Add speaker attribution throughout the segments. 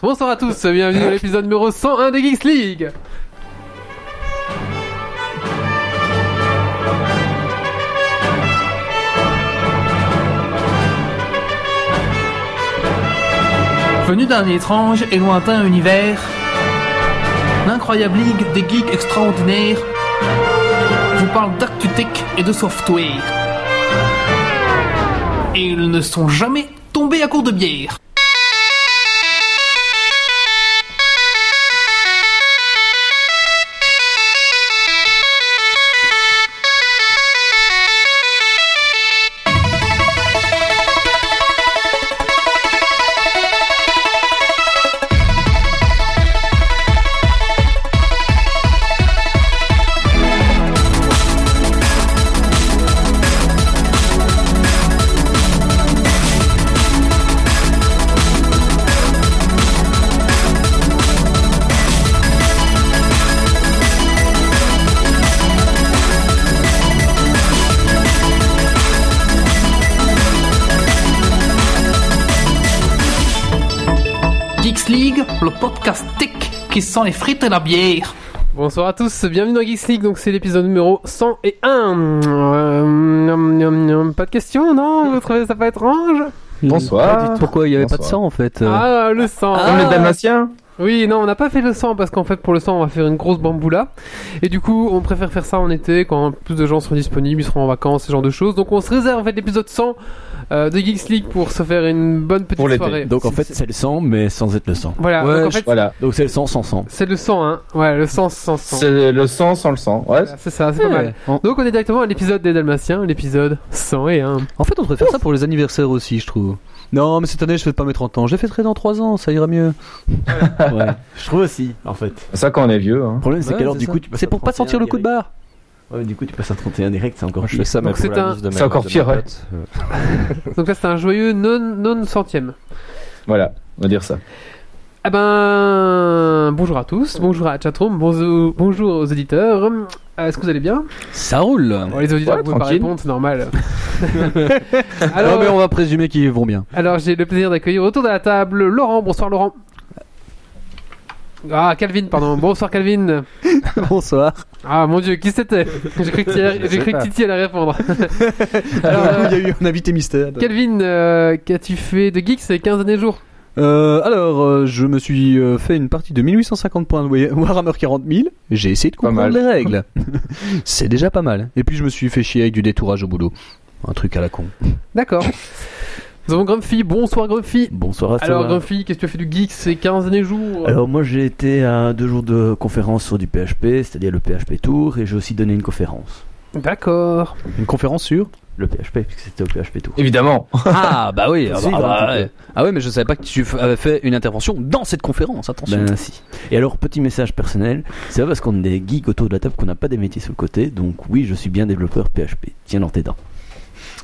Speaker 1: Bonsoir à tous, bienvenue à l'épisode numéro 101 des Geeks League
Speaker 2: Venu d'un étrange et lointain univers, l'incroyable ligue des geeks extraordinaires vous parle d'actu-tech et de software. Et ils ne sont jamais tombés à court de bière. Geeks League, le podcast tech qui sent les frites et la bière.
Speaker 1: Bonsoir à tous, bienvenue dans Geeks League, donc c'est l'épisode numéro 101 Euh, miam, miam, miam. Pas de questions, non Vous trouvez ça pas étrange
Speaker 3: Bonsoir.
Speaker 4: Pas du- Pourquoi il n'y avait pas de
Speaker 3: Bonsoir.
Speaker 4: sang en fait euh,
Speaker 1: Ah, le sang
Speaker 2: Ah.
Speaker 3: Comme les Dalmatiens
Speaker 1: Oui, non, on n'a pas fait le sang parce qu'en fait, pour le sang, on va faire une grosse bamboula. Et du coup, on préfère faire ça en été quand plus de gens seront disponibles, ils seront en vacances, ce genre de choses. Donc, on se réserve en fait l'épisode 100 euh, de Geeks League pour se faire une bonne petite
Speaker 3: Pour l'été.
Speaker 1: soirée.
Speaker 4: Donc en fait c'est le sang mais sans être le sang.
Speaker 1: voilà,
Speaker 4: Ouais,
Speaker 1: donc, en
Speaker 4: je-
Speaker 1: fait,
Speaker 3: Voilà.
Speaker 4: Donc c'est le sang sans sang.
Speaker 1: c'est le sang, hein. Ouais, le sang, sang, sang.
Speaker 3: C'est le sang sans le sang. Ouais.
Speaker 1: Voilà, C'est ça, c'est pas mal.
Speaker 4: En,
Speaker 1: Donc on est directement à l'épisode des Dalmatiens, l'épisode 101.
Speaker 4: en fait on devrait faire ça pour les anniversaires aussi je trouve. Non mais cette année je fête pas mes 30 ans, j'ai fêterai dans 3 ans, ça ira mieux. ouais.
Speaker 5: Je trouve aussi, en fait.
Speaker 3: C'est ça quand on est vieux. Hein.
Speaker 5: Le problème, c'est
Speaker 4: Ouais,
Speaker 5: qu'alors,
Speaker 4: c'est
Speaker 5: du
Speaker 4: ça.
Speaker 5: coup, tu passes
Speaker 4: C'est
Speaker 5: à
Speaker 4: pour pas
Speaker 5: 31
Speaker 4: sentir le coup de
Speaker 5: direct.
Speaker 4: barre.
Speaker 5: Ouais, mais du coup, tu passes à 31 direct, c'est encore
Speaker 6: Moi, je
Speaker 5: pire.
Speaker 6: fais ça, mais
Speaker 1: Donc
Speaker 6: pour
Speaker 1: c'est
Speaker 6: la
Speaker 1: un-
Speaker 6: bise de ma-
Speaker 3: c'est encore
Speaker 6: de ma
Speaker 3: pire, ouais.
Speaker 6: pote, euh,
Speaker 1: Donc là c'est un joyeux non, non centième.
Speaker 3: Voilà, on va dire ça.
Speaker 1: Ah ben bonjour à tous, bonjour à la chatroom, bonjour, bonjour aux auditeurs. Euh, Est-ce que vous allez bien
Speaker 4: Ça roule.
Speaker 1: Bon, Les auditeurs
Speaker 3: Ouais,
Speaker 1: ne vous pouvez pas
Speaker 3: tranquille.
Speaker 1: répondre, c'est normal.
Speaker 4: Alors
Speaker 1: alors
Speaker 4: mais on va présumer qu'ils vont bien.
Speaker 1: alors, j'ai le plaisir d'accueillir autour de la table Laurent. Bonsoir Laurent. Ah Calvin pardon. Bonsoir Calvin.
Speaker 4: Bonsoir.
Speaker 1: Ah mon dieu qui c'était J'ai cru que, Thierry- j'ai cru que Titi allait répondre. Alors,
Speaker 4: Alors,
Speaker 1: euh,
Speaker 4: il y a eu un invité mystère.
Speaker 1: Calvin, euh, qu'as-tu fait de geek ces 15 derniers jours
Speaker 4: Euh, alors, euh, je me suis euh, fait une partie de 1850 points de Wa- Warhammer 40 000. J'ai essayé de
Speaker 3: Pas
Speaker 4: comprendre
Speaker 3: mal.
Speaker 4: les règles. C'est déjà pas mal. Et puis, je me suis fait chier avec du détourage au boulot. Un truc à la con.
Speaker 1: D'accord. Nous avons Grumpy, bonsoir Grumpy.
Speaker 5: Bonsoir à toi.
Speaker 1: Alors Grumpy, qu'est-ce que tu as fait du geek ces 15 derniers jours
Speaker 5: Alors, moi, j'ai été à deux jours de conférence sur du PHP, c'est-à-dire le PHP Tour, et j'ai aussi donné une conférence.
Speaker 1: D'accord.
Speaker 4: Une conférence sur
Speaker 5: Le PHP, puisque c'était au PHP Tour.
Speaker 3: Évidemment.
Speaker 4: Ah, bah oui. ah, bah,
Speaker 5: Suivre
Speaker 4: ah, bah,
Speaker 5: un petit
Speaker 4: ouais. Ah ouais, mais je savais pas que tu f- avais fait une intervention dans cette conférence. Attention.
Speaker 5: Ben si. Et alors, petit message personnel, c'est pas parce qu'on est geek autour de la table qu'on n'a pas des métiers sur le côté, donc oui, je suis bien développeur PHP. Tiens dans tes dents.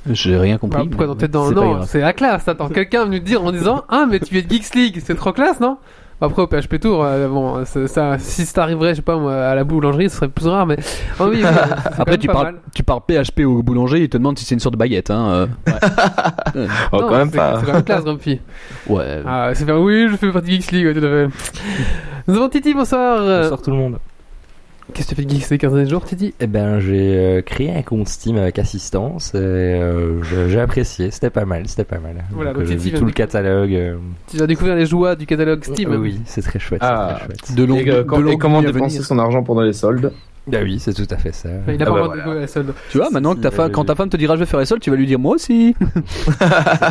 Speaker 4: Ben, J'ai rien
Speaker 1: Bah,
Speaker 4: compris.
Speaker 1: pourquoi dans tête dans
Speaker 5: c'est pas
Speaker 1: Non,
Speaker 5: grave.
Speaker 1: c'est la classe. Attends, quelqu'un va nous dire en disant Ah, mais tu es de Geeks League, c'est trop classe, non Bah, après au PHP Tour, euh, bon, c'est- ça, si ça arriverait, je sais pas moi, à la boulangerie, ce serait plus rare, mais Ah oui,
Speaker 4: Après, tu parles, tu parles PHP au boulanger, il te demande si c'est une sorte de baguette. Hein. euh.
Speaker 3: Oh, quand même pas.
Speaker 1: C'est quand même classe, Grumpy.
Speaker 4: ouais.
Speaker 1: Ah, c'est bien. Oui, je fais partie de Geeks League, ouais, tout à fait. Nous avons Titi, bonsoir.
Speaker 6: Bonsoir tout le monde.
Speaker 1: Qu'est-ce que tu fais de Geeks ces 15 derniers jours, Titi
Speaker 6: Eh ben, j'ai euh, créé un compte Steam avec assistance et euh, je- j'ai apprécié. C'était pas mal, c'était pas mal.
Speaker 1: Voilà,
Speaker 6: Donc,
Speaker 1: donc
Speaker 6: euh, j'ai
Speaker 1: Titi
Speaker 6: vu
Speaker 1: vient
Speaker 6: tout le
Speaker 1: de-
Speaker 6: catalogue. euh,
Speaker 1: Tu vas découvrir les joies du catalogue Steam.
Speaker 6: Oui, c'est très chouette.
Speaker 3: Ah.
Speaker 6: C'est très chouette.
Speaker 4: De longue-
Speaker 3: et, euh,
Speaker 4: de
Speaker 3: quand- et
Speaker 4: longue
Speaker 3: comment
Speaker 4: nuit à venir.
Speaker 3: dépenser son argent pendant les soldes
Speaker 6: Bah oui, c'est tout à fait ça.
Speaker 1: Enfin, il a pas
Speaker 3: Ah bah
Speaker 1: encore
Speaker 3: voilà.
Speaker 1: découvert la solde.
Speaker 4: Tu vois, maintenant que ta
Speaker 6: Si,
Speaker 4: fa-
Speaker 6: euh,
Speaker 4: quand ta femme te dira je vais faire les soldes, tu vas lui dire moi aussi.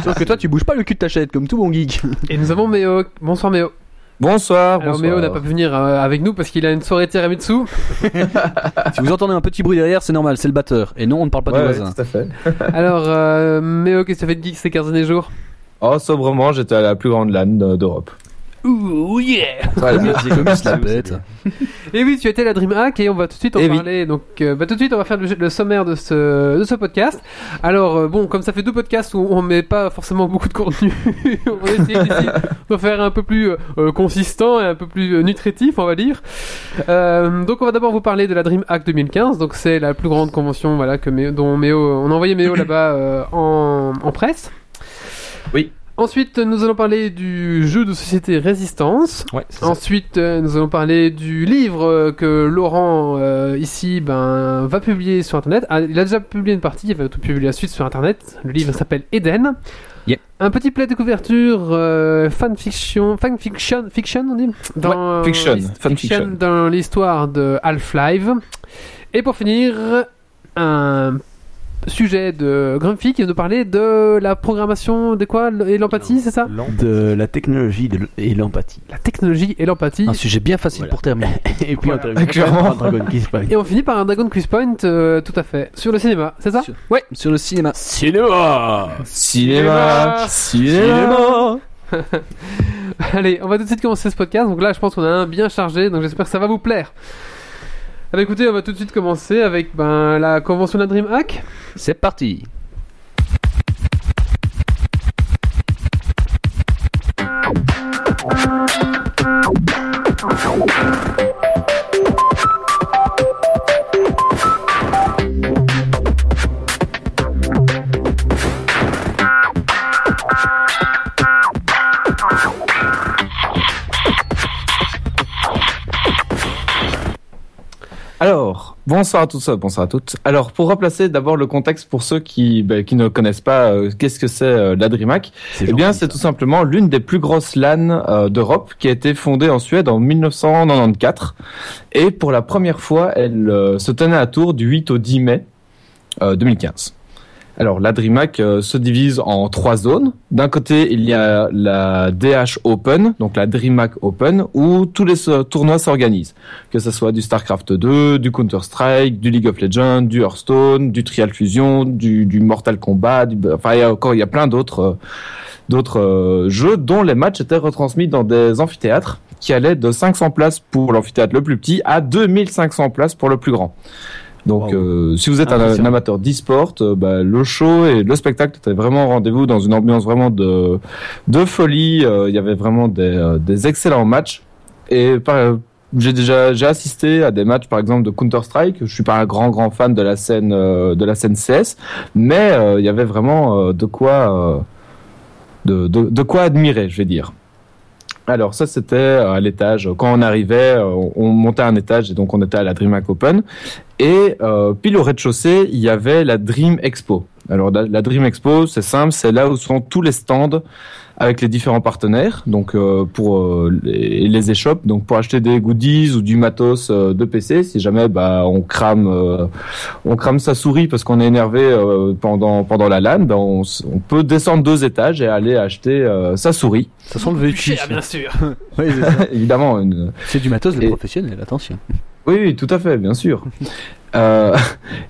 Speaker 4: Sauf que toi, tu bouges pas le cul de ta chaise comme tout bon geek.
Speaker 1: Et nous avons Méo. Bonsoir Méo.
Speaker 3: Bonsoir.
Speaker 1: Alors
Speaker 3: Ah, bonsoir.
Speaker 1: Méo n'a pas pu venir euh, avec nous parce qu'il a une soirée tiramisu.
Speaker 4: si vous entendez un petit bruit derrière, c'est normal, c'est le batteur. Et non, on ne parle pas
Speaker 3: Ouais,
Speaker 4: du
Speaker 3: ouais,
Speaker 4: voisin.
Speaker 3: tout à fait.
Speaker 1: Alors euh, Méo, qu'est-ce que tu fais de geek ces 15 derniers jours
Speaker 3: Oh, sobrement, j'étais à la plus grande LAN de- d'Europe.
Speaker 1: Ouh yeah
Speaker 3: Voilà.
Speaker 4: Comme il se la pète.
Speaker 1: Et oui, tu étais à la DreamHack et on va tout de suite en
Speaker 3: Eh oui.
Speaker 1: parler. Donc euh, bah, tout de suite, on va faire le, le sommaire de ce, de ce podcast. Alors euh, bon, comme ça fait deux podcasts où on met pas forcément beaucoup de contenu, on va essayer d'ici de faire un peu plus euh, consistant et un peu plus euh, nutritif, on va dire. Euh, donc on va d'abord vous parler de la DreamHack 2015. Donc c'est la plus grande convention voilà que Méo- dont Méo, on a envoyé Méo là-bas euh, en, en presse.
Speaker 3: Oui.
Speaker 1: Ensuite, nous allons parler du jeu de société Résistance.
Speaker 6: Ouais, c'est ça.
Speaker 1: Ensuite, euh, nous allons parler du livre euh, que Laurent, euh, ici, ben, va publier sur Internet. Ah, il a déjà publié une partie, il va tout publier la suite sur Internet. Le livre s'appelle Eden.
Speaker 6: Yeah.
Speaker 1: Un petit plat de couverture euh, fanfiction, fanfiction, fiction, on dit dans,
Speaker 3: Ouais, fiction,
Speaker 1: l'hist-
Speaker 3: fanfiction.
Speaker 1: Euh, fiction dans l'histoire de Half-Life. Et pour finir, un sujet de Grumpy qui vient de parler de la programmation des quoi et l'empathie, c'est ça
Speaker 5: De la technologie de l- et l'empathie.
Speaker 1: La technologie et l'empathie.
Speaker 4: Un sujet bien facile
Speaker 5: Voilà.
Speaker 4: pour terminer.
Speaker 5: Et puis
Speaker 1: Voilà.
Speaker 5: un,
Speaker 3: Clairement.
Speaker 5: dragon, un dragon qui se passe.
Speaker 1: Et on finit par un Dragon Quiz Point, euh, tout à fait, sur le cinéma, c'est ça
Speaker 4: Sur- Sur le cinéma. oh.
Speaker 3: Cinéma Cinéma
Speaker 1: Allez, on va tout de suite commencer ce podcast. Donc là, je pense qu'on a un bien chargé, donc j'espère que ça va vous plaire. Alors écoutez, on va tout de suite commencer avec ben, la convention de la DreamHack.
Speaker 4: C'est parti.
Speaker 3: Alors, bonsoir à tous, euh, bonsoir à toutes. Alors, pour replacer d'abord le contexte pour ceux qui, bah, qui ne connaissent pas euh, qu'est-ce que c'est euh, la DreamHack,
Speaker 5: C'est
Speaker 3: eh bien,
Speaker 5: gentil,
Speaker 3: c'est
Speaker 5: ça.
Speaker 3: tout simplement l'une des plus grosses LAN euh, d'Europe qui a été fondée en Suède en 1994. Et pour la première fois, elle euh, se tenait à Tours du 8 au 10 mai euh, 2015. Alors, la DreamHack euh, se divise en trois zones. D'un côté, il y a la DH Open, donc la DreamHack Open, où tous les so- tournois s'organisent. Que ce soit du StarCraft 2, du Counter-Strike, du League of Legends, du Hearthstone, du Trial Fusion, du, du Mortal Kombat, du- enfin, il y a encore, il y a plein d'autres euh, d'autres euh, jeux dont les matchs étaient retransmis dans des amphithéâtres qui allaient de 500 places pour l'amphithéâtre le plus petit à 2500 places pour le plus grand.
Speaker 5: Wow.
Speaker 3: Donc euh, si vous êtes un, un amateur d'e-sport, euh, bah, le show et le spectacle étaient vraiment au rendez-vous dans une ambiance vraiment de, de folie. Euh, Il y avait vraiment des, euh, des excellents matchs. Et par- j'ai déjà j'ai assisté à des matchs par exemple de Counter Strike. Je suis pas un grand grand fan de la scène euh, de la scène CS, mais euh, il y avait vraiment euh, de quoi euh, de, de, de quoi admirer, je vais dire. Alors ça c'était euh, à l'étage. Quand on arrivait, euh, on- on montait un étage et donc on était à la DreamHack Open. Et euh, pile au rez-de-chaussée, il y avait la Dream Expo. Alors la, la Dream Expo, c'est simple, c'est là où sont tous les stands avec les différents partenaires, donc euh, pour euh, les, les échoppes, donc pour acheter des goodies ou du matos euh, de PC, si jamais bah on crame, euh, on crame sa souris parce qu'on est énervé euh, pendant pendant la LAN, bah, on, s- on peut descendre deux étages et aller acheter euh, sa souris.
Speaker 4: Ça sent le vécu.
Speaker 1: ah, bien sûr.
Speaker 4: Ouais, c'est ça.
Speaker 3: Évidemment, une,
Speaker 4: C'est du matos de
Speaker 3: Et-
Speaker 4: professionnel, attention.
Speaker 3: Oui, oui, tout à fait, bien sûr. Euh,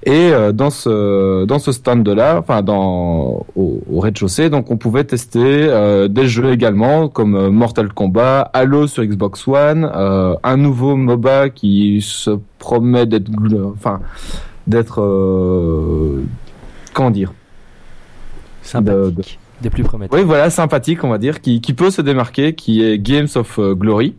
Speaker 3: et euh, dans ce dans ce stand là, enfin dans au, au rez-de-chaussée, donc on pouvait tester euh, des jeux également comme euh, Mortal Kombat, Halo sur Xbox One, euh, un nouveau MOBA qui se promet d'être gl- enfin d'être euh, comment dire
Speaker 6: Sympathique. Des plus prometteurs.
Speaker 3: oui, voilà, sympathique, on va dire, qui, qui peut se démarquer, qui est Games of euh, Glory.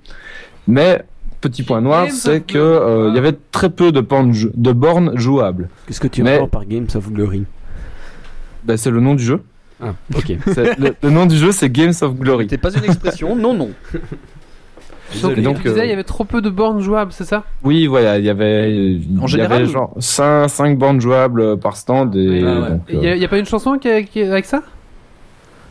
Speaker 3: Mais, petit point noir,
Speaker 1: Games
Speaker 3: c'est
Speaker 1: of
Speaker 3: que
Speaker 1: Glory, Ah.
Speaker 3: euh, il y avait très peu de, pan- de bornes jouables.
Speaker 5: Qu'est-ce que tu
Speaker 3: Mais-
Speaker 5: entends par Games of Glory
Speaker 3: Ben, c'est le nom du jeu.
Speaker 5: Ah, ok.
Speaker 3: C'est- le, le nom du jeu, c'est Games of Glory.
Speaker 4: C'était pas une expression, non, non.
Speaker 1: Donc,
Speaker 3: Et donc,
Speaker 1: tu disais,
Speaker 3: euh,
Speaker 1: il y avait trop peu de bornes jouables, c'est ça
Speaker 3: Oui, voilà, il y avait, euh, il y
Speaker 4: général,
Speaker 3: avait
Speaker 4: ou-
Speaker 3: genre 5, bornes jouables euh, par stand. Et,
Speaker 1: Ah
Speaker 4: ouais.
Speaker 3: donc,
Speaker 1: Il n'y
Speaker 3: euh,
Speaker 1: a, il y a pas une chanson qui, qui- avec ça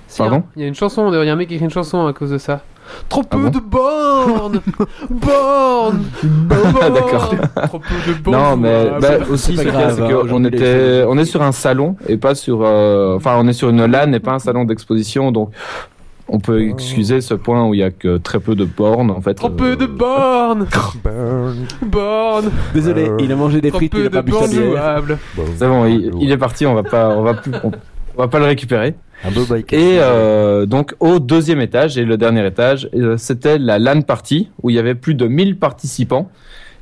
Speaker 1: Si,
Speaker 3: Pardon
Speaker 1: hein. Il y a une chanson, d'ailleurs, il y a un mec qui écrit une chanson à cause de ça. Trop
Speaker 3: Ah
Speaker 1: peu
Speaker 3: bon
Speaker 1: de bornes Bornes Bornes
Speaker 3: Ah, D'accord.
Speaker 1: Trop peu de bornes
Speaker 3: Non, mais
Speaker 1: jouables.
Speaker 3: bah, aussi,
Speaker 5: pas
Speaker 3: ce qu'il y a,
Speaker 5: grave,
Speaker 3: c'est
Speaker 5: hein,
Speaker 3: qu'on
Speaker 5: aujourd'hui, les
Speaker 3: était,
Speaker 5: salons-
Speaker 3: on est sur un salon et pas sur, euh, enfin, on est sur une LAN et pas un salon d'exposition, donc on peut excuser ce point où il y a que très peu de bornes, en fait.
Speaker 1: Trop
Speaker 3: euh,
Speaker 1: peu de bornes
Speaker 6: Burn.
Speaker 1: Bornes
Speaker 5: Désolé, il a mangé des
Speaker 1: Trop
Speaker 5: frites, il
Speaker 1: peu
Speaker 5: a
Speaker 1: de hein.
Speaker 5: pas bu sa
Speaker 1: bornes
Speaker 5: bière.
Speaker 1: jouables
Speaker 3: C'est bon, il,
Speaker 6: Ah,
Speaker 3: il est parti, on va pas, on va plus, on, on va pas le récupérer.
Speaker 6: Un beau bike.
Speaker 3: Et euh, donc au deuxième étage et le dernier étage, euh, c'était la LAN party où il y avait plus de 1000 participants.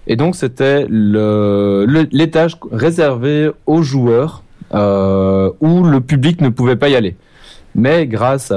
Speaker 3: Et donc c'était le le- l'étage réservé aux joueurs euh, où le public ne pouvait pas y aller. Mais grâce à,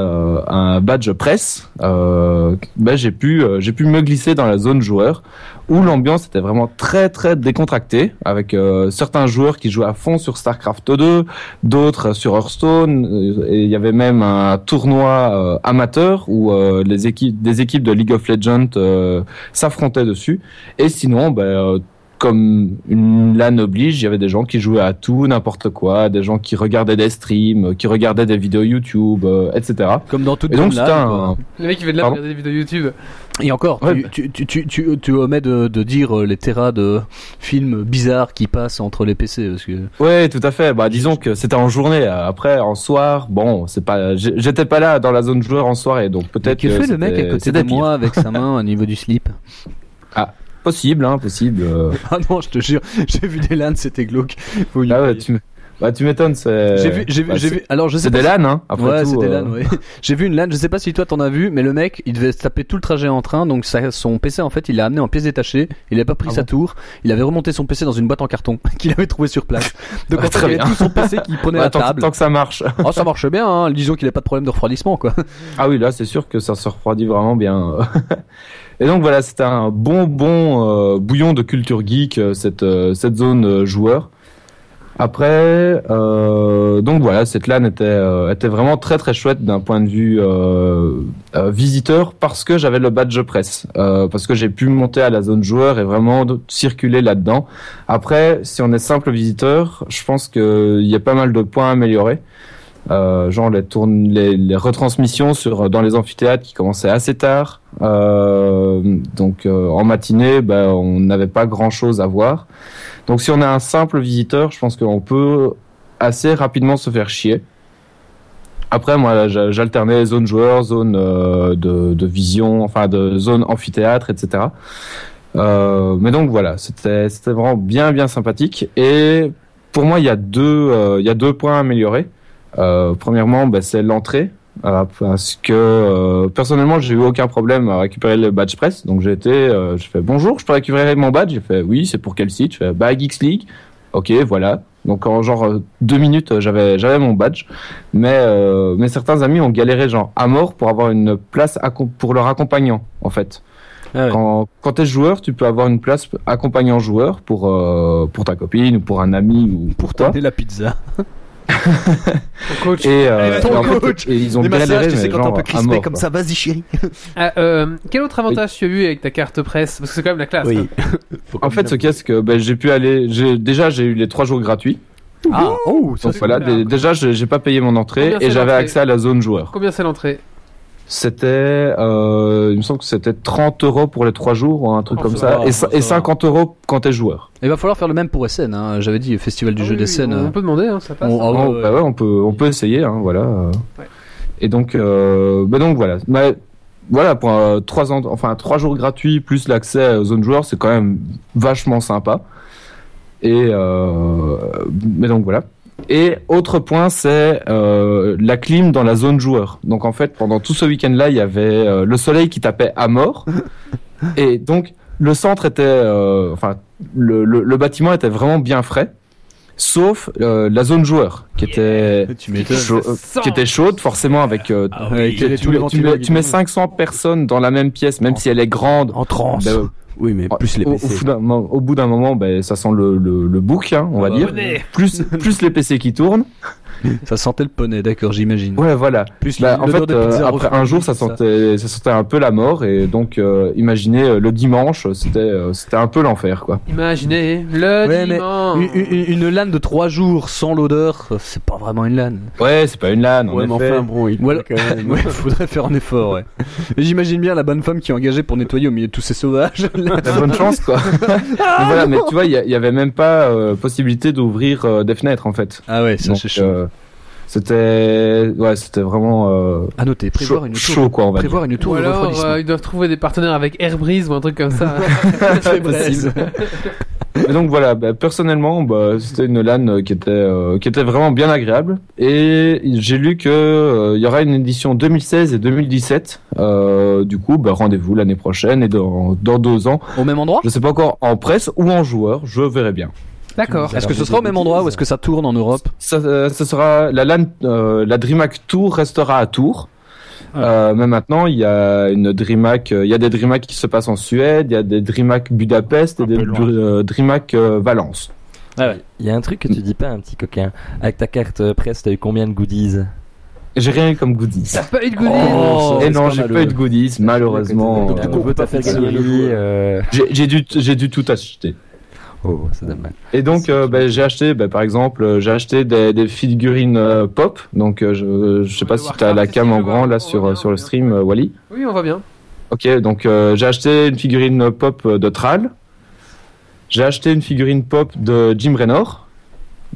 Speaker 3: à un badge presse, euh, ben, j'ai pu euh, j'ai pu me glisser dans la zone joueur où l'ambiance était vraiment très très décontractée avec euh, certains joueurs qui jouaient à fond sur Starcraft 2, d'autres sur Hearthstone euh, et il y avait même un tournoi euh, amateur où euh, les équipes des équipes de League of Legends euh, s'affrontaient dessus et sinon ben, euh, comme une LAN oblige, il y avait des gens qui jouaient à tout, n'importe quoi, des gens qui regardaient des streams, euh, qui regardaient des vidéos YouTube, euh, etc.
Speaker 4: Comme dans toute
Speaker 3: Et donc
Speaker 4: bonne
Speaker 3: c'était
Speaker 4: lame, quoi.
Speaker 3: un...
Speaker 1: Le mec qui fait de la
Speaker 3: Pardon
Speaker 1: regarder des vidéos YouTube.
Speaker 4: Et encore,
Speaker 3: Ouais,
Speaker 4: tu-
Speaker 3: bah-
Speaker 4: tu, tu, tu, tu, tu omets de, de dire euh, les terras de films bizarres qui passent entre les PC. Parce que...
Speaker 3: Ouais, tout à fait. Bah, disons que c'était en journée. Après, en soir, bon, c'est pas, j'ai- j'étais pas là dans la zone joueur en soirée, donc peut-être
Speaker 4: Que
Speaker 3: que
Speaker 4: fait le mec à
Speaker 3: c'était-
Speaker 4: côté de
Speaker 3: c'était pire.
Speaker 4: moi avec sa main au niveau du slip
Speaker 3: Possible, hein, possible. euh.
Speaker 4: Ah non, je te jure, j'ai vu des LAN, c'était glauque. Faut y
Speaker 3: Ah ouais,
Speaker 4: aller.
Speaker 3: tu, m- bah, tu m'étonnes. c'est-
Speaker 4: J'ai vu, j'ai vu,
Speaker 3: bah,
Speaker 4: j'ai
Speaker 3: c'est-
Speaker 4: vu. Alors je sais
Speaker 3: C'est
Speaker 4: pas
Speaker 3: des
Speaker 4: si-
Speaker 3: LAN, hein. Après
Speaker 4: ouais,
Speaker 3: tout,
Speaker 4: c'était
Speaker 3: euh,
Speaker 4: LAN, ouais. J'ai vu une LAN, je sais pas si toi t'en as vu, mais le mec, il devait se taper tout le trajet en train, donc ça- son PC en fait, il l'a amené en pièce détachée, il a pas pris
Speaker 3: Ah
Speaker 4: sa tour, il avait remonté son PC dans une boîte en carton qu'il avait trouvé sur place. Donc en
Speaker 3: Ah,
Speaker 4: fait,
Speaker 3: très
Speaker 4: il y avait
Speaker 3: bien.
Speaker 4: tout son PC qui prenait
Speaker 3: bah,
Speaker 4: la
Speaker 3: tant,
Speaker 4: table.
Speaker 3: tant que ça marche.
Speaker 4: Oh, ça marche bien, hein. disons qu'il a pas de problème de refroidissement quoi.
Speaker 3: Ah oui, là, c'est sûr que ça se refroidit vraiment bien. Et donc voilà, c'était un bon bon euh, bouillon de culture geek euh, cette euh, cette zone euh, joueur. Après, euh, donc voilà, cette LAN était euh, était vraiment très très chouette d'un point de vue euh, euh, visiteur parce que j'avais le badge presse, euh, parce que j'ai pu monter à la zone joueur et vraiment de- circuler là-dedans. Après, si on est simple visiteur, je pense que il y a pas mal de points à améliorer. Euh, genre les, tourne, les, les retransmissions sur, euh, dans les amphithéâtres qui commençaient assez tard. Euh, donc euh, en matinée, ben, on n'avait pas grand-chose à voir. Donc si on est un simple visiteur, je pense qu'on peut assez rapidement se faire chier. Après, moi, j'a- j'alternais zone joueur, zone euh, de, de vision, enfin de zone amphithéâtre, etc. Euh, mais donc voilà, c'était c'était vraiment bien bien sympathique. Et pour moi, il y a deux euh, il y a deux points à améliorer. Euh, premièrement, bah, c'est l'entrée. euh, parce que euh, personnellement, j'ai eu aucun problème à récupérer le badge press. Donc j'ai été, euh, je fais bonjour, je peux récupérer mon badge. J'ai fait oui, c'est pour quel site Je fais bah Geeks League. Ok, voilà. Donc en genre euh, deux minutes, euh, j'avais j'avais mon badge. Mais euh, mais certains amis ont galéré genre à mort pour avoir une place accom- pour leur accompagnant en fait.
Speaker 6: Ah ouais.
Speaker 3: Quand, quand t'es joueur, tu peux avoir une place accompagnant joueur pour euh, pour ta copine ou pour un ami ou
Speaker 4: Pour
Speaker 3: quoi.
Speaker 4: t'amener la pizza.
Speaker 1: Ton coach.
Speaker 3: Et, euh,
Speaker 4: Ton
Speaker 3: et en fait,
Speaker 4: coach.
Speaker 3: et ils ont
Speaker 4: Des
Speaker 3: galéré,
Speaker 4: massages, tu sais,
Speaker 3: mais
Speaker 4: quand t'es un
Speaker 3: genre
Speaker 4: peu
Speaker 3: à
Speaker 4: crispé
Speaker 3: mort,
Speaker 4: comme
Speaker 3: quoi.
Speaker 4: ça, vas-y chérie.
Speaker 1: Ah, euh, quel autre avantage tu as eu avec ta carte presse Parce que c'est quand même la classe. hein.
Speaker 3: En fait, ce qu'est-ce que ben, j'ai pu aller. j'ai- Déjà, j'ai eu les trois jours gratuits.
Speaker 4: Ah, oh, ça Ah,
Speaker 3: Donc
Speaker 1: c'est
Speaker 3: voilà,
Speaker 1: cool,
Speaker 3: dé-
Speaker 1: hein.
Speaker 3: déjà, j'ai j'ai pas payé mon entrée
Speaker 1: Combien c'est
Speaker 3: et j'avais
Speaker 1: l'entrée
Speaker 3: accès à la zone joueur.
Speaker 1: Combien c'est l'entrée
Speaker 3: C'était, euh, il me semble que c'était 30 euros pour les trois jours ou un truc
Speaker 1: Oh,
Speaker 3: comme
Speaker 4: ça
Speaker 3: ça,
Speaker 4: va,
Speaker 3: et,
Speaker 4: ça
Speaker 3: et
Speaker 4: va.
Speaker 3: 50 euros quand t'es joueur.
Speaker 4: Il va falloir faire le même pour SN, hein. j'avais dit Festival du
Speaker 1: Ah
Speaker 4: jeu
Speaker 1: oui,
Speaker 4: des
Speaker 1: oui,
Speaker 4: scènes.
Speaker 1: On
Speaker 4: euh,
Speaker 1: peut demander, hein, ça passe.
Speaker 4: on-
Speaker 1: hein.
Speaker 4: ah
Speaker 3: Oh,
Speaker 4: ouais,
Speaker 3: bah
Speaker 4: ouais.
Speaker 3: ouais, on peut, on peut essayer, hein, voilà. euh.
Speaker 1: Ouais.
Speaker 3: Et donc, euh, bah donc voilà, Bah, voilà pour euh, trois ans, enfin trois jours gratuits plus l'accès aux zones joueurs, c'est quand même vachement sympa. Et euh, mais donc voilà. Et autre point, c'est euh, la clim dans la zone joueur. Donc en fait, pendant tout ce week-end-là, il y avait euh, le soleil qui tapait à mort, et donc le centre était, euh, enfin le, le, le bâtiment était vraiment bien frais, sauf euh, la zone joueur qui était
Speaker 4: Tu m'étonnes.
Speaker 3: chaud- euh,
Speaker 1: Ça sent.
Speaker 3: qui était chaude forcément avec euh,
Speaker 4: Ah oui,
Speaker 3: tu, tu mets, tu mets- tu mets 500 personnes dans la même pièce, même si elle est grande.
Speaker 5: En transe.
Speaker 3: ben,
Speaker 5: Bah, Oui, mais Oh, plus les
Speaker 3: au, au
Speaker 5: PC.
Speaker 3: bout d'un moment- au bout d'un moment, ben, ça sent le, le, le bouc, hein, on va
Speaker 4: bah
Speaker 3: dire.
Speaker 1: ouais.
Speaker 3: Plus, plus les PC qui tournent.
Speaker 4: Ça sentait le poney, d'accord, j'imagine.
Speaker 3: Ouais, voilà.
Speaker 4: Plus
Speaker 3: Bah, en
Speaker 4: l'odeur
Speaker 3: fait,
Speaker 4: des
Speaker 3: euh,
Speaker 4: pizzas
Speaker 3: après un
Speaker 4: refroidies,
Speaker 3: jour, ça sentait, ça sentait un peu la mort. Et donc, euh, imaginez, euh, le dimanche, c'était euh, c'était un peu l'enfer, quoi.
Speaker 1: Imaginez le
Speaker 4: Ouais, mais
Speaker 1: dimanche.
Speaker 4: Une, une- une LAN de 3 jours sans l'odeur, euh, c'est pas vraiment une LAN.
Speaker 3: Ouais, c'est pas une LAN, en
Speaker 5: Ouais, mais
Speaker 3: effet.
Speaker 5: enfin, bon, il
Speaker 4: Ou alors-
Speaker 5: faut quand même-
Speaker 4: Ouais, faudrait faire un effort, ouais. Et j'imagine bien la bonne femme qui est engagée pour nettoyer au milieu de tous ces sauvages.
Speaker 3: T'as bonne chance, quoi. mais voilà, mais tu vois, il y a- il y, avait même pas euh, possibilité d'ouvrir euh, des fenêtres, en fait.
Speaker 4: ah ouais, ça
Speaker 3: Donc,
Speaker 4: c'est chaud.
Speaker 3: euh, c'était, ouais, c'était vraiment euh,
Speaker 4: à noter, prévoir
Speaker 3: chaud,
Speaker 4: une
Speaker 3: chaud,
Speaker 4: tour,
Speaker 3: quoi, on va dire.
Speaker 4: prévoir une tour
Speaker 1: Ou
Speaker 4: de
Speaker 1: alors,
Speaker 4: refroidissement.
Speaker 1: euh, ils doivent trouver des partenaires avec Airbreeze ou un truc comme ça.
Speaker 4: c'est
Speaker 3: possible. Et donc voilà, bah, personnellement, bah, c'était une LAN euh, qui était euh, qui était vraiment bien agréable. Et j'ai lu que euh, il y aura une édition 2016 et 2017. Euh, du coup, bah, rendez-vous l'année prochaine et dans dans deux ans.
Speaker 4: Au même endroit
Speaker 3: Je sais pas encore en presse ou en joueur, je verrai bien.
Speaker 1: D'accord.
Speaker 6: Tu nous as
Speaker 4: Est-ce que
Speaker 6: parlé
Speaker 4: ce sera au
Speaker 6: de
Speaker 4: même endroit ou est-ce
Speaker 6: bêtises.
Speaker 4: que ça tourne en Europe
Speaker 3: Ça, euh, ça sera la LAN, euh, la DreamHack Tour restera à Tours.
Speaker 7: Ah.
Speaker 3: Euh, mais maintenant, il y a une DreamHack, euh, il y a des DreamHack qui se passent en Suède, il y a des DreamHack Budapest et
Speaker 7: Un
Speaker 3: des
Speaker 7: peu loin.
Speaker 3: Dr- euh, DreamHack euh, Valence.
Speaker 6: Il y a un truc que tu dis pas, un petit coquin. Avec ta carte euh, presse, t'as eu combien de goodies
Speaker 3: J'ai rien eu comme goodies.
Speaker 1: Pas eu de goodies.
Speaker 4: Oh,
Speaker 3: et eh non, j'ai pas eu de goodies, malheureusement.
Speaker 6: Donc, du coup, on peut pas faire
Speaker 5: gagner le
Speaker 6: gagner. euh,
Speaker 3: J'ai j'ai dû, j'ai dû tout acheter.
Speaker 6: Oh, c'est dommage.
Speaker 3: Et donc, euh, bah, j'ai acheté, bah, par exemple, euh, j'ai acheté des, des figurines euh, pop. Donc, euh, je, je sais
Speaker 1: Ouais,
Speaker 3: pas si
Speaker 1: Warcraft,
Speaker 3: t'as la
Speaker 1: c'est
Speaker 3: cam
Speaker 1: ce
Speaker 3: en
Speaker 1: que je
Speaker 3: grand
Speaker 1: vois.
Speaker 3: là
Speaker 1: On
Speaker 3: sur,
Speaker 1: va
Speaker 3: euh,
Speaker 1: bien,
Speaker 3: sur
Speaker 1: on
Speaker 3: le
Speaker 1: va
Speaker 3: stream, euh, Wally.
Speaker 1: Oui, on va bien.
Speaker 3: Ok, donc euh, j'ai acheté une figurine pop euh, de Thrall. J'ai acheté une figurine pop de Jim Raynor.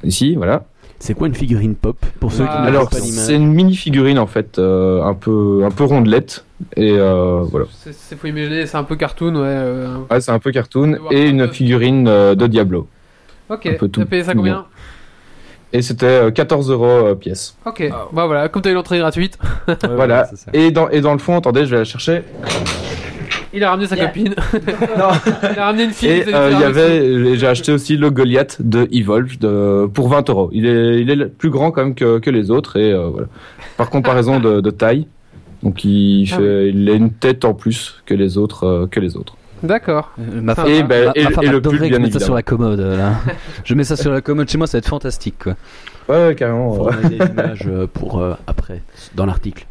Speaker 3: Ici, voilà.
Speaker 5: C'est quoi une figurine pop Pour ceux qui
Speaker 1: Ah,
Speaker 5: ne
Speaker 3: Alors,
Speaker 5: voient pas
Speaker 3: c'est
Speaker 5: l'image.
Speaker 3: une mini figurine en fait, euh, un peu un peu rondelette et euh, voilà.
Speaker 1: C'est- C'est faut imaginer, c'est un peu cartoon, ouais. euh,
Speaker 3: Ouais, c'est un peu cartoon
Speaker 1: Warcraft
Speaker 3: et une
Speaker 1: deux.
Speaker 3: figurine euh, de Diablo.
Speaker 1: Ok.
Speaker 3: Un peu
Speaker 1: T'as
Speaker 3: tout.
Speaker 1: payé ça combien
Speaker 3: Et c'était euh, 14 euros euh, pièce.
Speaker 1: Ok. Bah voilà, comme t'as eu l'entrée gratuite,
Speaker 3: Voilà.
Speaker 6: c'est ça.
Speaker 3: Et dans et dans le fond, attendez, je vais la chercher.
Speaker 1: il a ramené sa copine. il a ramené une fille.
Speaker 3: Et
Speaker 1: vous avez
Speaker 3: euh,
Speaker 1: fait
Speaker 3: il y
Speaker 1: un
Speaker 3: avait,
Speaker 1: dessin.
Speaker 3: euh, j'ai acheté aussi le Goliath de Evolve de, pour 20 euros. Il est, il est plus grand quand même que, que les autres et euh, voilà. Par comparaison de, de taille, donc il
Speaker 1: Ah
Speaker 3: fait, il a une tête en plus que les autres, euh, que les autres.
Speaker 1: D'accord.
Speaker 4: Euh, Ma
Speaker 1: Ça
Speaker 4: femme,
Speaker 1: va.
Speaker 3: Et, ben,
Speaker 4: ma-
Speaker 3: et-
Speaker 4: ma femme
Speaker 3: et le pull
Speaker 4: adorerait que
Speaker 3: bien
Speaker 4: je mette ça sur
Speaker 3: évidemment.
Speaker 4: la commode euh, là. je mets ça sur la commode chez moi, ça va être fantastique quoi.
Speaker 3: Ouais, carrément.
Speaker 5: Faut
Speaker 3: ouais.
Speaker 5: enlever des images euh, pour euh, après, dans l'article.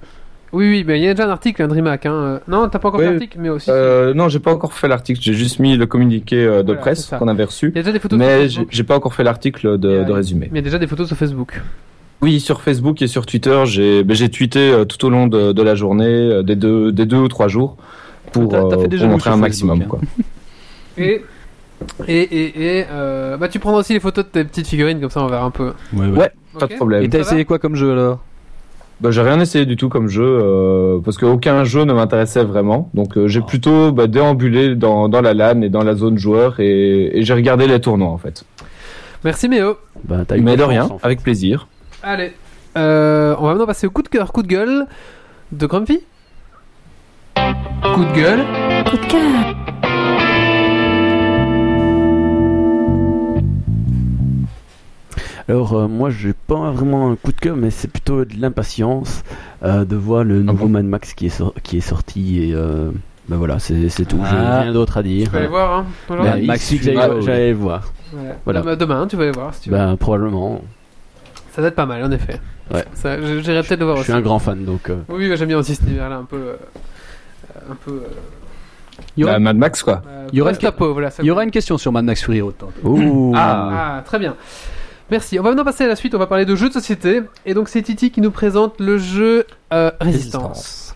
Speaker 1: Oui, oui, mais il y a déjà un article, un DreamHack. Hein. euh, Non, t'as pas encore fait
Speaker 3: Oui.
Speaker 1: l'article, mais aussi.
Speaker 3: Euh, non, j'ai pas encore fait l'article. J'ai juste mis le communiqué euh, de
Speaker 1: Voilà,
Speaker 3: presse
Speaker 1: c'est ça.
Speaker 3: qu'on avait
Speaker 1: Il y
Speaker 3: reçu,
Speaker 1: a déjà des photos.
Speaker 3: mais
Speaker 1: sur
Speaker 3: j'ai
Speaker 1: Facebook.
Speaker 3: j'ai pas encore fait l'article de,
Speaker 1: Ouais.
Speaker 3: de résumé.
Speaker 1: Il y a déjà des photos sur Facebook.
Speaker 3: Oui, sur Facebook et sur Twitter, j'ai, ben, j'ai tweeté euh, tout au long de, de la journée, euh, des deux, des deux ou trois jours, pour,
Speaker 4: T'as- t'as fait des
Speaker 3: euh, pour
Speaker 4: jaloux
Speaker 3: montrer
Speaker 4: sur
Speaker 3: un
Speaker 4: Facebook,
Speaker 3: maximum.
Speaker 4: hein.
Speaker 3: Quoi.
Speaker 1: Et et et, et euh, bah tu prendras aussi les photos de tes petites figurines comme ça on verra un peu.
Speaker 3: ouais. Pas
Speaker 1: Ok
Speaker 3: de problème.
Speaker 4: hein. Et t'as
Speaker 1: Ça va
Speaker 4: essayé quoi comme jeu alors
Speaker 3: Bah, j'ai rien essayé du tout comme jeu euh, parce qu'aucun jeu ne m'intéressait vraiment. Donc euh, j'ai plutôt bah, déambulé dans, dans la LAN et dans la zone joueur et, et j'ai regardé les tournois en fait.
Speaker 1: Merci Méo.
Speaker 5: Bah, t'as eu
Speaker 3: Mais de
Speaker 5: confiance,
Speaker 3: rien,
Speaker 5: en fait.
Speaker 3: avec plaisir.
Speaker 1: Allez, euh, on va maintenant passer au coup de cœur, coup de gueule de Grumpy. Coup de gueule.
Speaker 8: Coup de cœur.
Speaker 5: Alors euh, moi j'ai pas vraiment un coup de cœur mais c'est plutôt de l'impatience euh, de voir le nouveau
Speaker 1: Ah
Speaker 5: Mad Max qui est, sor- qui est sorti et euh, ben voilà c'est c'est tout, j'ai
Speaker 4: Ah.
Speaker 5: rien d'autre à dire.
Speaker 1: Tu vas aller voir hein. aujourd'hui.
Speaker 3: Bah
Speaker 5: Mad Max,
Speaker 4: il-
Speaker 5: j'allais
Speaker 4: ah,
Speaker 5: voir-
Speaker 4: oui.
Speaker 5: j'allais le voir.
Speaker 1: Ouais.
Speaker 5: voilà.
Speaker 1: Bah, demain hein, tu vas aller voir si tu veux.
Speaker 5: Ben probablement,
Speaker 1: Ça date pas mal en effet.
Speaker 5: Ouais.
Speaker 1: Ça, je- J'irai peut-être le voir
Speaker 5: je
Speaker 1: aussi.
Speaker 5: suis un grand fan donc euh,
Speaker 1: Oui, oui, j'aime bien aussi cet univers-là un peu. euh, euh, un peu.
Speaker 4: Il y aura-
Speaker 3: Bah, Mad Max quoi.
Speaker 1: Euh,
Speaker 4: Il y aura-
Speaker 1: post-apo, voilà, ça-
Speaker 4: Il y aura une question sur Mad Max Fury Road. tantôt.
Speaker 3: Ah.
Speaker 1: Ah, très bien. Merci. On va maintenant passer à la suite. On va parler de jeux de société. Et donc, c'est Titi qui nous présente le jeu euh, Résistance.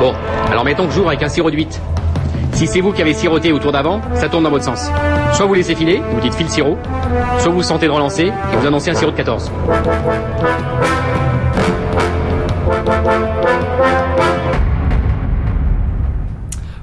Speaker 9: Bon, alors mettons que j'ouvre avec un sirop de 8. Si c'est vous qui avez siroté au tour d'avant, ça tourne dans votre sens. Soit vous laissez filer, vous dites file sirop, soit vous sentez de relancer et vous annoncez un sirop de 14.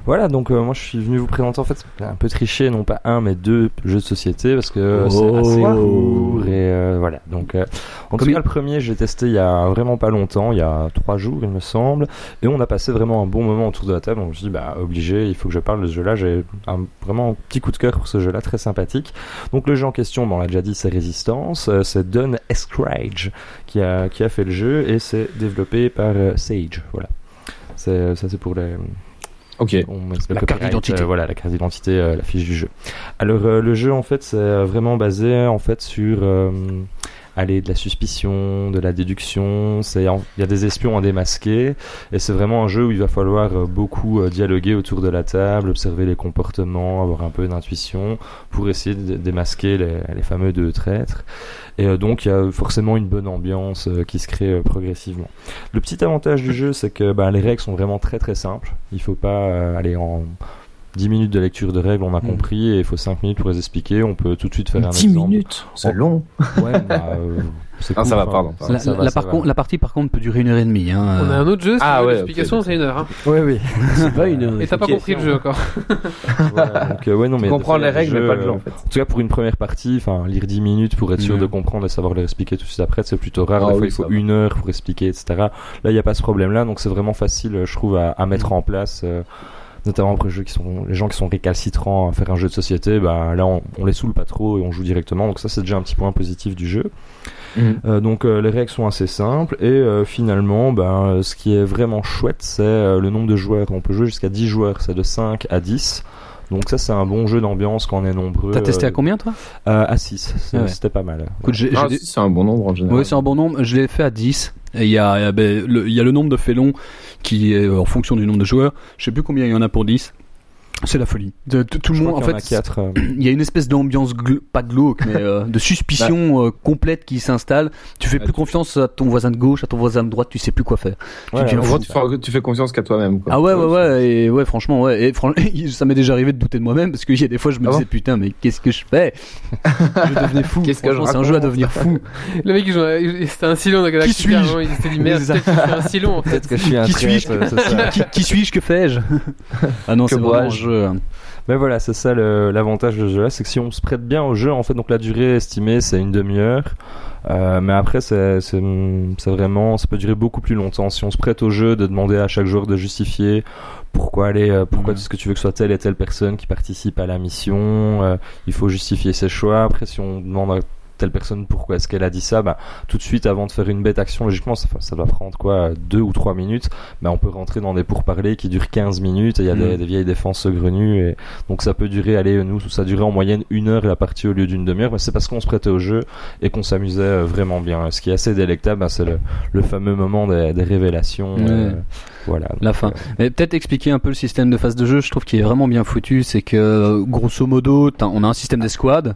Speaker 6: Voilà, donc euh, moi je suis venu vous présenter en fait un peu triché, non pas un mais deux jeux de société parce que euh, c'est assez court et euh, voilà. Donc euh, en tout
Speaker 4: Combien-
Speaker 6: cas le premier j'ai testé il y a vraiment pas longtemps, il y a trois jours il me semble, et on a passé vraiment un bon moment autour de la table. Donc je me suis dit bah obligé, il faut que je parle de ce jeu-là. J'ai un, vraiment un petit coup de cœur pour ce jeu-là, très sympathique. Donc le jeu en question, bon, on l'a déjà dit, c'est Résistance, euh, c'est Don Escrige qui a qui a fait le jeu et c'est développé par euh, Sage. Voilà, c'est ça c'est pour les
Speaker 3: Ok.
Speaker 6: on met le
Speaker 4: La
Speaker 6: copyright,
Speaker 4: carte d'identité.
Speaker 6: euh, voilà, la carte d'identité, euh, la fiche du jeu. Alors euh, le jeu en fait c'est vraiment basé en fait sur euh, allez, de la suspicion, de la déduction. C'est en- il y a des espions à démasquer et c'est vraiment un jeu où il va falloir euh, beaucoup euh, dialoguer autour de la table, observer les comportements, avoir un peu d'intuition pour essayer de démasquer les, les fameux deux traîtres. Et euh, donc il y a forcément une bonne ambiance euh, qui se crée euh, progressivement. Le ben, petit avantage du jeu, c'est que bah, les règles sont vraiment très très simples. Il faut pas euh, aller en 10 minutes de lecture de règles, on a
Speaker 3: Mm.
Speaker 4: Hmm.
Speaker 6: compris, et il faut 5 minutes pour les expliquer. On peut tout de suite faire un
Speaker 3: 10
Speaker 6: exemple.
Speaker 3: minutes, c'est long.
Speaker 6: Ouais, bah, euh, c'est
Speaker 3: Ah,
Speaker 6: cool,
Speaker 3: ça va,
Speaker 6: enfin,
Speaker 3: pardon,
Speaker 6: ça-
Speaker 3: pardon.
Speaker 4: La,
Speaker 6: ça
Speaker 4: la-
Speaker 6: va,
Speaker 4: la
Speaker 6: ça
Speaker 4: par
Speaker 6: va.
Speaker 4: contre- la partie par contre peut durer une heure et demie. Hein.
Speaker 1: On a un autre jeu, si
Speaker 3: Ah
Speaker 1: tu veux
Speaker 3: ouais,
Speaker 1: l'explication,
Speaker 3: ok.
Speaker 1: c'est une heure. hein.
Speaker 6: Ouais, oui.
Speaker 5: C'est pas
Speaker 4: euh,
Speaker 5: une heure.
Speaker 1: Et t'as pas
Speaker 3: Ok.
Speaker 1: compris le jeu encore.
Speaker 6: Ouais, donc, euh, ouais, non, mais
Speaker 3: Tu comprends
Speaker 6: de
Speaker 3: les
Speaker 6: faire
Speaker 3: règles,
Speaker 6: des
Speaker 3: mais
Speaker 6: jeux,
Speaker 3: pas le jeu
Speaker 6: euh,
Speaker 3: en fait.
Speaker 6: En tout cas, pour une première partie, enfin, lire 10 minutes pour être sûr
Speaker 4: Mhm.
Speaker 6: de comprendre et savoir les expliquer tout de suite après, c'est plutôt rare.
Speaker 3: Mm. Ah
Speaker 6: Des fois,
Speaker 3: oui,
Speaker 6: il
Speaker 3: ça
Speaker 6: faut
Speaker 3: va.
Speaker 6: une heure pour expliquer, etc. Là, il n'y a pas ce problème-là, donc c'est vraiment facile, euh, je trouve, à,
Speaker 3: Mm.
Speaker 6: à mettre en place. euh, notamment pour les, jeux qui sont, les gens qui sont récalcitrants à faire un jeu de société, bah, là, on, on les saoule pas trop et on joue directement. Donc ça, c'est déjà un petit point positif du jeu. Euh, donc euh, les règles sont assez simples et euh, finalement ben, euh, ce qui est vraiment chouette c'est euh, le nombre de joueurs. On peut jouer jusqu'à 10 joueurs, c'est de 5 à 10. Donc ça c'est un bon jeu d'ambiance quand on est nombreux.
Speaker 4: T'as testé à
Speaker 6: euh,
Speaker 4: combien toi
Speaker 6: euh, À 6,
Speaker 4: Ah ouais.
Speaker 6: c'était pas mal.
Speaker 4: Écoute, j'ai-
Speaker 3: Ah,
Speaker 4: j'ai-
Speaker 3: si, c'est un bon nombre en général.
Speaker 4: Ouais, c'est un bon nombre. Je l'ai fait à 10. Et il y a, euh, ben, le, il y a le nombre de félons qui est euh, en fonction du nombre de joueurs. Je sais plus combien il y en a pour 10. C'est la folie. De- tout- tout le monde, en fait,
Speaker 6: il y en a euh, 4.
Speaker 4: il y a une espèce d'ambiance, gl- pas glauque, mais euh, de suspicion euh, complète qui s'installe. Tu fais
Speaker 6: Bah,
Speaker 4: plus
Speaker 6: tu-
Speaker 4: confiance à ton voisin de gauche, à ton voisin de droite, tu sais plus quoi faire. deviens
Speaker 3: En gros, tu fais, tu fais confiance qu'à toi-même. quoi.
Speaker 4: Ah ouais, ouais, ouais, et ouais, franchement, ouais, et fran- ça m'est déjà arrivé de douter de moi-même parce qu'il y a des fois je me
Speaker 3: Ah bon
Speaker 4: disais putain, mais qu'est-ce que je fais Je devenais fou.
Speaker 3: Qu'est-ce que je
Speaker 4: Franchement, C'est un jeu à
Speaker 3: raconte
Speaker 4: devenir fou.
Speaker 1: Le mec, il jouait à- il- c'était un silon dans Galactica.
Speaker 4: suis-je
Speaker 1: avant, Il s'était dit merde, peut-être que je fais un silon en fait.
Speaker 6: Peut-être que je suis un
Speaker 4: Qui
Speaker 6: traître,
Speaker 4: suis-je
Speaker 6: c'est
Speaker 3: Ah,
Speaker 6: ça.
Speaker 4: qui qui suis-je Que fais-je Ah non,
Speaker 3: Que
Speaker 4: c'est vraiment un
Speaker 3: vois-je
Speaker 4: jeu. hein.
Speaker 6: Mais voilà, c'est ça le- l'avantage de ce jeu-là, c'est que si on se prête bien au jeu, en fait, donc la durée estimée, c'est une demi-heure. Euh, mais après, c'est c'est- c'est vraiment, ça peut durer beaucoup plus longtemps. Si on se prête au jeu, de demander à chaque joueur de justifier pourquoi aller, euh, pourquoi
Speaker 4: Ouais.
Speaker 6: est-ce que tu veux que ce soit telle et telle personne qui participe à la mission, euh, il faut justifier ses choix. Après, si on demande à telle personne pourquoi est-ce qu'elle a dit ça, bah, tout de suite avant de faire une bête action, logiquement, ça, ça doit prendre quoi, euh, deux ou trois minutes. Bah, on peut rentrer dans des pourparlers qui durent 15 minutes et il y a des,
Speaker 4: Mm.
Speaker 6: des vieilles défenses grenues. Et, donc ça peut durer, allez, nous, ça durait en moyenne une heure la partie au lieu d'une demi-heure, mais c'est parce qu'on se prêtait au jeu et qu'on s'amusait euh, vraiment bien. Ce qui est assez délectable, bah, c'est le, le fameux moment des, des révélations.
Speaker 4: Ouais.
Speaker 6: euh, voilà.
Speaker 4: La fin. Mais peut-être expliquer un peu le système de phase de jeu, je trouve qu'il est vraiment bien foutu. C'est que, grosso modo, t'as- on a un système d'escouade.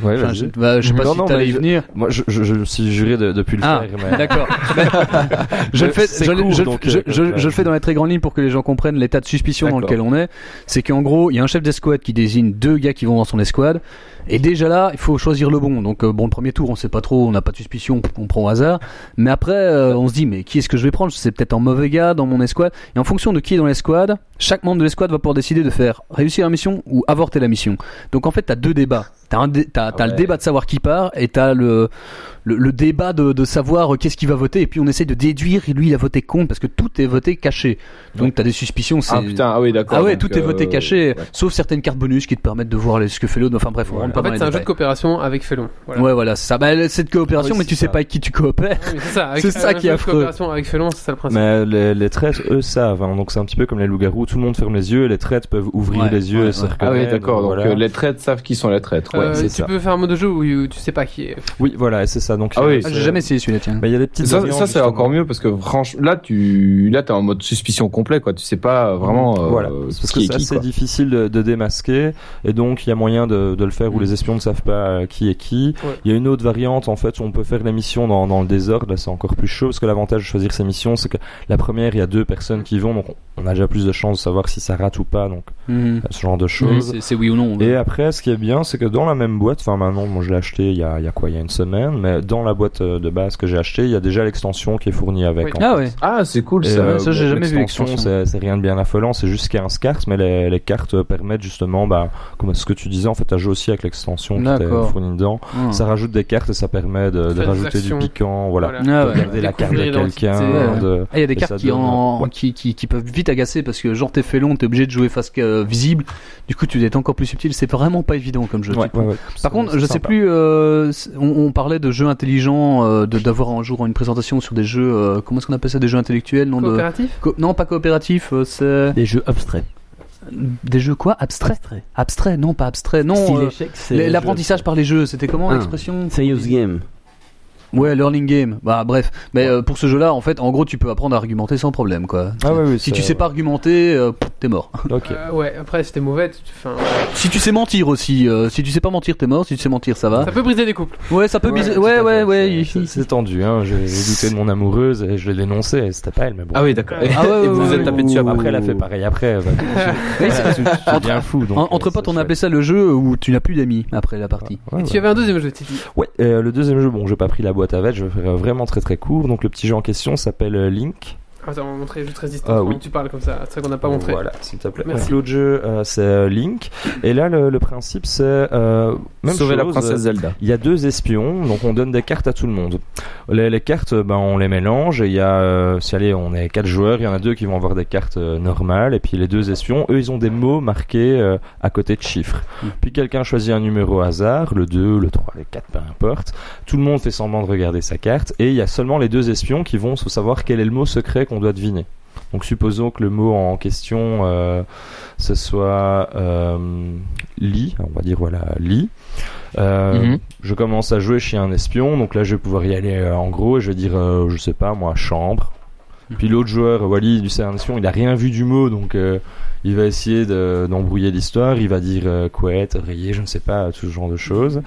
Speaker 6: Ouais,
Speaker 4: Enfin,
Speaker 6: vas-y.
Speaker 4: je, bah, je sais pas
Speaker 6: Non,
Speaker 4: si
Speaker 6: non,
Speaker 4: t'allais
Speaker 6: mais
Speaker 4: y venir.
Speaker 6: Moi, je, je, je me suis juré de, depuis le
Speaker 4: Ah,
Speaker 6: faire. Mais...
Speaker 4: D'accord. je le fais,
Speaker 6: C'est
Speaker 4: je, le-
Speaker 6: court,
Speaker 4: je le-
Speaker 6: donc,
Speaker 4: je-
Speaker 6: euh,
Speaker 4: je-
Speaker 6: euh,
Speaker 4: je le fais dans les très grandes lignes pour que les gens comprennent l'état de suspicion dans
Speaker 6: D'accord.
Speaker 4: lequel on est. C'est qu'en gros, il y a un chef d'escouade qui désigne deux gars qui vont dans son escouade. Et déjà là, il faut choisir le bon. Donc euh, bon, le premier tour, on sait pas trop, on n'a pas de suspicion, on prend au hasard. Mais après, euh, on se dit, mais qui est-ce que je vais prendre C'est peut-être un mauvais gars dans mon escouade. Et en fonction de qui est dans l'escouade, chaque membre de l'escouade va pouvoir décider de faire réussir la mission ou avorter la mission. Donc en fait, t'as deux débats. T'as un dé- t'as- t'as le
Speaker 3: Ouais.
Speaker 4: débat de savoir qui part et t'as le, le, le débat de, de savoir euh, qu'est-ce qu'il va voter et puis on essaye de déduire et lui il a voté contre parce que tout est voté caché. Donc t'as des suspicions. c'est-
Speaker 3: Ah putain, ah oui, d'accord.
Speaker 4: Ah ouais,
Speaker 3: donc,
Speaker 4: tout est voté
Speaker 3: euh,
Speaker 4: caché,
Speaker 3: ouais.
Speaker 4: sauf certaines cartes bonus qui te permettent de voir les- ce que fait l'autre. Enfin bref, on
Speaker 6: Voilà.
Speaker 4: rentre pas
Speaker 1: En
Speaker 4: dans
Speaker 1: fait,
Speaker 4: les
Speaker 1: c'est un jeu de
Speaker 4: détails.
Speaker 1: coopération avec Felon. Voilà.
Speaker 4: Ouais, voilà, c'est ça. Bah, c'est de coopération,
Speaker 6: Oui,
Speaker 4: mais tu
Speaker 6: c'est
Speaker 4: sais
Speaker 6: ça.
Speaker 4: pas avec qui tu coopères.
Speaker 1: Oui, C'est ça, avec-
Speaker 4: C'est ça
Speaker 1: un
Speaker 4: qui
Speaker 1: jeu
Speaker 4: est
Speaker 1: de
Speaker 4: affreux.
Speaker 1: coopération avec Felon, c'est ça le principe.
Speaker 6: Mais les, les traîtres, eux, savent. hein. Donc c'est un petit peu comme les loups-garous. Tout le monde ferme les yeux et les traîtres peuvent ouvrir
Speaker 4: Ouais,
Speaker 6: les yeux
Speaker 4: ouais,
Speaker 6: et
Speaker 4: ouais.
Speaker 6: se
Speaker 4: Ah oui,
Speaker 3: Ah oui,
Speaker 6: reconnaître,
Speaker 3: d'accord. Donc
Speaker 6: voilà.
Speaker 3: euh, les traîtres savent qui sont les traîtres. Ouais,
Speaker 1: Euh,
Speaker 6: c'est
Speaker 1: tu
Speaker 6: ça.
Speaker 1: peux faire un mode de jeu où où tu sais pas qui est.
Speaker 6: Oui, voilà, et c'est ça. Donc, euh,
Speaker 3: Ah oui.
Speaker 4: Ah,
Speaker 6: c'est-
Speaker 4: J'ai jamais essayé celui-là, tiens.
Speaker 6: Mais il y a des petites
Speaker 3: Ça,
Speaker 6: variantes,
Speaker 3: ça, c'est
Speaker 6: justement.
Speaker 3: encore mieux parce que franchement, là tu, là t'es en mode suspicion complet quoi. Tu sais pas euh, vraiment. euh,
Speaker 6: voilà,
Speaker 3: ce
Speaker 6: parce que
Speaker 3: qui
Speaker 6: c'est
Speaker 3: est qui,
Speaker 6: assez
Speaker 3: quoi.
Speaker 6: difficile de, de démasquer, et donc il y a moyen de, de le faire
Speaker 3: Mm.
Speaker 6: où les espions ne savent pas euh, qui est qui.
Speaker 1: Ouais.
Speaker 6: Il y a une autre variante en fait où on peut faire les missions dans, dans le désordre, là c'est encore plus chaud, parce que l'avantage de choisir ces missions c'est que la première il y a deux personnes qui vont, donc on a déjà plus de chances de savoir si ça rate ou pas, donc euh,
Speaker 4: Mhm.
Speaker 6: ce genre de
Speaker 4: Mhm,
Speaker 6: choses.
Speaker 4: c'est- C'est oui ou non.
Speaker 6: Et après, ce qui est bien, c'est que dans la même boîte, enfin maintenant, moi je l'ai acheté il y, a, il y a quoi, il y a une semaine, mais dans la boîte euh, de base que j'ai acheté, il y a déjà l'extension qui est fournie avec.
Speaker 1: Oui.
Speaker 6: en
Speaker 4: Ah
Speaker 6: fait.
Speaker 4: ouais.
Speaker 3: Ah, c'est cool
Speaker 6: Et,
Speaker 3: ça.
Speaker 6: euh,
Speaker 4: ça, j'ai
Speaker 6: bon,
Speaker 4: jamais vu
Speaker 6: l'extension,
Speaker 4: l'extension.
Speaker 6: C'est c'est rien de bien affolant, c'est juste 15 cartes, mais les, les cartes euh, permettent justement, bah, comme ce que tu disais, en fait, à jouer aussi avec l'extension qui était
Speaker 4: D'accord.
Speaker 6: fournie dedans.
Speaker 4: Ah.
Speaker 6: Ça rajoute des cartes et ça permet de, de
Speaker 1: Faire des
Speaker 6: rajouter du
Speaker 1: actions.
Speaker 6: piquant, voilà.
Speaker 4: Ah
Speaker 6: De
Speaker 4: ouais.
Speaker 6: Regarder la carte de
Speaker 1: Découvrir
Speaker 6: quelqu'un,
Speaker 4: l'identité,
Speaker 6: de-
Speaker 4: Ah, il y a des
Speaker 6: Et ça
Speaker 4: cartes qui,
Speaker 6: donne-
Speaker 4: en,
Speaker 6: ouais.
Speaker 4: qui, qui, qui peuvent vite agacer parce que genre t'es félon, t'es obligé de jouer face euh, visible. Du coup, tu es encore plus subtil. C'est vraiment pas évident comme jeu.
Speaker 6: Ouais, ouais, ouais.
Speaker 4: Par
Speaker 6: C'est-
Speaker 4: contre,
Speaker 6: c'est
Speaker 4: je sais
Speaker 6: sympa.
Speaker 4: plus. euh, c'est- on, on parlait de jeux intelligents, euh, de- d'avoir un jour une présentation sur des jeux. euh, comment est-ce qu'on appelle ça Des jeux intellectuels, non de
Speaker 1: Coopératif
Speaker 4: co- non, pas coopératifs, euh, c'est
Speaker 5: Des jeux abstraits.
Speaker 4: des jeux quoi Abstraits
Speaker 5: Abstraits.
Speaker 4: Abstraits, non pas abstraits, non.
Speaker 5: Style
Speaker 4: euh,
Speaker 5: échec, c'est.
Speaker 4: l- L'apprentissage par les jeux, c'était comment
Speaker 5: Ah.
Speaker 4: l'expression
Speaker 5: Serious game.
Speaker 4: Ouais, learning game. Bah bref, mais euh, pour ce jeu-là, en fait, en gros, tu peux apprendre à argumenter sans problème, quoi.
Speaker 6: Ah ouais, oui,
Speaker 4: si
Speaker 6: ça-
Speaker 4: tu sais pas argumenter, euh, pff, t'es mort.
Speaker 6: Ok.
Speaker 1: Euh, ouais, après, c'était mauvais. tu- enfin,
Speaker 4: Si tu sais mentir aussi, euh, si tu sais pas mentir, t'es mort. Si tu sais mentir, ça va.
Speaker 1: ça peut briser des couples.
Speaker 4: Ouais, ça peut
Speaker 6: Ouais,
Speaker 4: biser-
Speaker 6: tout
Speaker 4: Ouais,
Speaker 6: à
Speaker 4: ouais,
Speaker 6: fait,
Speaker 4: ouais.
Speaker 6: c'est-
Speaker 4: il-
Speaker 6: c'est- C'est tendu, hein. J'ai douté de mon amoureuse et je l'ai dénoncée. C'était pas elle, mais bon.
Speaker 3: Ah oui, d'accord.
Speaker 4: Ah ouais, ouais,
Speaker 3: et vous vous
Speaker 4: ouais,
Speaker 3: êtes tapé dessus après.
Speaker 6: Après, elle a fait pareil. Après, elle va-
Speaker 4: Mais
Speaker 6: Voilà,
Speaker 4: c'est-
Speaker 6: je- je suis
Speaker 4: entre-
Speaker 6: bien fou. donc,
Speaker 4: en- entre
Speaker 6: euh,
Speaker 4: potes,
Speaker 6: c'est
Speaker 4: on
Speaker 6: chouette.
Speaker 4: appelait ça le jeu où tu n'as plus d'amis après la partie.
Speaker 6: Ouais,
Speaker 1: Et tu
Speaker 6: ouais.
Speaker 1: avais un deuxième jeu, Tiffy.
Speaker 6: Ouais, euh, le deuxième jeu, bon, j'ai pas pris la boîte à vêtements, je vais faire euh, vraiment très très court. Donc le petit jeu en question s'appelle euh, Link.
Speaker 1: Attends, on va montrer juste résistance.
Speaker 6: Ah,
Speaker 1: pendant
Speaker 6: oui.
Speaker 1: que Tu parles comme ça, c'est vrai qu'on n'a pas montré.
Speaker 6: Voilà, s'il te plaît.
Speaker 1: Merci.
Speaker 6: Donc l'autre jeu, euh, c'est euh, Link. Et là, le, le principe, c'est euh, même
Speaker 3: Sauver la
Speaker 6: chose,
Speaker 3: princesse Zelda.
Speaker 6: Il y a deux espions, donc on donne des cartes à tout le monde. Les, les cartes, ben, on les mélange et il y a, euh, si allez, on est quatre joueurs, il y en a deux qui vont avoir des cartes euh, normales et puis les deux espions, eux, ils ont des mots marqués euh, à côté de chiffres. Puis quelqu'un choisit un numéro au hasard, le 2, le 3, le 4, peu importe. Tout le monde fait semblant de regarder sa carte et il y a seulement les deux espions qui vont savoir quel est le mot secret qu'on doit deviner. Donc supposons que le mot en question, euh, ce soit euh, lit, on va dire voilà, lit. Euh,
Speaker 4: Mhm.
Speaker 6: je commence à jouer chez un espion, donc là je vais pouvoir y aller euh, en gros et je vais dire, euh, je sais pas moi, chambre. Puis l'autre joueur, Wally, du un espion, il a rien vu du mot, donc euh, il va essayer de- d'embrouiller l'histoire, il va dire euh, couette, oreiller, je ne sais pas, tout ce genre de choses.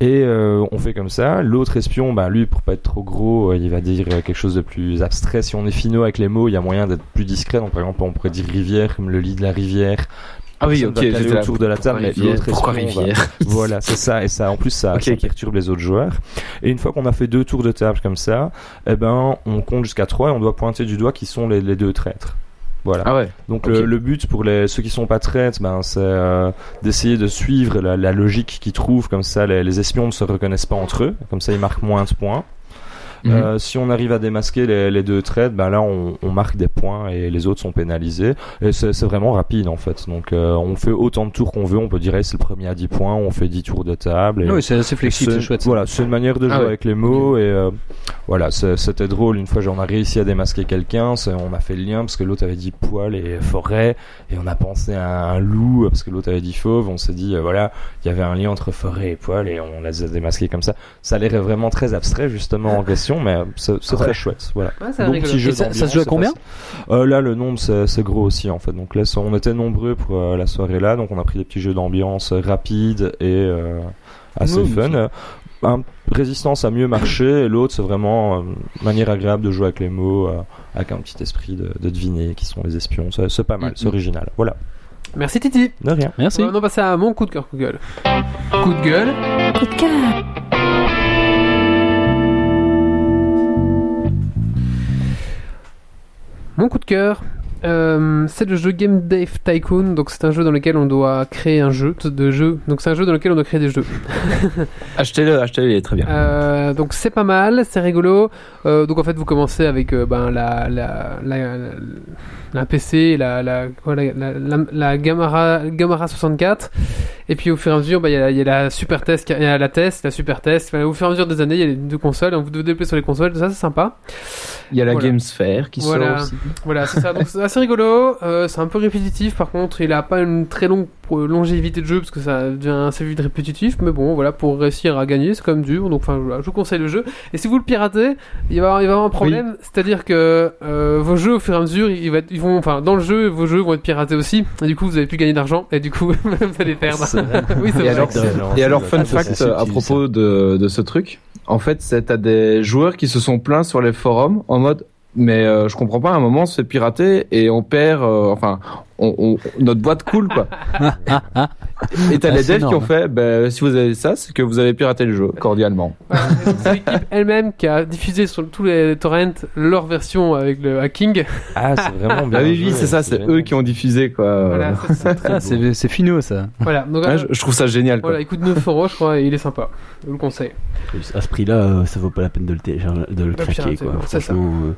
Speaker 6: Et euh, on fait comme ça. L'autre espion, bah, lui, pour pas être trop gros, euh, il va dire euh, quelque chose de plus abstrait. Si on est finaux avec les mots, il y a moyen d'être plus discret. Donc par exemple, on pourrait dire rivière, comme le lit de la rivière.
Speaker 3: Ah oui,
Speaker 6: Personne
Speaker 3: ok,
Speaker 6: va caler
Speaker 3: j'étais là.
Speaker 6: autour de la table, mais l'autre
Speaker 3: Pourquoi
Speaker 6: espion, on va-
Speaker 3: Rivière
Speaker 6: voilà, c'est ça. Et ça, en plus, ça,
Speaker 3: Ok,
Speaker 6: ça
Speaker 3: ok.
Speaker 6: perturbe les autres joueurs. Et une fois qu'on a fait deux tours de table comme ça, eh ben, on compte jusqu'à trois et on doit pointer du doigt qui sont les, les deux traîtres. Voilà.
Speaker 3: Ah ouais.
Speaker 6: Donc euh,
Speaker 3: ok.
Speaker 6: le, le but pour les, ceux qui sont pas traîtres, ben, c'est euh, d'essayer de suivre la, la logique qu'ils trouvent. Comme ça, les, les espions ne se reconnaissent pas entre eux. Comme ça, ils marquent moins de points.
Speaker 3: Mhm.
Speaker 6: Euh, si on arrive à démasquer les, les deux traîtres, ben là on, on marque des points et les autres sont pénalisés. Et c'est c'est vraiment rapide en fait. Donc euh, on fait autant de tours qu'on veut. On peut dire eh, c'est le premier à 10 points, on fait 10 tours de table. Et
Speaker 4: Ouais, c'est assez flexible, c'est
Speaker 6: c'est-
Speaker 4: chouette.
Speaker 6: Voilà, c'est une manière de
Speaker 3: Ah
Speaker 6: jouer
Speaker 3: ouais.
Speaker 6: avec les mots et euh, voilà, c'est- c'était drôle. Une fois, j'en a réussi à démasquer quelqu'un. c'est- On a fait le lien parce que l'autre avait dit poil et forêt et on a pensé à un loup parce que l'autre avait dit fauve. On s'est dit euh, voilà, il y avait un lien entre forêt et poil et on l'a démasqué comme ça. Ça a l'air vraiment très abstrait justement en question, mais euh, c'est c'est très chouette. Voilà.
Speaker 1: Ouais, c'est
Speaker 6: Bon
Speaker 1: rigolo.
Speaker 6: petit jeu
Speaker 4: Et ça-
Speaker 6: d'ambiance,
Speaker 4: ça se joue à
Speaker 6: c'est
Speaker 4: combien
Speaker 6: facile. Euh, Là, le nombre, c'est c'est gros aussi, en fait. Donc là, ça- on était nombreux pour euh, la soirée là, donc on a pris des petits jeux d'ambiance euh, rapides et euh, assez
Speaker 4: Oui,
Speaker 6: fun.
Speaker 4: ça-
Speaker 6: Euh, Un, résistance a mieux marché, et l'autre, c'est vraiment euh, manière agréable de jouer avec les mots, euh, avec un petit esprit de, de deviner qui sont les espions. C'est c'est pas mal, c'est
Speaker 4: Mhm.
Speaker 6: original. Voilà,
Speaker 1: Merci, Titi.
Speaker 6: de rien.
Speaker 4: Merci.
Speaker 1: On va maintenant passer à mon coup de cœur, coup de gueule. Coup de gueule.
Speaker 7: Coup de cœur.
Speaker 1: Mon coup de cœur, euh, c'est le jeu Game Dave Tycoon. Donc c'est un jeu dans lequel on doit créer un jeu de jeu. Donc c'est un jeu dans lequel on doit créer des jeux.
Speaker 3: Achetez-le, achetez-le, il est très bien.
Speaker 1: Euh, donc c'est pas mal, c'est rigolo. Euh, donc en fait vous commencez avec euh, ben la la la, la- la PC, la la quoi, la, la, la- la Gamara Gamara 64. Et puis au fur et à mesure, ben, il y, a la- il y a la super test, qui- il y a la test, la super test. Enfin, au fur et à mesure des années, il y a les deux consoles. Vous devez développer sur les consoles, tout ça c'est sympa.
Speaker 3: Il y a la
Speaker 1: voilà.
Speaker 3: Game Sphere qui
Speaker 1: Voilà.
Speaker 3: sort aussi.
Speaker 1: Voilà, c'est ça. Donc c'est assez rigolo. Euh, c'est un peu répétitif, par contre, il a pas une très longue pro- longévité de jeu parce que ça devient assez vite répétitif. Mais bon, voilà, pour réussir à gagner, c'est quand même dur. Donc, enfin, voilà, je vous conseille le jeu. Et si vous le piratez, il va y avoir, il va y avoir un problème. C'est-à-dire que euh, vos jeux, au fur et à mesure, ils, va être- ils vont, enfin, dans le jeu, vos jeux vont être piratés aussi. Et du coup, vous avez plus gagner d'argent. Et du coup, vous allez perdre. oui, c'est
Speaker 3: Et
Speaker 1: vrai.
Speaker 3: alors,
Speaker 6: Excellent,
Speaker 3: Et alors,
Speaker 6: c'est
Speaker 3: fun
Speaker 6: vrai, ça,
Speaker 3: fact
Speaker 6: c'est
Speaker 3: à
Speaker 6: subtil,
Speaker 3: propos de, de ce truc, en fait, c'est à des joueurs qui se sont plaints sur les forums en mode, mais euh, je comprends pas, à un moment, on se fait pirater et on perd, euh, enfin, on, on- notre boîte coule, quoi. et t'as
Speaker 4: Ah,
Speaker 3: les
Speaker 4: c'est
Speaker 3: devs qui ont
Speaker 4: énorme.
Speaker 3: fait, ben, si vous avez ça, c'est que vous avez piraté le jeu, cordialement.
Speaker 1: Voilà, et donc, c'est l'équipe elle-même qui a diffusé sur tous les torrents leur version avec le hacking.
Speaker 3: Euh.
Speaker 6: ça. Ah, c'est vraiment bien.
Speaker 3: Ah oui, oui,
Speaker 6: joué,
Speaker 3: c'est ça, c'est
Speaker 6: génial.
Speaker 3: eux qui ont diffusé, quoi.
Speaker 1: Voilà, c'est ça.
Speaker 4: Ah, c'est c'est finot ça.
Speaker 1: Voilà, donc,
Speaker 3: Ouais, Ah, je, je trouve ça génial, quoi.
Speaker 1: Voilà, il coûte 9 euros, je crois, et il est sympa. Je vous le conseille.
Speaker 5: À ce prix-là, euh, ça vaut pas la peine de le, télécharger, de le
Speaker 1: Bah,
Speaker 5: craquer,
Speaker 1: putain,
Speaker 5: quoi.
Speaker 1: c'est- c'est ça.
Speaker 5: Franchement, euh,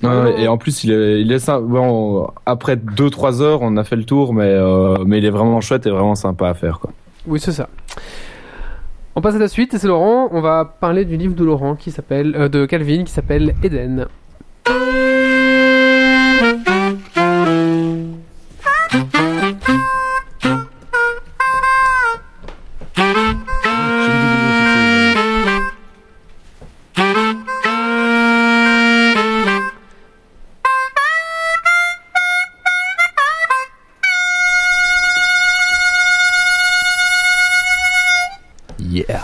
Speaker 3: Ouais,
Speaker 1: Vraiment.
Speaker 3: ouais, et en plus, il est, il est sympa. Bon, après 2-3 heures, on a fait le tour, mais, euh, mais il est vraiment chouette et vraiment sympa à faire, quoi.
Speaker 1: Oui, c'est ça. On passe à la suite, et c'est Laurent. On va parler du livre de Laurent qui s'appelle, euh, de Calvin qui s'appelle Eden.
Speaker 5: j'ai une vidéo sur ça.
Speaker 4: yeah.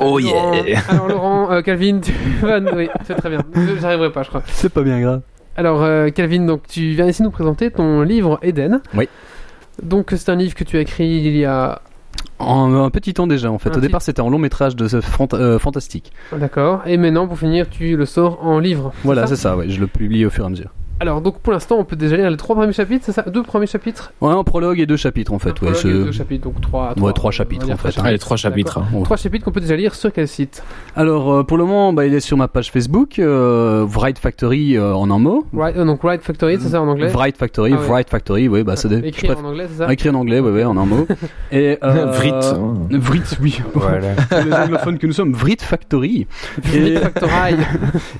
Speaker 1: Oh yeah Alors Laurent, euh, Calvin, tu vas... Oui, c'est très bien. Je- J'arriverai pas, je crois.
Speaker 4: C'est pas bien grave.
Speaker 1: Alors euh, Calvin, donc tu viens ici nous présenter ton livre Eden.
Speaker 4: Oui.
Speaker 1: Donc c'est un livre que tu as écrit il y a...
Speaker 4: En un petit temps déjà, en fait.
Speaker 1: Un
Speaker 4: Au départ, c'était en long métrage de ce fant- euh, fantastique.
Speaker 1: D'accord. Et maintenant, pour finir, tu le sors en livre. c'est
Speaker 4: Voilà,
Speaker 1: ça
Speaker 4: c'est ça, ouais, je le publie au fur et à mesure.
Speaker 1: Alors donc pour l'instant, on peut déjà lire les trois premiers chapitres, c'est ça Deux premiers chapitres
Speaker 4: Ouais, un prologue et deux chapitres, en fait.
Speaker 1: Un
Speaker 4: ouais,
Speaker 1: prologue
Speaker 4: c'est-
Speaker 1: et deux chapitres, donc trois.
Speaker 4: Ouais, trois chapitres,
Speaker 1: on va
Speaker 4: en
Speaker 1: dire
Speaker 4: fait,
Speaker 1: trois
Speaker 3: Ah, les trois chapitres. hein.
Speaker 4: Ouais.
Speaker 1: Trois chapitres qu'on peut déjà lire sur quel site
Speaker 4: Alors, euh, pour le moment, bah, il est sur ma page Facebook, euh, Write Factory euh, en un mot.
Speaker 1: Right, euh, donc Right Factory, c'est ça en anglais
Speaker 4: Write Factory,
Speaker 1: Ah ouais.
Speaker 4: Write Factory, oui, bah, c'est des... je
Speaker 1: Écrit
Speaker 4: préfère-
Speaker 1: en anglais, c'est ça
Speaker 4: Écrit en anglais, ouais, ouais, en un mot. Et, euh,
Speaker 3: Vrit, hein.
Speaker 4: Vrit, oui.
Speaker 6: Voilà.
Speaker 4: Pour les anglophones que nous sommes, Vrit Factory.
Speaker 1: Right Factory.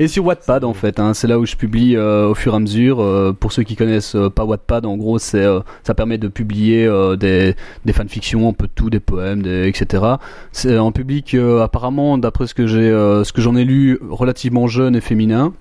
Speaker 4: Et sur Wattpad en fait, hein, c'est là où je publie euh, au fur et à mesure. euh, pour ceux qui connaissent euh, pas Wattpad, en gros, c'est euh, ça permet de publier euh, des, des fanfictions, un peu de tout, des poèmes, des, etc. C'est en public euh, apparemment, d'après ce que j'ai, euh, ce que j'en ai lu, relativement jeune et féminin.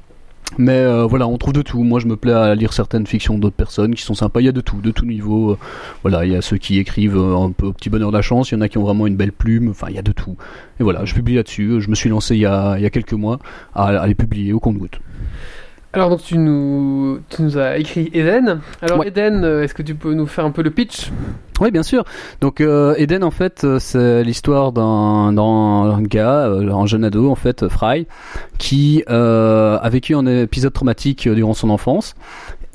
Speaker 4: Mais euh, voilà, on trouve de tout. Moi, je me plais à lire certaines fictions d'autres personnes qui sont sympas. Il y a de tout, de tout niveau. Euh, Voilà, il y a ceux qui écrivent euh, un peu au petit bonheur de la chance. Il y en a qui ont vraiment une belle plume. Enfin, il y a de tout. Et voilà, je publie là-dessus. Je me suis lancé il y a, il y a quelques mois à, à les publier au compte-goutte.
Speaker 1: Alors donc tu nous, tu nous as écrit Eden. Alors
Speaker 4: Ouais.
Speaker 1: Eden, euh, est-ce que tu peux nous faire un peu le pitch
Speaker 4: Oui, bien sûr. Donc euh, Eden, en fait, euh, c'est l'histoire d'un d'un gars, euh, un jeune ado, en fait, euh, Fry, qui euh, a vécu un épisode traumatique euh, durant son enfance.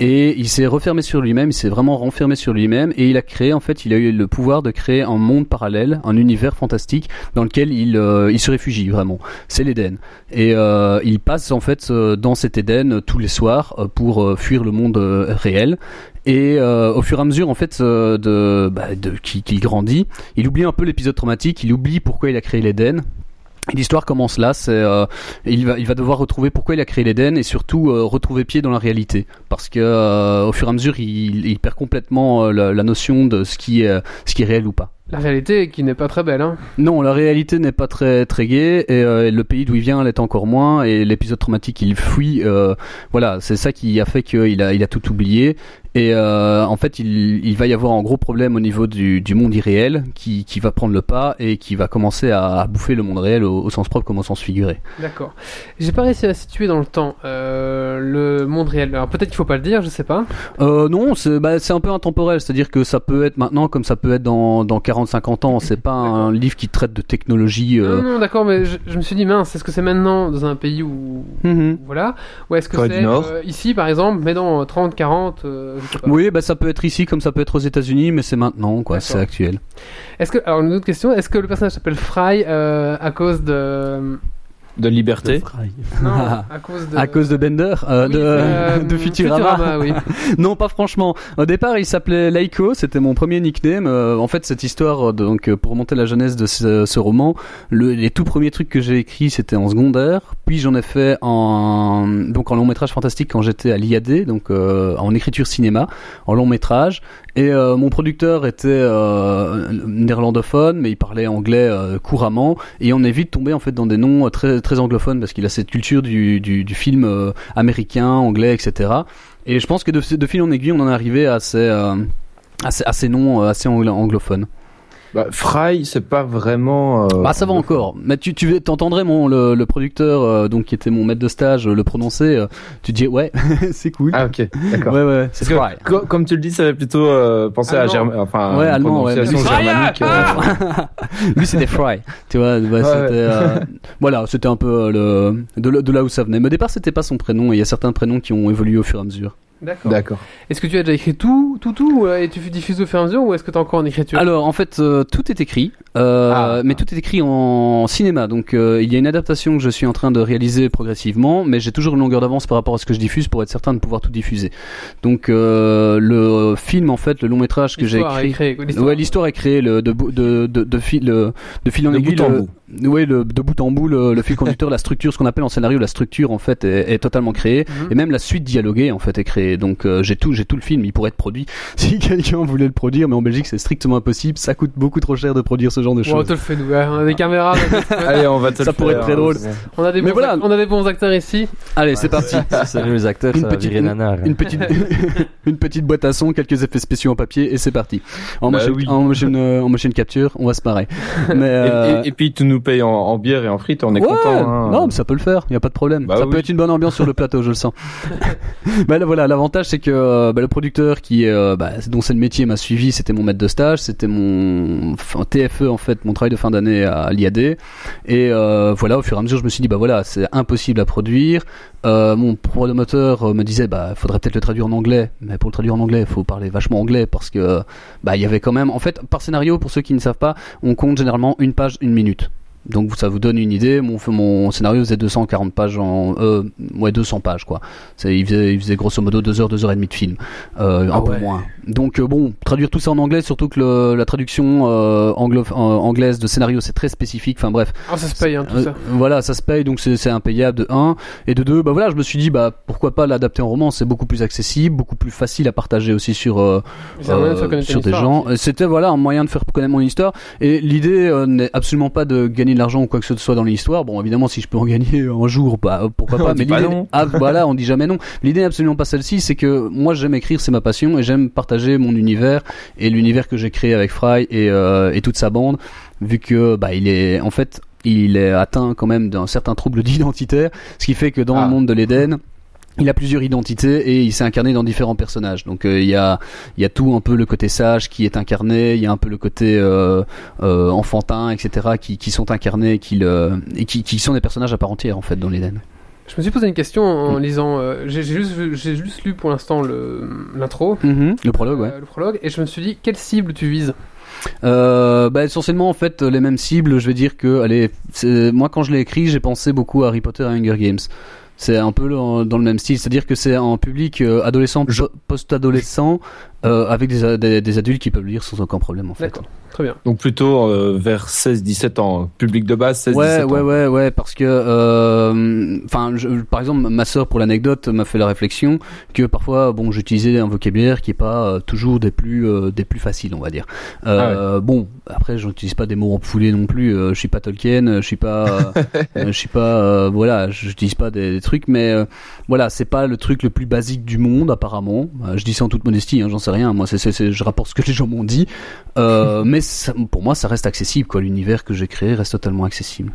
Speaker 4: Et il s'est refermé sur lui-même, il s'est vraiment renfermé sur lui-même, et il a créé, en fait, il a eu le pouvoir de créer un monde parallèle, un univers fantastique dans lequel il, euh, il se réfugie vraiment. C'est l'Éden. Et euh, il passe, en fait, euh, dans cet Éden euh, tous les soirs euh, pour euh, fuir le monde euh, réel. Et euh, au fur et à mesure, en fait, euh, de, bah, de, qu'il qu'il grandit, il oublie un peu l'épisode traumatique, il oublie pourquoi il a créé l'Éden. Et L'histoire commence là, c'est euh, il va il va devoir retrouver pourquoi il a créé l'Éden et surtout euh, retrouver pied dans la réalité parce que euh, au fur et à mesure il, il perd complètement euh, la, la notion de ce qui est ce qui est réel ou pas.
Speaker 1: La réalité qui n'est pas très belle. Hein.
Speaker 4: Non, la réalité n'est pas très très gaie et euh, le pays d'où il vient l'est encore moins et l'épisode traumatique il fuit. euh, voilà, c'est ça qui a fait qu'il a il a tout oublié et euh, en fait il, il va y avoir un gros problème au niveau du, du monde irréel qui, qui va prendre le pas et qui va commencer à, à bouffer le monde réel au, au sens propre comme au sens figuré.
Speaker 1: D'accord. J'ai pas réussi à situer dans le temps euh, le monde réel. Alors peut-être qu'il faut pas le dire, je sais pas.
Speaker 4: Euh, non, c'est bah, c'est un peu intemporel, c'est-à-dire que ça peut être maintenant comme ça peut être dans dans 40-50 ans. C'est pas un livre qui traite de technologie. euh,
Speaker 1: Non, non, d'accord, mais je, je me suis dit mince, est-ce que c'est maintenant dans un pays où
Speaker 4: Mhm.
Speaker 1: voilà, ou est-ce que
Speaker 3: Corée
Speaker 1: c'est
Speaker 3: du Nord.
Speaker 1: euh, ici par exemple, mais dans euh, 30, 40, euh, je sais pas.
Speaker 4: Oui, bah ça peut être ici comme ça peut être aux États-Unis, mais c'est maintenant, quoi,
Speaker 1: D'accord.
Speaker 4: c'est actuel.
Speaker 1: Est-ce que alors une autre question, est-ce que le personnage s'appelle Fry euh, à cause de
Speaker 3: De liberté.
Speaker 1: non, à cause de
Speaker 4: À cause de Bender, euh,
Speaker 1: Oui,
Speaker 4: de,
Speaker 1: euh,
Speaker 4: de Futurama.
Speaker 1: oui.
Speaker 4: non, pas franchement. Au départ, il s'appelait Laiko, c'était mon premier nickname. Euh, en fait, cette histoire, euh, donc euh, pour remonter la jeunesse de ce, ce roman, le- les tout premiers trucs que j'ai écrits, c'était en secondaire. Puis j'en ai fait en donc en long métrage fantastique quand j'étais à l'IAD, donc euh, en écriture cinéma, en long métrage. Et euh, mon producteur était euh, néerlandophone, mais il parlait anglais euh, couramment. Et on est vite tombé en fait dans des noms euh, très très anglophones parce qu'il a cette culture du du, du film euh, américain, anglais, etc. Et je pense que de, de fil en aiguille, on en est arrivé à ces, euh, à ces, à ces noms euh, assez anglo- anglophones.
Speaker 3: Bah, Fry, c'est pas vraiment. euh,
Speaker 4: bah ça va encore. Mais tu, tu t'entendrais mon le, le producteur euh, donc qui était mon maître de stage euh, le prononcer. euh, tu dis ouais, c'est cool.
Speaker 3: Ah, ok, d'accord.
Speaker 4: ouais ouais, c'est
Speaker 3: Parce que,
Speaker 4: vrai.
Speaker 3: co- comme tu le dis, ça fait plutôt euh, penser à
Speaker 1: Allemand.
Speaker 3: Germain. Enfin,
Speaker 4: Ouais,
Speaker 3: une
Speaker 4: allemand, ouais.
Speaker 3: prononciation
Speaker 1: Fry,
Speaker 3: germanique.
Speaker 1: ah,
Speaker 3: euh,
Speaker 4: Lui c'était Fry, tu vois. bah,
Speaker 3: Ouais,
Speaker 4: c'était,
Speaker 3: ouais.
Speaker 4: euh, voilà, c'était un peu euh, le, de, là- de là où ça venait. Mais au départ c'était pas son prénom. et Il y a certains prénoms qui ont évolué au fur et à mesure. ah.
Speaker 1: D'accord.
Speaker 3: D'accord.
Speaker 1: Est-ce que tu as déjà écrit tout, tout, tout, euh, et tu diffuses au fur et à mesure, ou est-ce que t'es encore en écriture
Speaker 4: Alors en fait euh, tout est écrit, euh,
Speaker 3: Ah.
Speaker 4: mais tout est écrit en cinéma. Donc euh, il y a une adaptation que je suis en train de réaliser progressivement, mais j'ai toujours une longueur d'avance par rapport à ce que je diffuse pour être certain de pouvoir tout diffuser. Donc euh, le film en fait, le long métrage que j'ai
Speaker 1: L'histoire à
Speaker 4: écrit.
Speaker 1: écrire, quoi, l'histoire.
Speaker 4: Ouais, l'histoire est créée le, de, bou- de, de, de fil, le- de fil en
Speaker 3: De
Speaker 4: aiguille.
Speaker 3: bout en
Speaker 4: le- Ouais, le, de bout en bout, le, le fil conducteur, la structure, ce qu'on appelle en scénario la structure en fait est, est totalement créée.
Speaker 1: Mhm.
Speaker 4: Et même la suite dialoguée en fait est créée. et donc euh, j'ai tout, j'ai tout le film. Il pourrait être produit si quelqu'un voulait le produire, mais en Belgique c'est strictement impossible. Ça coûte beaucoup trop cher de produire ce genre de
Speaker 1: Ouais, on
Speaker 4: choses.
Speaker 1: te le fait, nous. ouais. On a des caméras, on a des-
Speaker 3: Allez, on va te
Speaker 4: Ça
Speaker 3: le
Speaker 4: pourrait
Speaker 3: faire,
Speaker 4: être très
Speaker 3: hein,
Speaker 4: drôle.
Speaker 3: c'est-
Speaker 1: on a des,
Speaker 4: Ah. Mais
Speaker 1: bons
Speaker 4: voilà.
Speaker 1: ac- on a des bons acteurs ici.
Speaker 4: Allez, c'est parti.
Speaker 6: Si c'est les acteurs,
Speaker 4: Une
Speaker 6: ça va
Speaker 4: petite-
Speaker 6: virer nanar.
Speaker 4: Une petite, une petite boîte à son, quelques effets spéciaux en papier et c'est parti. En,
Speaker 3: Bah
Speaker 4: motion,
Speaker 3: oui.
Speaker 4: en, motion, euh, en motion capture, on va se marrer. Mais,
Speaker 3: Et,
Speaker 4: euh,
Speaker 3: et- et puis tu nous payes en, en bière et en frites, on est
Speaker 4: ouais,
Speaker 3: content. hein.
Speaker 4: Non, mais ça peut le faire, il n'y a pas de problème.
Speaker 3: Bah
Speaker 4: ça peut
Speaker 3: oui.
Speaker 4: être une bonne ambiance sur le plateau, je le sens. bah, là, voilà, l'avantage c'est que euh, bah, le producteur qui euh, bah, dont c'est le métier m'a suivi, c'était mon maître de stage, c'était mon enfin, TFE en fait, mon travail de fin d'année à l'IAD. Et euh, voilà, au fur et à mesure, je me suis dit bah voilà, c'est impossible à produire. Euh, mon promoteur euh, me disait bah faudrait peut-être le traduire en anglais, mais pour le traduire en anglais, il faut parler vachement anglais parce que bah il y avait quand même en fait par scénario pour ceux qui ne savent pas, on compte généralement une page une minute. Donc ça vous donne une idée. Mon, mon scénario faisait 240 pages en euh, ouais 200 pages quoi. C'est- Il faisait, il faisait grosso modo 2 heures 2 heures et demie de film, Euh, un
Speaker 1: Ah
Speaker 4: peu
Speaker 1: ouais.
Speaker 4: moins. Donc euh, bon traduire tout ça en anglais, surtout que le- la traduction euh, anglo- euh, anglaise de scénario c'est très spécifique. Enfin bref.
Speaker 1: Ah, ça se paye, hein, tout
Speaker 4: Euh,
Speaker 1: ça.
Speaker 4: Voilà, ça se paye, donc c'est c'est impayable de 1. Et de 2, bah voilà, je me suis dit, bah pourquoi pas l'adapter en roman, c'est beaucoup plus accessible, beaucoup plus facile à partager aussi sur, euh,
Speaker 1: C'est un moyen de faire
Speaker 4: euh,
Speaker 1: connaître
Speaker 4: sur
Speaker 1: une
Speaker 4: des
Speaker 1: histoire.
Speaker 4: gens. Euh, C'était voilà un moyen de faire connaître mon histoire. Et l'idée euh, n'est absolument pas de gagner de l'argent ou quoi que ce soit dans l'histoire. Bon, évidemment, si je peux en gagner un jour, bah, euh, pourquoi pas.
Speaker 3: dit
Speaker 4: mais
Speaker 3: pas
Speaker 4: l'idée,
Speaker 3: non.
Speaker 4: ah voilà, on dit jamais non. L'idée n'est absolument pas celle-ci. C'est que moi, j'aime écrire, c'est ma passion, et j'aime partager mon univers et l'univers que j'ai créé avec Fry et, euh, et toute sa bande, vu que bah il est en fait il est atteint quand même d'un certain trouble d'identitaire, ce qui fait que dans
Speaker 3: Ah.
Speaker 4: le monde de l'Éden il a plusieurs identités et il s'est incarné dans différents personnages. Donc euh, il y a il y a tout un peu le côté sage qui est incarné, il y a un peu le côté euh, euh, enfantin, etc. qui, qui sont incarnés, qui le et qui, qui sont des personnages à part entière en fait dans l'Éden.
Speaker 1: Je me suis posé une question en lisant. euh, J'ai j'ai juste, j'ai juste lu pour l'instant le- l'intro.
Speaker 4: Le prologue, ouais.
Speaker 1: euh, le prologue, et je me suis dit, quelle cible tu vises
Speaker 4: Euh, bah, essentiellement en fait les mêmes cibles. Je vais dire que allez, c'est- moi quand je l'ai écrit, j'ai pensé beaucoup à Harry Potter et Hunger Games. C'est un peu le- dans le même style, c'est-à-dire que c'est un public euh, adolescent, po- post-adolescent, euh, avec des, des, des adultes qui peuvent le lire sans aucun problème en fait.
Speaker 1: D'accord, très bien.
Speaker 3: Donc plutôt euh, vers 16-17 ans, hein. public de base 16-17
Speaker 4: Ouais,
Speaker 3: ans.
Speaker 4: ouais, ouais, ouais, parce que, euh, enfin, je- par exemple, ma sœur, pour l'anecdote, m'a fait la réflexion que parfois, bon, j'utilisais un vocabulaire qui est pas euh, toujours des plus, euh, des plus faciles, on va dire. Euh, Bon, après, j'utilise pas des mots en foulée non plus. euh, je suis pas Tolkien, euh, je suis pas, euh, je suis pas, euh, voilà, j'utilise pas des, des trucs, mais euh, voilà, c'est pas le truc le plus basique du monde apparemment. Euh, je dis ça en toute modestie, hein, j'en sais rien. Moi, c'est, c'est- c'est- je rapporte ce que les gens m'ont dit, Euh, mais ça- pour moi, ça reste accessible. Quoi, l'univers que j'ai créé reste totalement accessible.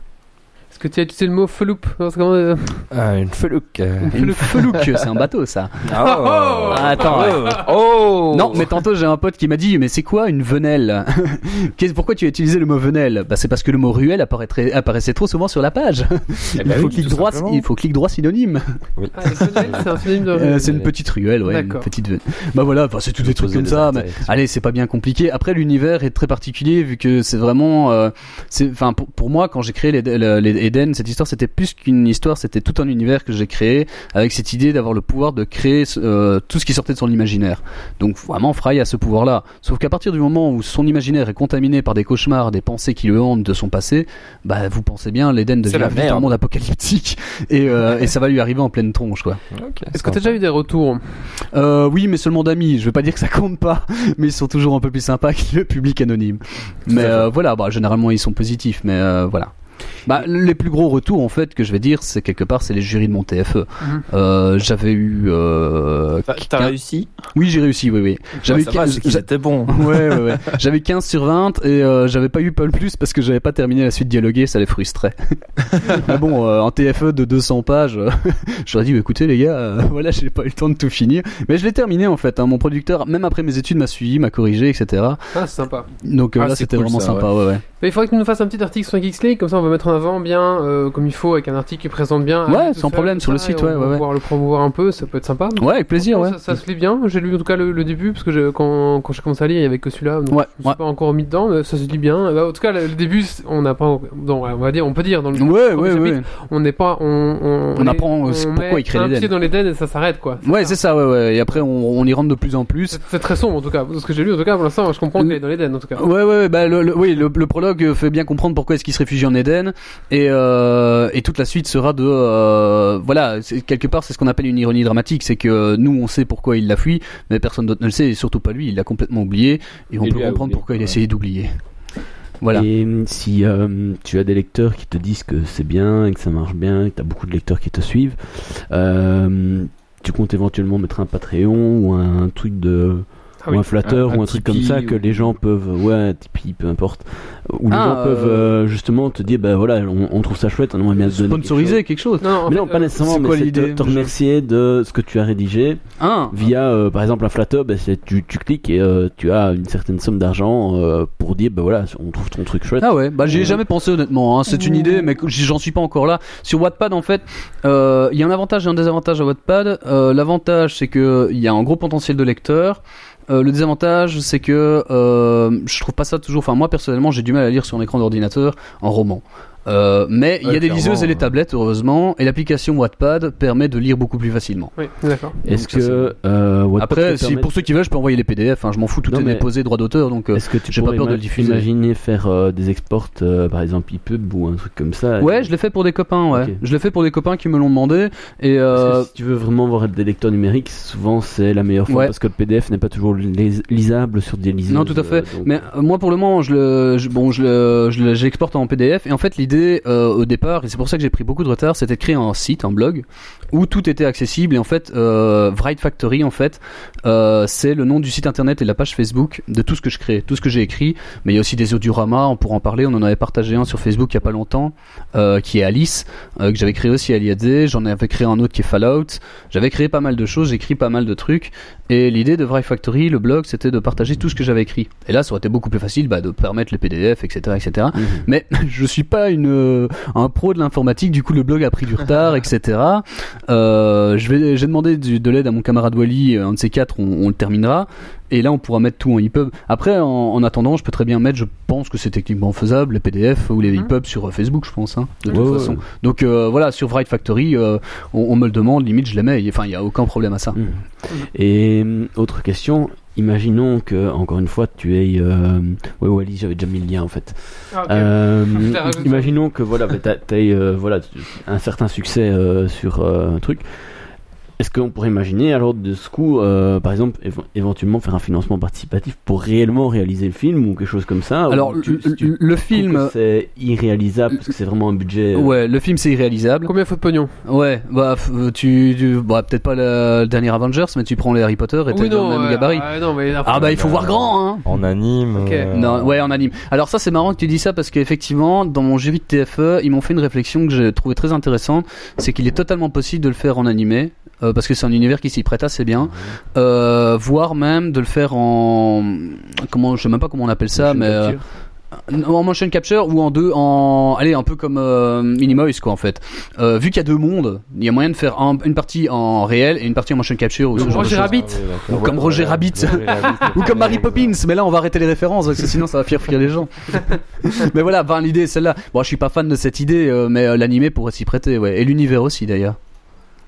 Speaker 1: Est-ce que tu as utilisé le mot feloupe Non, c'est comment, euh,
Speaker 6: Ah, une felouque.
Speaker 4: Une felouque, c'est un bateau ça.
Speaker 1: Oh
Speaker 4: Ah, attends. ouais.
Speaker 3: Oh
Speaker 4: Non, mais tantôt j'ai un pote qui m'a dit mais c'est quoi une venelle Qu'est- Pourquoi tu as utilisé le mot venelle Bah c'est parce que le mot ruelle apparaîtrait- apparaissait trop souvent sur la page.
Speaker 6: Eh
Speaker 4: Il
Speaker 6: ben
Speaker 4: faut
Speaker 6: oui,
Speaker 4: clic
Speaker 6: tout
Speaker 4: droit,
Speaker 6: simplement.
Speaker 4: il faut clic droit synonyme.
Speaker 1: Ah, les fenêtres, c'est un synonyme de.
Speaker 4: Euh, c'est une petite ruelle, ouais, une
Speaker 1: D'accord.
Speaker 4: petite venelle. Bah voilà, bah, c'est tous des trucs
Speaker 6: Poser
Speaker 4: comme
Speaker 6: des
Speaker 4: ça. mais-
Speaker 6: intérêts.
Speaker 4: Allez, c'est pas bien compliqué. Après, l'univers est très particulier vu que c'est vraiment, euh, c'est, enfin, pour, pour moi, quand j'ai créé les, le- les Eden, cette histoire, c'était plus qu'une histoire, c'était tout un univers que j'ai créé avec cette idée d'avoir le pouvoir de créer euh, tout ce qui sortait de son imaginaire. Donc vraiment, Fry a ce pouvoir-là. Sauf qu'à partir du moment où son imaginaire est contaminé par des cauchemars, des pensées qui le hantent de son passé, bah, vous pensez bien, l'Eden devient
Speaker 6: la
Speaker 4: vite un
Speaker 6: merde.
Speaker 4: monde apocalyptique et, euh, et ça va lui arriver en pleine tronche, quoi.
Speaker 6: Ok,
Speaker 1: Est-ce que tu as déjà eu des retours
Speaker 4: Euh, oui, mais seulement d'amis. Je vais pas dire que ça compte pas, mais ils sont toujours un peu plus sympas que le public anonyme. Mais euh, voilà, bah, généralement ils sont positifs, mais euh, voilà. Bah, les plus gros retours en fait que je vais dire, c'est quelque part, c'est les jurys de mon TFE.
Speaker 1: Mhm.
Speaker 4: Euh, J'avais eu. Euh,
Speaker 3: T'as- T'as
Speaker 4: quin-
Speaker 3: réussi
Speaker 4: Oui, j'ai réussi. Oui, oui. J'avais
Speaker 3: Ouais, ça va,
Speaker 4: quin-
Speaker 3: c'est qu'ils
Speaker 4: j'a-
Speaker 3: étaient bons.
Speaker 4: ouais, ouais, ouais. J'avais 15 sur 20 et euh, j'avais pas eu Paul Plus parce que j'avais pas terminé la suite dialoguée, ça les frustrait. Mais bon, euh, un TFE de 200 pages, euh, j'aurais dit, bah, écoutez les gars, euh, voilà, j'ai pas eu le temps de tout finir. Mais je l'ai terminé en fait, hein. mon producteur, même après mes études, m'a suivi, m'a corrigé, etc.
Speaker 1: Ah, c'est sympa.
Speaker 4: Donc euh,
Speaker 3: Ah,
Speaker 4: là,
Speaker 3: c'est
Speaker 4: c'était
Speaker 3: cool,
Speaker 4: vraiment
Speaker 3: ça,
Speaker 4: sympa, ouais, ouais.
Speaker 1: Mais il faudrait que tu nous fasses un petit article sur Geeks League, comme ça on va mettre en avant bien, euh, comme il faut, avec un article qui présente bien.
Speaker 4: Ouais,
Speaker 1: Harry, tout
Speaker 4: sans
Speaker 1: ça,
Speaker 4: problème,
Speaker 1: tout
Speaker 4: sur le
Speaker 1: ça,
Speaker 4: site,
Speaker 1: et on
Speaker 4: ouais,
Speaker 1: va
Speaker 4: ouais, ouais.
Speaker 1: pouvoir le promouvoir un peu, ça peut être sympa.
Speaker 4: Ouais, avec plaisir, ouais.
Speaker 1: Ça, ça se lit bien, j'ai lu en tout cas le, le début, parce que je- quand, quand j'ai commencé à lire, il n'y avait que celui-là, donc
Speaker 4: Ouais,
Speaker 1: je me suis
Speaker 4: ouais.
Speaker 1: pas encore mis dedans, mais ça se lit bien. Eh ben, en tout cas, le, le début, c'est- on n'a pas. non, ouais, on va dire, on peut dire, dans le
Speaker 4: Ouais,
Speaker 1: premier
Speaker 4: ouais, ouais.
Speaker 1: chapitre, on n'est pas. On, on,
Speaker 4: On
Speaker 1: est-
Speaker 4: apprend, euh, c'est pourquoi
Speaker 1: met
Speaker 4: il crée
Speaker 1: un
Speaker 4: l'Éden.
Speaker 1: pied dans l'Éden et ça s'arrête, quoi.
Speaker 4: Ouais,
Speaker 1: ça.
Speaker 4: c'est ça, ouais, ouais. Et après, on, on y rentre de plus en plus.
Speaker 1: C'est c'est très sombre en tout cas, de ce que j'ai lu en tout cas pour l'instant, je comprends qu'il est dans l'Éden en tout cas.
Speaker 4: Ouais, ouais, ouais, bah, le, le- oui, le, le prologue fait bien euh, comprendre pourquoi est-ce qu'il se réfugie en Éden. quinzaine, et, euh, et toute la suite sera de euh, voilà c'est- quelque part c'est ce qu'on appelle une ironie dramatique, c'est que euh, nous on sait pourquoi il l'a fui, mais personne d'autre ne le sait et surtout pas lui, il l'a complètement oublié et on
Speaker 3: Il
Speaker 4: peut
Speaker 3: lui a
Speaker 4: comprendre
Speaker 3: oublié,
Speaker 4: pourquoi il
Speaker 3: ouais.
Speaker 4: essayait d'oublier. Voilà.
Speaker 5: Et hum, si euh, tu as des lecteurs qui te disent que c'est bien, et que ça marche bien, et que tu as beaucoup de lecteurs qui te suivent, euh, tu comptes éventuellement mettre un Patreon ou un truc de.
Speaker 1: Ah
Speaker 5: ou
Speaker 1: oui.
Speaker 5: un flatteur
Speaker 3: Un-
Speaker 5: ou un
Speaker 3: un
Speaker 5: truc comme
Speaker 3: Tipeee
Speaker 5: ça que
Speaker 3: ou-
Speaker 5: les gens peuvent. Ouais, un Tipeee, peu importe. Où les
Speaker 4: Ah,
Speaker 5: gens peuvent
Speaker 4: euh,
Speaker 5: euh, justement te dire, bah voilà, on, on trouve ça chouette, on aimerait bien te donner. quelque chose.
Speaker 4: Sponsoriser quelque chose.
Speaker 1: Non, non, en
Speaker 5: Mais
Speaker 1: fait,
Speaker 5: non, pas
Speaker 1: euh,
Speaker 5: nécessairement,
Speaker 4: c'est
Speaker 5: mais
Speaker 4: quoi
Speaker 5: c'est te,
Speaker 4: l'idée
Speaker 5: te
Speaker 4: du jeu
Speaker 5: remercier de ce que tu as rédigé
Speaker 4: Un.
Speaker 5: via, euh, par exemple, un flatteur. bah, c'est- tu, tu cliques et euh, tu as une certaine somme d'argent euh, pour dire, bah voilà, on trouve ton truc chouette.
Speaker 4: Ah ouais, bah j'y ai
Speaker 5: Euh,
Speaker 4: jamais pensé honnêtement. hein. C'est une idée, mais que- j'y- j'en suis pas encore là. Sur Wattpad, en fait, euh, il y a un avantage et un désavantage à Wattpad. Euh, L'avantage, c'est que euh, il y a un gros potentiel de lecteurs. Euh, le désavantage, c'est que euh, je trouve pas ça toujours. Enfin, moi personnellement, j'ai du mal à lire sur un écran d'ordinateur en roman. Euh, mais il y a
Speaker 3: Ouais,
Speaker 4: des
Speaker 3: clairement,
Speaker 4: liseuses et des
Speaker 3: ouais.
Speaker 4: tablettes, heureusement, et l'application Wattpad permet de lire beaucoup plus facilement.
Speaker 1: Oui, d'accord.
Speaker 5: Est-ce
Speaker 4: Donc ça,
Speaker 5: que. euh, Wattpad
Speaker 4: Après,
Speaker 5: te
Speaker 4: si,
Speaker 5: permet-
Speaker 4: pour ceux qui veulent, je peux envoyer les PDF. hein. je m'en fous, tout
Speaker 5: Non,
Speaker 4: est
Speaker 5: mais-
Speaker 4: déposé, droit d'auteur, donc euh,
Speaker 5: Est-ce que tu
Speaker 4: j'ai pas
Speaker 5: pourrais
Speaker 4: peur de
Speaker 5: ima-
Speaker 4: le diffuser.
Speaker 5: imaginer faire euh, des exports, euh, par exemple ePub ou un truc comme ça
Speaker 4: Ouais, je l'ai fait pour des copains, ouais.
Speaker 5: Ok.
Speaker 4: Je l'ai fait pour des copains qui me l'ont demandé. Et
Speaker 5: Parce
Speaker 4: euh,
Speaker 5: que si tu veux vraiment voir des lecteurs numériques, souvent c'est la meilleure fois
Speaker 4: Ouais.
Speaker 5: parce que le PDF n'est pas toujours lis- lisable sur des liseuses.
Speaker 4: non, tout à
Speaker 5: euh,
Speaker 4: fait.
Speaker 5: donc-
Speaker 4: Mais euh, moi, pour le moment, je le, je- bon, je le, je le- j'exporte en PDF. Et en fait, l'idée euh, au départ, et c'est pour ça que j'ai pris beaucoup de retard, c'était de créer un site, un blog, où tout était accessible. Et en fait, euh, Write Factory, en fait, euh, c'est le nom du site internet et de la page Facebook de tout ce que je crée, tout ce que j'ai écrit. Mais il y a aussi des audioramas, on pourra en parler. On en avait partagé un sur Facebook il y a pas longtemps, euh, qui est Alice, euh, que j'avais créé aussi à l'IAD. J'en avais créé un autre qui est Fallout. J'avais créé pas mal de choses, j'écris pas mal de trucs. Et l'idée de Vrai Factory, le blog, c'était de partager tout ce que j'avais écrit. Et là, ça aurait été beaucoup plus facile bah, de permettre les PDF, etc., etc.
Speaker 5: Mhm.
Speaker 4: Mais je suis pas une, euh, un pro de l'informatique, du coup le blog a pris du retard, etc. Euh, je vais- j'ai demandé du- de l'aide à mon camarade Wally, euh, un de ces quatre, on, on le terminera. Et là, on pourra mettre tout en EPUB. Après, en, en attendant, je peux très bien mettre, je pense que c'est techniquement faisable, les PDF ou les
Speaker 1: Mhm.
Speaker 4: EPUB sur euh, Facebook, je pense, hein, de toute
Speaker 5: Ouais, ouais.
Speaker 4: façon. Donc euh, voilà, sur Write Factory, euh, on, on me le demande, limite je les mets. Enfin, il n'y a aucun problème à ça.
Speaker 5: Mm. Et hum, autre question, imaginons que, encore une fois, tu aies. euh, Ouais, Wally, j'avais déjà mis le lien en fait.
Speaker 1: Ah, ok.
Speaker 5: Euh,
Speaker 1: Je t'ai rajouté.
Speaker 5: imaginons que voilà, bah, t'as- t'as eu, euh, voilà, un certain succès euh, sur euh, un truc. Est-ce qu'on pourrait imaginer alors de ce coup, euh, par exemple, éve- éventuellement faire un financement participatif pour réellement réaliser le film ou quelque chose comme ça ou
Speaker 4: Alors,
Speaker 5: Ah, tu-
Speaker 4: le-
Speaker 5: si tu
Speaker 4: le- le
Speaker 5: trouves
Speaker 4: film,
Speaker 5: que c'est irréalisable parce que c'est vraiment un budget. euh,
Speaker 4: Ouais, le film c'est irréalisable.
Speaker 1: Combien faut de pognon
Speaker 4: Ouais, bah f- tu, tu- bah peut-être pas le, le dernier Avengers, mais tu prends les Harry Potter et t'es dans le même
Speaker 1: ouais,
Speaker 4: gabarit.
Speaker 1: ah, non, mais
Speaker 4: Ah bah il
Speaker 5: Euh,
Speaker 4: faut
Speaker 6: non,
Speaker 4: voir
Speaker 6: non.
Speaker 4: grand hein.
Speaker 6: En anime.
Speaker 1: Ok.
Speaker 6: euh,
Speaker 4: Non, ouais, en anime. Alors ça, c'est marrant que tu dis ça parce qu'effectivement, dans mon jury de TFE, ils m'ont fait une réflexion que j'ai trouvé très intéressante, c'est qu'il est totalement possible de le faire en animé. euh, parce que c'est un univers qui s'y prête assez bien, euh, voire même de le faire en comment je sais même pas comment on appelle ça,
Speaker 5: motion
Speaker 4: mais euh,
Speaker 5: capture.
Speaker 4: en motion capture ou en deux en allez un peu comme euh, Minimoys quoi en fait. Euh, vu qu'il y a deux mondes, il y a moyen de faire un- une partie en réel et une partie en motion capture ou ce
Speaker 1: Donc,
Speaker 4: genre de
Speaker 1: Roger
Speaker 4: choses.
Speaker 1: Rabbit.
Speaker 6: Ah oui, d'accord.
Speaker 4: Ou comme
Speaker 6: Ouais,
Speaker 4: Roger
Speaker 6: ouais,
Speaker 4: Rabbit.
Speaker 6: Roger Rabbit.
Speaker 4: Ou comme Mary
Speaker 6: Exact.
Speaker 4: Poppins, mais là on va arrêter les références parce que sinon ça va faire fuir les gens. mais voilà, ben, l'idée est celle-là. Bon, je suis pas fan de cette idée, euh, mais euh, l'animé pourrait s'y prêter, ouais. Et l'univers aussi d'ailleurs.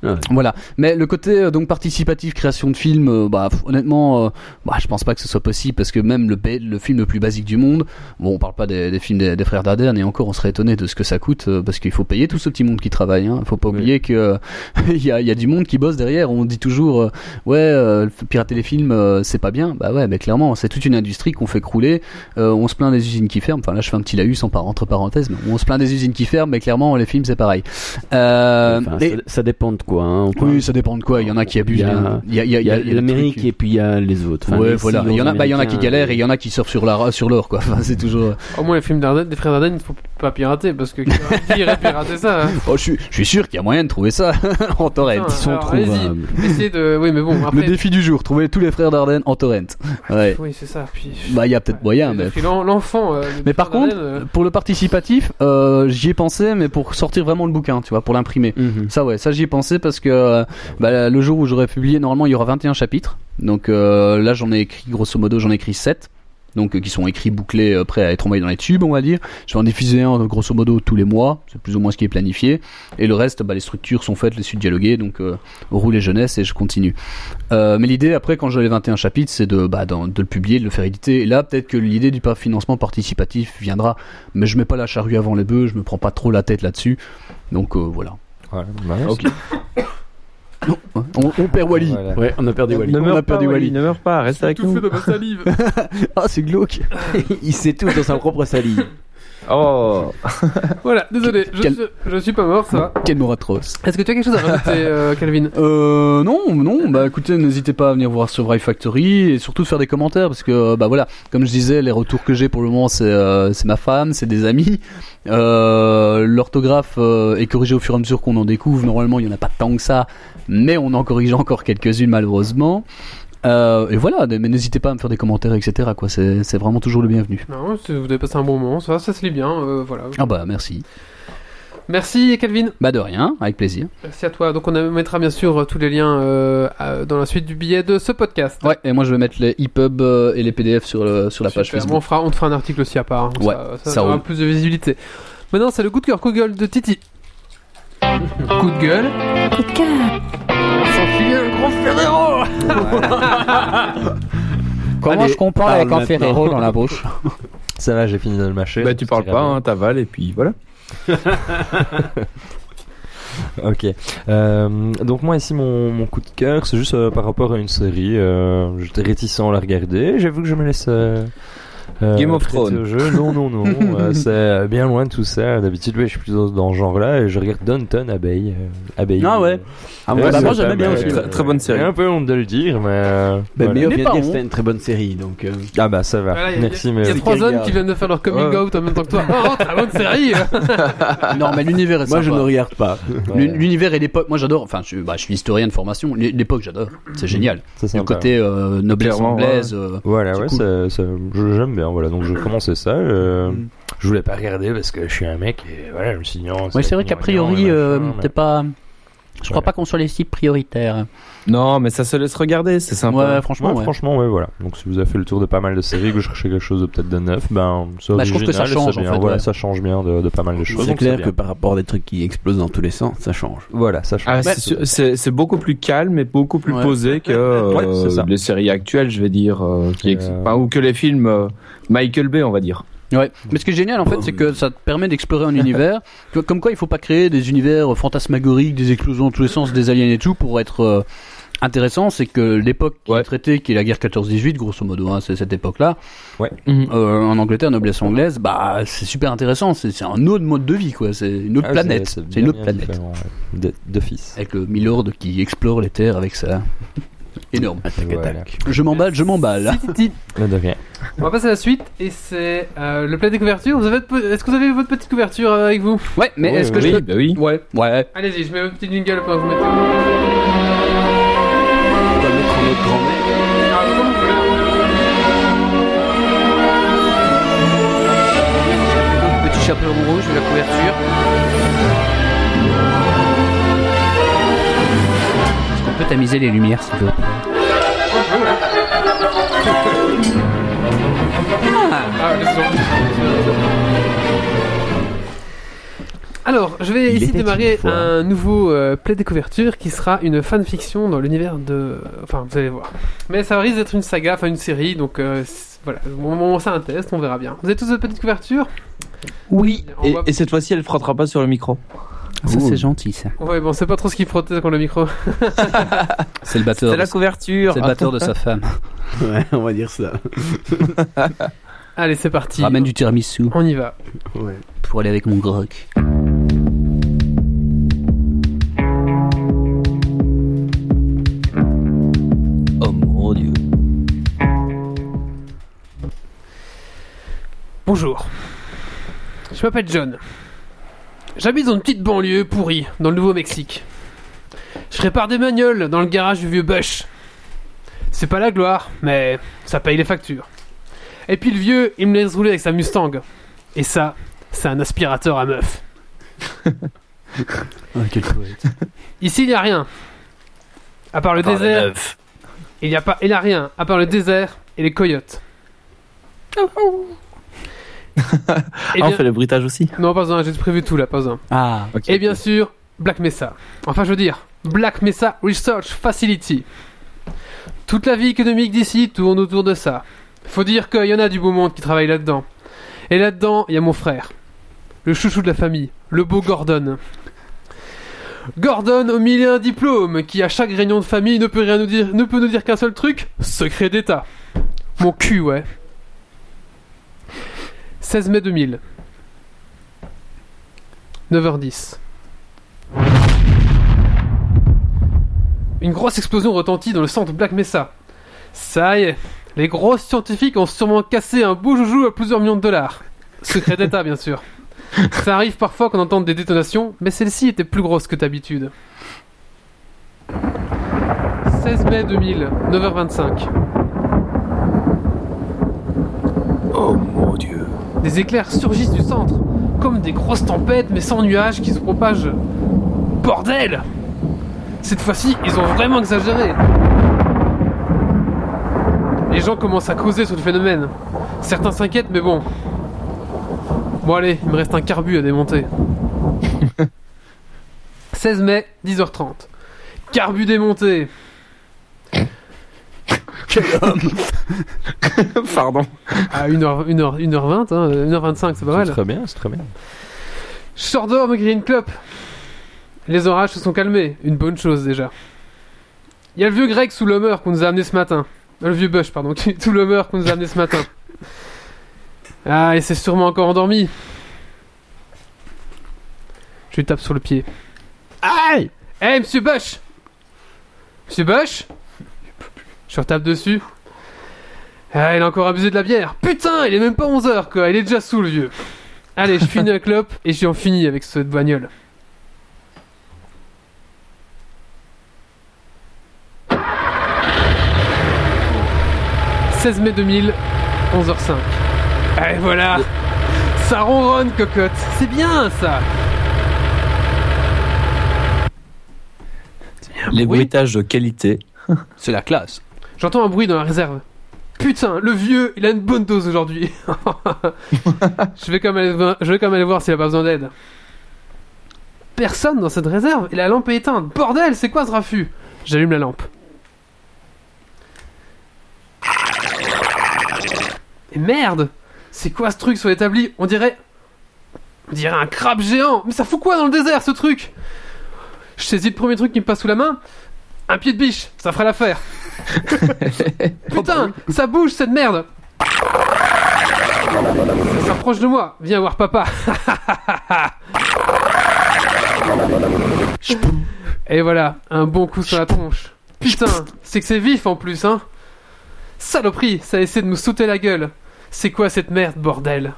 Speaker 5: Ouais.
Speaker 4: Voilà, mais le côté euh, donc participatif, création de film, euh, bah pff, honnêtement, euh, bah, je pense pas que ce soit possible parce que même le, ba- le film le plus basique du monde, bon, on parle pas des, des films des, des frères Dardenne et encore on serait étonné de ce que ça coûte euh, parce qu'il faut payer tout ce petit monde qui travaille. Hein. Faut pas
Speaker 5: Oui.
Speaker 4: oublier que euh, il y, a, il y a du monde qui bosse derrière. On dit toujours euh, ouais, euh, pirater les films, euh, c'est pas bien. Bah ouais, mais clairement, c'est toute une industrie qu'on fait crouler. Euh, on se plaint des usines qui ferment. Enfin là, je fais un petit laus en par- entre parenthèses, mais on se plaint des usines qui ferment, mais clairement, les films, c'est pareil. Euh,
Speaker 5: Enfin,
Speaker 4: mais-
Speaker 5: ça, ça dépend de quoi. hein, on parle-
Speaker 4: oui, ça dépend de quoi. Il y en a qui
Speaker 5: Il
Speaker 4: abusent.
Speaker 5: y a-
Speaker 4: hein. Il y a, il y a-
Speaker 5: Il y a
Speaker 4: il y a des
Speaker 5: l'Amérique
Speaker 4: trucs-
Speaker 5: et puis il y a les autres. Enfin,
Speaker 4: ouais,
Speaker 5: les
Speaker 4: voilà. Il y en a,
Speaker 5: studios
Speaker 4: bah, il y en a qui
Speaker 5: américains,
Speaker 4: galèrent et il y en a qui surfent sur la, sur l'or, quoi. Enfin, c'est toujours.
Speaker 1: Au moins, les films d'Ardenne, des frères Dardenne, il ne faut pas pirater parce que qui irait pirater ça hein
Speaker 4: Oh, je suis, je suis sûr qu'il y a moyen de trouver ça en torrent.
Speaker 1: Putain,
Speaker 5: Ils sont
Speaker 1: Alors,
Speaker 5: trouvables.
Speaker 1: allez-y.
Speaker 4: hein.
Speaker 1: Essayez de. Oui, mais bon,
Speaker 4: euh, Le
Speaker 1: après.
Speaker 4: défi du jour, trouver tous les frères Dardenne en torrent. Ouais.
Speaker 1: Oui, c'est ça. Puis...
Speaker 4: Bah, il y a peut-être moyen, mais.
Speaker 1: Puis l'en- L'enfant. euh,
Speaker 4: Mais
Speaker 1: des
Speaker 4: par
Speaker 1: frères
Speaker 4: contre,
Speaker 1: Dardenne, euh,
Speaker 4: pour le participatif, euh, j'y ai pensé, mais pour sortir vraiment le bouquin, tu vois, pour l'imprimer.
Speaker 5: Mhm.
Speaker 4: Ça ouais, ça j'y ai pensé parce que euh, bah, le jour où j'aurais publié, normalement il y aura 21 chapitres. Donc euh, là j'en ai écrit, grosso modo j'en ai écrit 7. donc euh, qui sont écrits, bouclés, euh, prêts à être envoyés dans les tubes, on va dire. Je vais en diffuser un, euh, grosso modo, tous les mois. C'est plus ou moins ce qui est planifié. Et le reste, bah, les structures sont faites, les suites dialoguées, donc euh, on roule les jeunesses et je continue. Euh, mais l'idée, après, quand j'ai les 21 chapitres, c'est de, bah, d'en- de le publier, de le faire éditer. Et là, peut-être que l'idée du par- financement participatif viendra. Mais je mets pas la charrue avant les bœufs, je me prends pas trop la tête là-dessus. Donc euh, voilà.
Speaker 6: Ouais, bah ouais,
Speaker 4: Ok. On, on perd Wally.
Speaker 6: voilà.
Speaker 5: Ouais, on a perdu Wally.
Speaker 3: Ne
Speaker 4: On
Speaker 3: meurs
Speaker 4: a
Speaker 3: pas,
Speaker 4: perdu Wally.
Speaker 3: Wally, ne meurs pas, reste avec
Speaker 1: Tout fait
Speaker 3: nous.
Speaker 1: de ma salive.
Speaker 4: Ah, c'est glauque.
Speaker 5: Il s'étouffe dans sa propre salive.
Speaker 3: Oh,
Speaker 1: voilà, désolé, je,
Speaker 4: Quel-
Speaker 1: suis, je suis pas mort, ça va.
Speaker 4: Quel moratros.
Speaker 1: Est-ce que tu as quelque chose à rajouter, euh, Calvin
Speaker 4: Euh, non, non, bah écoutez, n'hésitez pas à venir voir Survive Factory et surtout de faire des commentaires parce que, euh, bah voilà, comme je disais, les retours que j'ai pour le moment, c'est euh, c'est ma femme, c'est des amis. Euh, L'orthographe euh, est corrigée au fur et à mesure qu'on en découvre. Normalement, il n'y en a pas tant que ça, mais on en corrige encore quelques-unes malheureusement. Euh, et voilà, mais n'hésitez pas à me faire des commentaires, etc. quoi, C'est c'est vraiment toujours le bienvenu.
Speaker 1: Non, c'est- vous avez passé un bon moment, ça, va, ça se lit bien, euh, voilà.
Speaker 4: Ah bah merci.
Speaker 1: Merci, Calvin.
Speaker 4: Bah de rien, avec plaisir.
Speaker 1: Merci à toi. Donc, on a- mettra bien sûr euh, tous les liens euh, à- dans la suite du billet de ce podcast.
Speaker 4: Ouais, et moi je vais mettre les EPUB euh, et les PDF sur, le, sur la page
Speaker 1: Super.
Speaker 4: Facebook.
Speaker 1: Bon, On, fera, on te fera un article aussi à part. hein.
Speaker 4: Ouais,
Speaker 1: ça, ça
Speaker 4: ça
Speaker 1: aura
Speaker 4: roule.
Speaker 1: plus de visibilité. Maintenant, c'est le coup de cœur, coup de gueule de Titi. Coup de gueule.
Speaker 7: Comment
Speaker 5: Allez,
Speaker 7: je compare avec
Speaker 5: parle
Speaker 7: un Ferrero dans la bouche
Speaker 6: Ça va, j'ai fini de le mâcher.
Speaker 3: bah tu parles
Speaker 6: C'est
Speaker 3: pas, hein, t'avales et puis
Speaker 4: bah,
Speaker 3: voilà.
Speaker 6: Ok. Euh, donc moi ici mon, mon coup de cœur, c'est juste euh, par rapport à une série. euh, J'étais réticent à la regarder. J'avoue que je me laisse. euh, euh,
Speaker 3: Game of
Speaker 6: prêter
Speaker 3: Thrones.
Speaker 6: au Jeu. Non, non, non. euh, c'est euh, bien loin de tout ça. D'habitude, ouais, je suis plus dans, dans ce genre-là et je regarde Downton Abbey. euh, Abbey.
Speaker 4: Ah ouais.
Speaker 5: Ah,
Speaker 6: Ouais,
Speaker 4: bah, moi,
Speaker 6: c'est
Speaker 4: j'aimais
Speaker 6: pas
Speaker 4: bien
Speaker 6: mal.
Speaker 4: aussi.
Speaker 3: Très- très bonne série.
Speaker 6: Un peu honte de le dire, mais. euh,
Speaker 5: Ben,
Speaker 6: voilà.
Speaker 5: mais on
Speaker 4: N'est
Speaker 5: vient
Speaker 4: pas
Speaker 5: de dire que
Speaker 4: honte.
Speaker 5: c'était une très bonne série, donc. euh,
Speaker 6: Ah bah ça va.
Speaker 1: Voilà, il y a-
Speaker 6: Merci,
Speaker 1: Il y
Speaker 6: mais.
Speaker 1: a trois
Speaker 5: quel
Speaker 1: zones
Speaker 5: gars
Speaker 1: qui viennent de faire leur coming
Speaker 3: Ouais.
Speaker 1: out en même temps que toi. Oh, très bonne série
Speaker 4: Non, mais l'univers est
Speaker 5: Moi, je
Speaker 4: sympa.
Speaker 5: ne regarde pas.
Speaker 4: L'un- L'univers et l'époque, moi j'adore, enfin je, bah, je suis historien de formation, L'é- l'époque j'adore,
Speaker 7: Mmh.
Speaker 4: c'est génial.
Speaker 6: c'est
Speaker 4: Le
Speaker 6: sympa.
Speaker 4: côté euh, noblesse
Speaker 3: Clairement,
Speaker 4: anglaise, euh,
Speaker 6: Voilà,
Speaker 4: C'est
Speaker 6: ouais,
Speaker 4: cool.
Speaker 6: ça- ça- je- j'aime bien. Voilà, donc je commençais ça. euh, Je voulais pas regarder parce que je suis un mec et voilà, je me suis dit non.
Speaker 7: Oui,
Speaker 6: va
Speaker 7: c'est vrai
Speaker 6: être
Speaker 7: qu'a
Speaker 6: mignon,
Speaker 7: priori,
Speaker 6: machin,
Speaker 7: euh,
Speaker 6: mais-
Speaker 7: t'es pas. Je crois
Speaker 6: Ouais.
Speaker 7: pas qu'on soit les sites prioritaires.
Speaker 3: Non, mais ça se laisse regarder, c'est sympa.
Speaker 7: Ouais,
Speaker 6: Ouais,
Speaker 7: franchement, ouais.
Speaker 6: franchement, ouais, voilà. Donc, si vous avez fait le tour de pas mal de séries, que vous cherchez quelque chose de peut-être de neuf, ben, c'est
Speaker 4: Bah, je trouve que ça
Speaker 6: original et c'est
Speaker 4: change, en
Speaker 6: bien.
Speaker 4: fait,
Speaker 6: Voilà,
Speaker 4: ouais.
Speaker 6: ça change bien de, de pas mal de choses.
Speaker 5: C'est
Speaker 6: donc
Speaker 5: clair que
Speaker 6: bien.
Speaker 5: par rapport à des trucs qui explosent dans tous les sens, ça change.
Speaker 6: Voilà, ça change.
Speaker 3: Ah, c'est sûr- c'est c'est beaucoup plus calme et beaucoup plus
Speaker 4: Ouais.
Speaker 3: posé que euh,
Speaker 6: Ouais, c'est ça.
Speaker 3: les séries actuelles, je vais dire, euh, qui
Speaker 6: Et,
Speaker 3: ex-
Speaker 6: euh,
Speaker 3: enfin, ou que les films euh, Michael Bay, on va dire.
Speaker 4: ouais. Mais ce qui est génial en fait, c'est que ça te permet d'explorer un univers. Tu vois, Comme quoi, il faut pas créer des univers euh, fantasmagoriques, des explosions de tous les sens, des aliens et tout pour être euh, intéressant. C'est que l'époque qui
Speaker 3: Ouais.
Speaker 4: est traitée, qui est la guerre 14-18, grosso modo, hein, c'est cette époque-là.
Speaker 6: Ouais.
Speaker 3: Mhm.
Speaker 4: Euh, en Angleterre, noblesse anglaise, bah c'est super intéressant. C'est c'est un autre mode de vie, quoi. C'est une autre
Speaker 6: Ah,
Speaker 4: planète. C'est une
Speaker 6: bien,
Speaker 4: autre
Speaker 6: bien
Speaker 4: planète.
Speaker 6: différent, ouais. De- D'office.
Speaker 4: Avec le Milord qui explore les terres avec ça. Énorme.
Speaker 5: Attaque,
Speaker 6: Voilà.
Speaker 5: attaque.
Speaker 4: Je m'emballe, je m'emballe.
Speaker 1: Merci, Titi.
Speaker 6: Mais de rien.
Speaker 1: On va passer à la suite et c'est euh, le plat des couvertures. Vous avez votre pe- Est-ce que vous avez votre petite couverture euh, avec vous
Speaker 4: Ouais, mais
Speaker 6: Oui,
Speaker 4: est-ce que
Speaker 3: oui,
Speaker 4: je peux...
Speaker 3: bah oui.
Speaker 4: Ouais, ouais.
Speaker 1: Allez-y, je mets votre petite jingle pour vous mettre. Ah,
Speaker 5: On va mettre en mode grand-mère.
Speaker 1: comme vous voulez.
Speaker 4: Petit chaperon rouge, la couverture.
Speaker 7: On peut tamiser les lumières, s'il te plaît.
Speaker 1: Ah, le son. Alors, je vais
Speaker 5: Il
Speaker 1: ici
Speaker 5: était une
Speaker 1: démarrer
Speaker 5: fois.
Speaker 1: un nouveau euh, plaid des couvertures qui sera une fanfiction dans l'univers de. Enfin, vous allez voir. Mais ça risque d'être une saga, enfin une série, donc euh, c'est- voilà. On, on c'est un test, on verra bien. Vous avez tous votre petite couverture
Speaker 3: Oui,
Speaker 1: et-
Speaker 3: et,
Speaker 1: et
Speaker 3: cette fois-ci, elle frottera pas sur le micro.
Speaker 7: Ça, c'est gentil, ça.
Speaker 1: Ouais, bon, c'est pas trop ce qui protège quand le micro.
Speaker 4: C'est le batteur.
Speaker 3: C'est la couverture.
Speaker 4: C'est le batteur de sa femme.
Speaker 5: Ouais, on va dire ça.
Speaker 1: Allez, c'est parti.
Speaker 4: Ramène du tiramisu
Speaker 1: On y va.
Speaker 5: Ouais.
Speaker 4: pour aller avec mon grog.
Speaker 3: Oh mon dieu.
Speaker 1: Bonjour. Je m'appelle John. J'habite dans une petite banlieue pourrie, dans le Nouveau-Mexique. Je répare des manioles dans le garage du vieux Bush. C'est pas la gloire, mais ça paye les factures. Et puis le vieux, il me laisse rouler avec sa Mustang. Et ça, c'est un aspirateur à meuf. Ici, il n'y a rien. À part le désert. Il n'y a pas, il y a rien, à part le désert et les coyotes. Et
Speaker 5: Ah, on
Speaker 1: Eh bien-
Speaker 5: fait le bruitage aussi.
Speaker 1: Non, pas un, j'ai prévu tout là, pas un.
Speaker 7: Ah,
Speaker 1: Et bien sûr, Black Mesa. Enfin, je veux dire, Black Mesa Research Facility. Toute la vie économique d'ici tourne autour de ça. Faut dire qu'il y en a du beau monde qui travaille là-dedans. Et là-dedans, il y a mon frère. Le chouchou de la famille, le beau Gordon. Gordon au mille et un diplôme, qui à chaque réunion de famille ne peut, rien nous dire, ne peut nous dire qu'un seul truc, secret d'État. Mon cul, ouais. 16 mai 2000. 9h10. Une grosse explosion retentit dans le centre Black Mesa. Ça y est, les grosses scientifiques ont sûrement cassé un beau joujou à plusieurs millions de dollars. Secret d'État, bien sûr. Ça arrive parfois qu'on entende des détonations, mais celle-ci était plus grosse que d'habitude. 16 mai 2000, 9h25.
Speaker 3: Oh mon dieu.
Speaker 1: Des éclairs surgissent du centre, comme des grosses tempêtes mais sans nuages qui se propagent. Bordel Cette fois-ci, ils ont vraiment exagéré. Les gens commencent à causer sur le phénomène. Certains s'inquiètent, mais bon. Bon allez, il me reste un carbu à démonter. 16 mai, 10h30. Carbu démonté.
Speaker 3: Pardon.
Speaker 1: À 1h, 1h, 1h20, hein, 1h25, c'est pas mal.
Speaker 6: C'est très bien, c'est très bien.
Speaker 1: Shordor me grille une clope. Les orages se sont calmés, une bonne chose déjà. Il y a le vieux grec sous l'humeur qu'on nous a amené ce matin. Euh, Le vieux Bush, pardon, qui- sous l'humeur qu'on nous a amené ce matin. Ah, il s'est sûrement encore endormi. Je lui tape sur le pied. Aïe Eh, monsieur Bush Monsieur Bush Je retape dessus. Ah, il a encore abusé de la bière. Putain, il est même pas 11h quoi, il est déjà sous le vieux. Allez, je finis la clope et j'en finis avec cette bagnole. « 16 mai 2000, 11h05. Allez, voilà Ça ronronne, cocotte C'est bien, ça
Speaker 5: Les
Speaker 1: bruit.
Speaker 5: bruitages de qualité.
Speaker 4: C'est la classe.
Speaker 1: J'entends un bruit dans la réserve. Putain, le vieux, il a une bonne dose aujourd'hui. je, vais quand même aller, voir- je vais quand même aller voir s'il a pas besoin d'aide. Personne dans cette réserve et la lampe est éteinte. Bordel, c'est quoi ce raffut J'allume la lampe. Et merde C'est quoi ce truc sur l'établi On dirait. On dirait un crabe géant Mais ça fout quoi dans le désert ce truc Je saisis le premier truc qui me passe sous la main. Un pied de biche, ça fera l'affaire.
Speaker 6: Oh, bah
Speaker 1: Putain, ça bouge cette merde Ça s'approche de moi, viens voir papa Et voilà, un bon coup sur la tronche. Putain, c'est que c'est vif en plus, hein Saloperie, ça essaie de nous sauter la gueule C'est quoi cette merde, bordel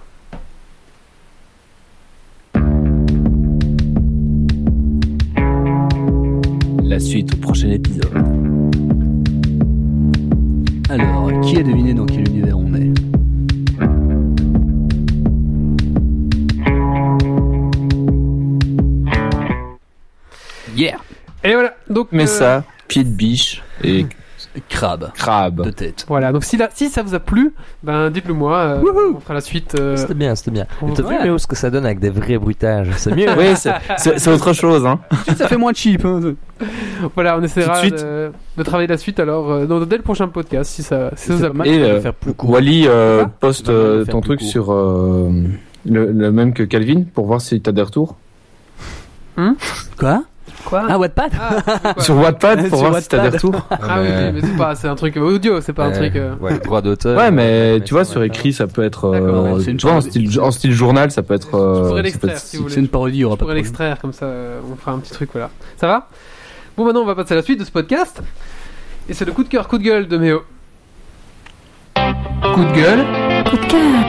Speaker 5: La suite au prochain épisode.
Speaker 4: Alors, qui a deviné dans quel univers on est
Speaker 7: yeah.
Speaker 1: Et voilà, donc...
Speaker 3: Mais
Speaker 1: euh,
Speaker 3: ça, pied de biche et
Speaker 4: Crabe de
Speaker 3: crabe.
Speaker 4: tête.
Speaker 1: Voilà, donc si, la- si ça vous a plu, ben dites-le moi, euh, on fera la suite... euh,
Speaker 6: C'était bien, c'était bien.
Speaker 1: on-
Speaker 6: Et T'as
Speaker 1: Ouais.
Speaker 6: vu, Léo, ce que ça donne avec des vrais bruitages C'est mieux.
Speaker 3: Oui, c'est- c'est c'est autre chose, hein.
Speaker 4: Ça fait moins cheap.
Speaker 1: Voilà, on essaiera
Speaker 3: Tout de suite.
Speaker 1: de, de travailler la suite alors euh, dans, dès le prochain podcast si ça, si ça vous a plu.
Speaker 3: Et euh,
Speaker 5: faire plus court.
Speaker 3: Wally euh,
Speaker 1: Quoi
Speaker 3: poste
Speaker 5: On va
Speaker 3: euh,
Speaker 5: faire
Speaker 3: ton
Speaker 5: plus
Speaker 3: truc
Speaker 5: court.
Speaker 3: sur euh, le, le même que Calvin pour voir si t'as des retours.
Speaker 7: Quoi
Speaker 1: Quoi
Speaker 7: Ah, Wattpad
Speaker 1: Ah, quoi
Speaker 3: Sur Wattpad pour
Speaker 4: Sur
Speaker 3: voir si t'as des
Speaker 4: Wattpad.
Speaker 3: retours.
Speaker 1: Ah oui, oui, mais c'est pas, c'est un truc audio, c'est pas un truc. euh,
Speaker 6: Ouais, droit d'auteur.
Speaker 3: Ouais, mais tu vois,
Speaker 6: ça
Speaker 3: sur
Speaker 6: va
Speaker 3: écrit, ça peut être. euh,
Speaker 1: D'accord,
Speaker 4: ouais, c'est une
Speaker 3: tu vois, en
Speaker 4: chose-
Speaker 3: style, en style journal, ça peut être. euh,
Speaker 1: Je pourrais
Speaker 3: ça peut
Speaker 1: l'extraire,
Speaker 3: être-
Speaker 1: si vous voulez.
Speaker 4: C'est une parodie, il y
Speaker 1: Je
Speaker 4: aura pas de
Speaker 1: pourrais
Speaker 4: problème.
Speaker 1: l'extraire comme ça, euh, on fera un petit truc, voilà. Ça va Bon, maintenant on va passer à la suite de ce podcast. Et c'est le coup de cœur, coup de gueule de Méo. Coup de gueule.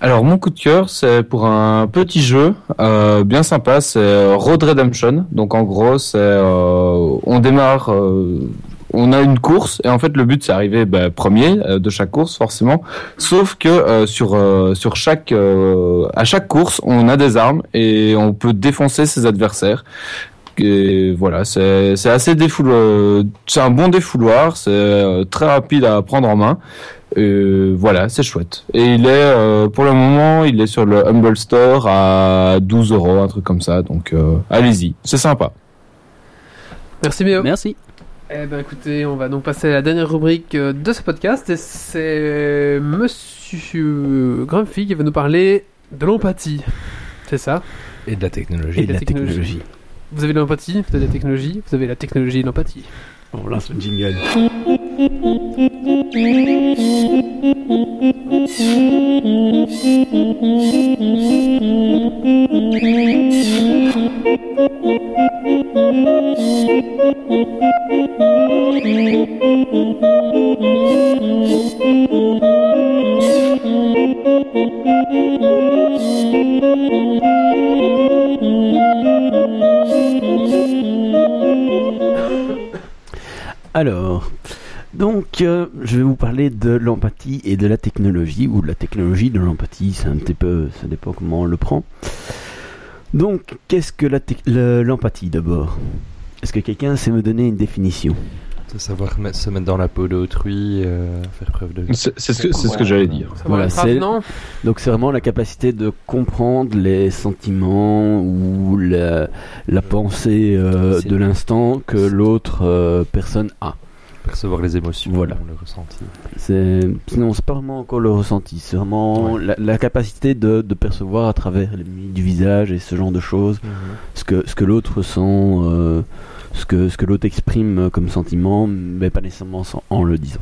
Speaker 3: Alors, mon coup de cœur, c'est pour un petit jeu euh, bien sympa, c'est euh, Road Redemption. Donc, en gros, c'est. euh, on démarre. euh, on a une course et en fait le but c'est arriver bah, premier euh, de chaque course forcément sauf que euh, sur euh, sur chaque euh, à chaque course on a des armes et on peut défoncer ses adversaires Et voilà, c'est c'est assez défouloir. C'est un bon défouloir, c'est euh, très rapide à prendre en main. Et voilà, c'est chouette. Et il est, euh, pour le moment, il est sur le Humble Store à 12 euros, un truc comme ça. Donc euh, allez-y, c'est sympa.
Speaker 1: Merci Méo.
Speaker 7: Merci.
Speaker 1: Eh ben écoutez, on va donc passer à la dernière rubrique euh, de ce podcast et c'est euh, Monsieur Grumpy qui va nous parler de l'empathie. C'est ça
Speaker 8: Et de la technologie.
Speaker 1: Et de la technologie. Vous avez de l'empathie, vous avez de la technologie, vous avez la technologie et de l'empathie.
Speaker 5: On lance le jingle. Alors, donc, euh, je vais vous parler de l'empathie et de la technologie, ou de la technologie, de l'empathie, c'est un petit peu, ça dépend comment on le prend. Donc, qu'est-ce que la tec- le- l'empathie d'abord Est-ce que quelqu'un sait me donner une définition
Speaker 6: De savoir mettre- se mettre dans la peau d'autrui, euh, faire preuve de.
Speaker 3: C'est c'est ce que, c'est ce que j'allais dire.
Speaker 1: Ça
Speaker 5: Voilà,
Speaker 1: voilà,
Speaker 5: c'est-
Speaker 1: non
Speaker 5: Donc, c'est vraiment la capacité de comprendre les sentiments ou la, la pensée euh,
Speaker 8: C'est-
Speaker 5: de l'instant que l'autre euh, personne a.
Speaker 6: Percevoir les émotions,
Speaker 5: Voilà.
Speaker 6: le ressenti.
Speaker 5: C'est sinon c'est pas vraiment encore le ressenti, c'est vraiment la, la capacité de, de percevoir à travers les mimiques du visage et ce genre de choses
Speaker 6: Mm-hmm.
Speaker 5: ce que ce que l'autre ressent, euh, ce que ce que l'autre exprime euh, comme sentiment, mais pas nécessairement sans- en le disant.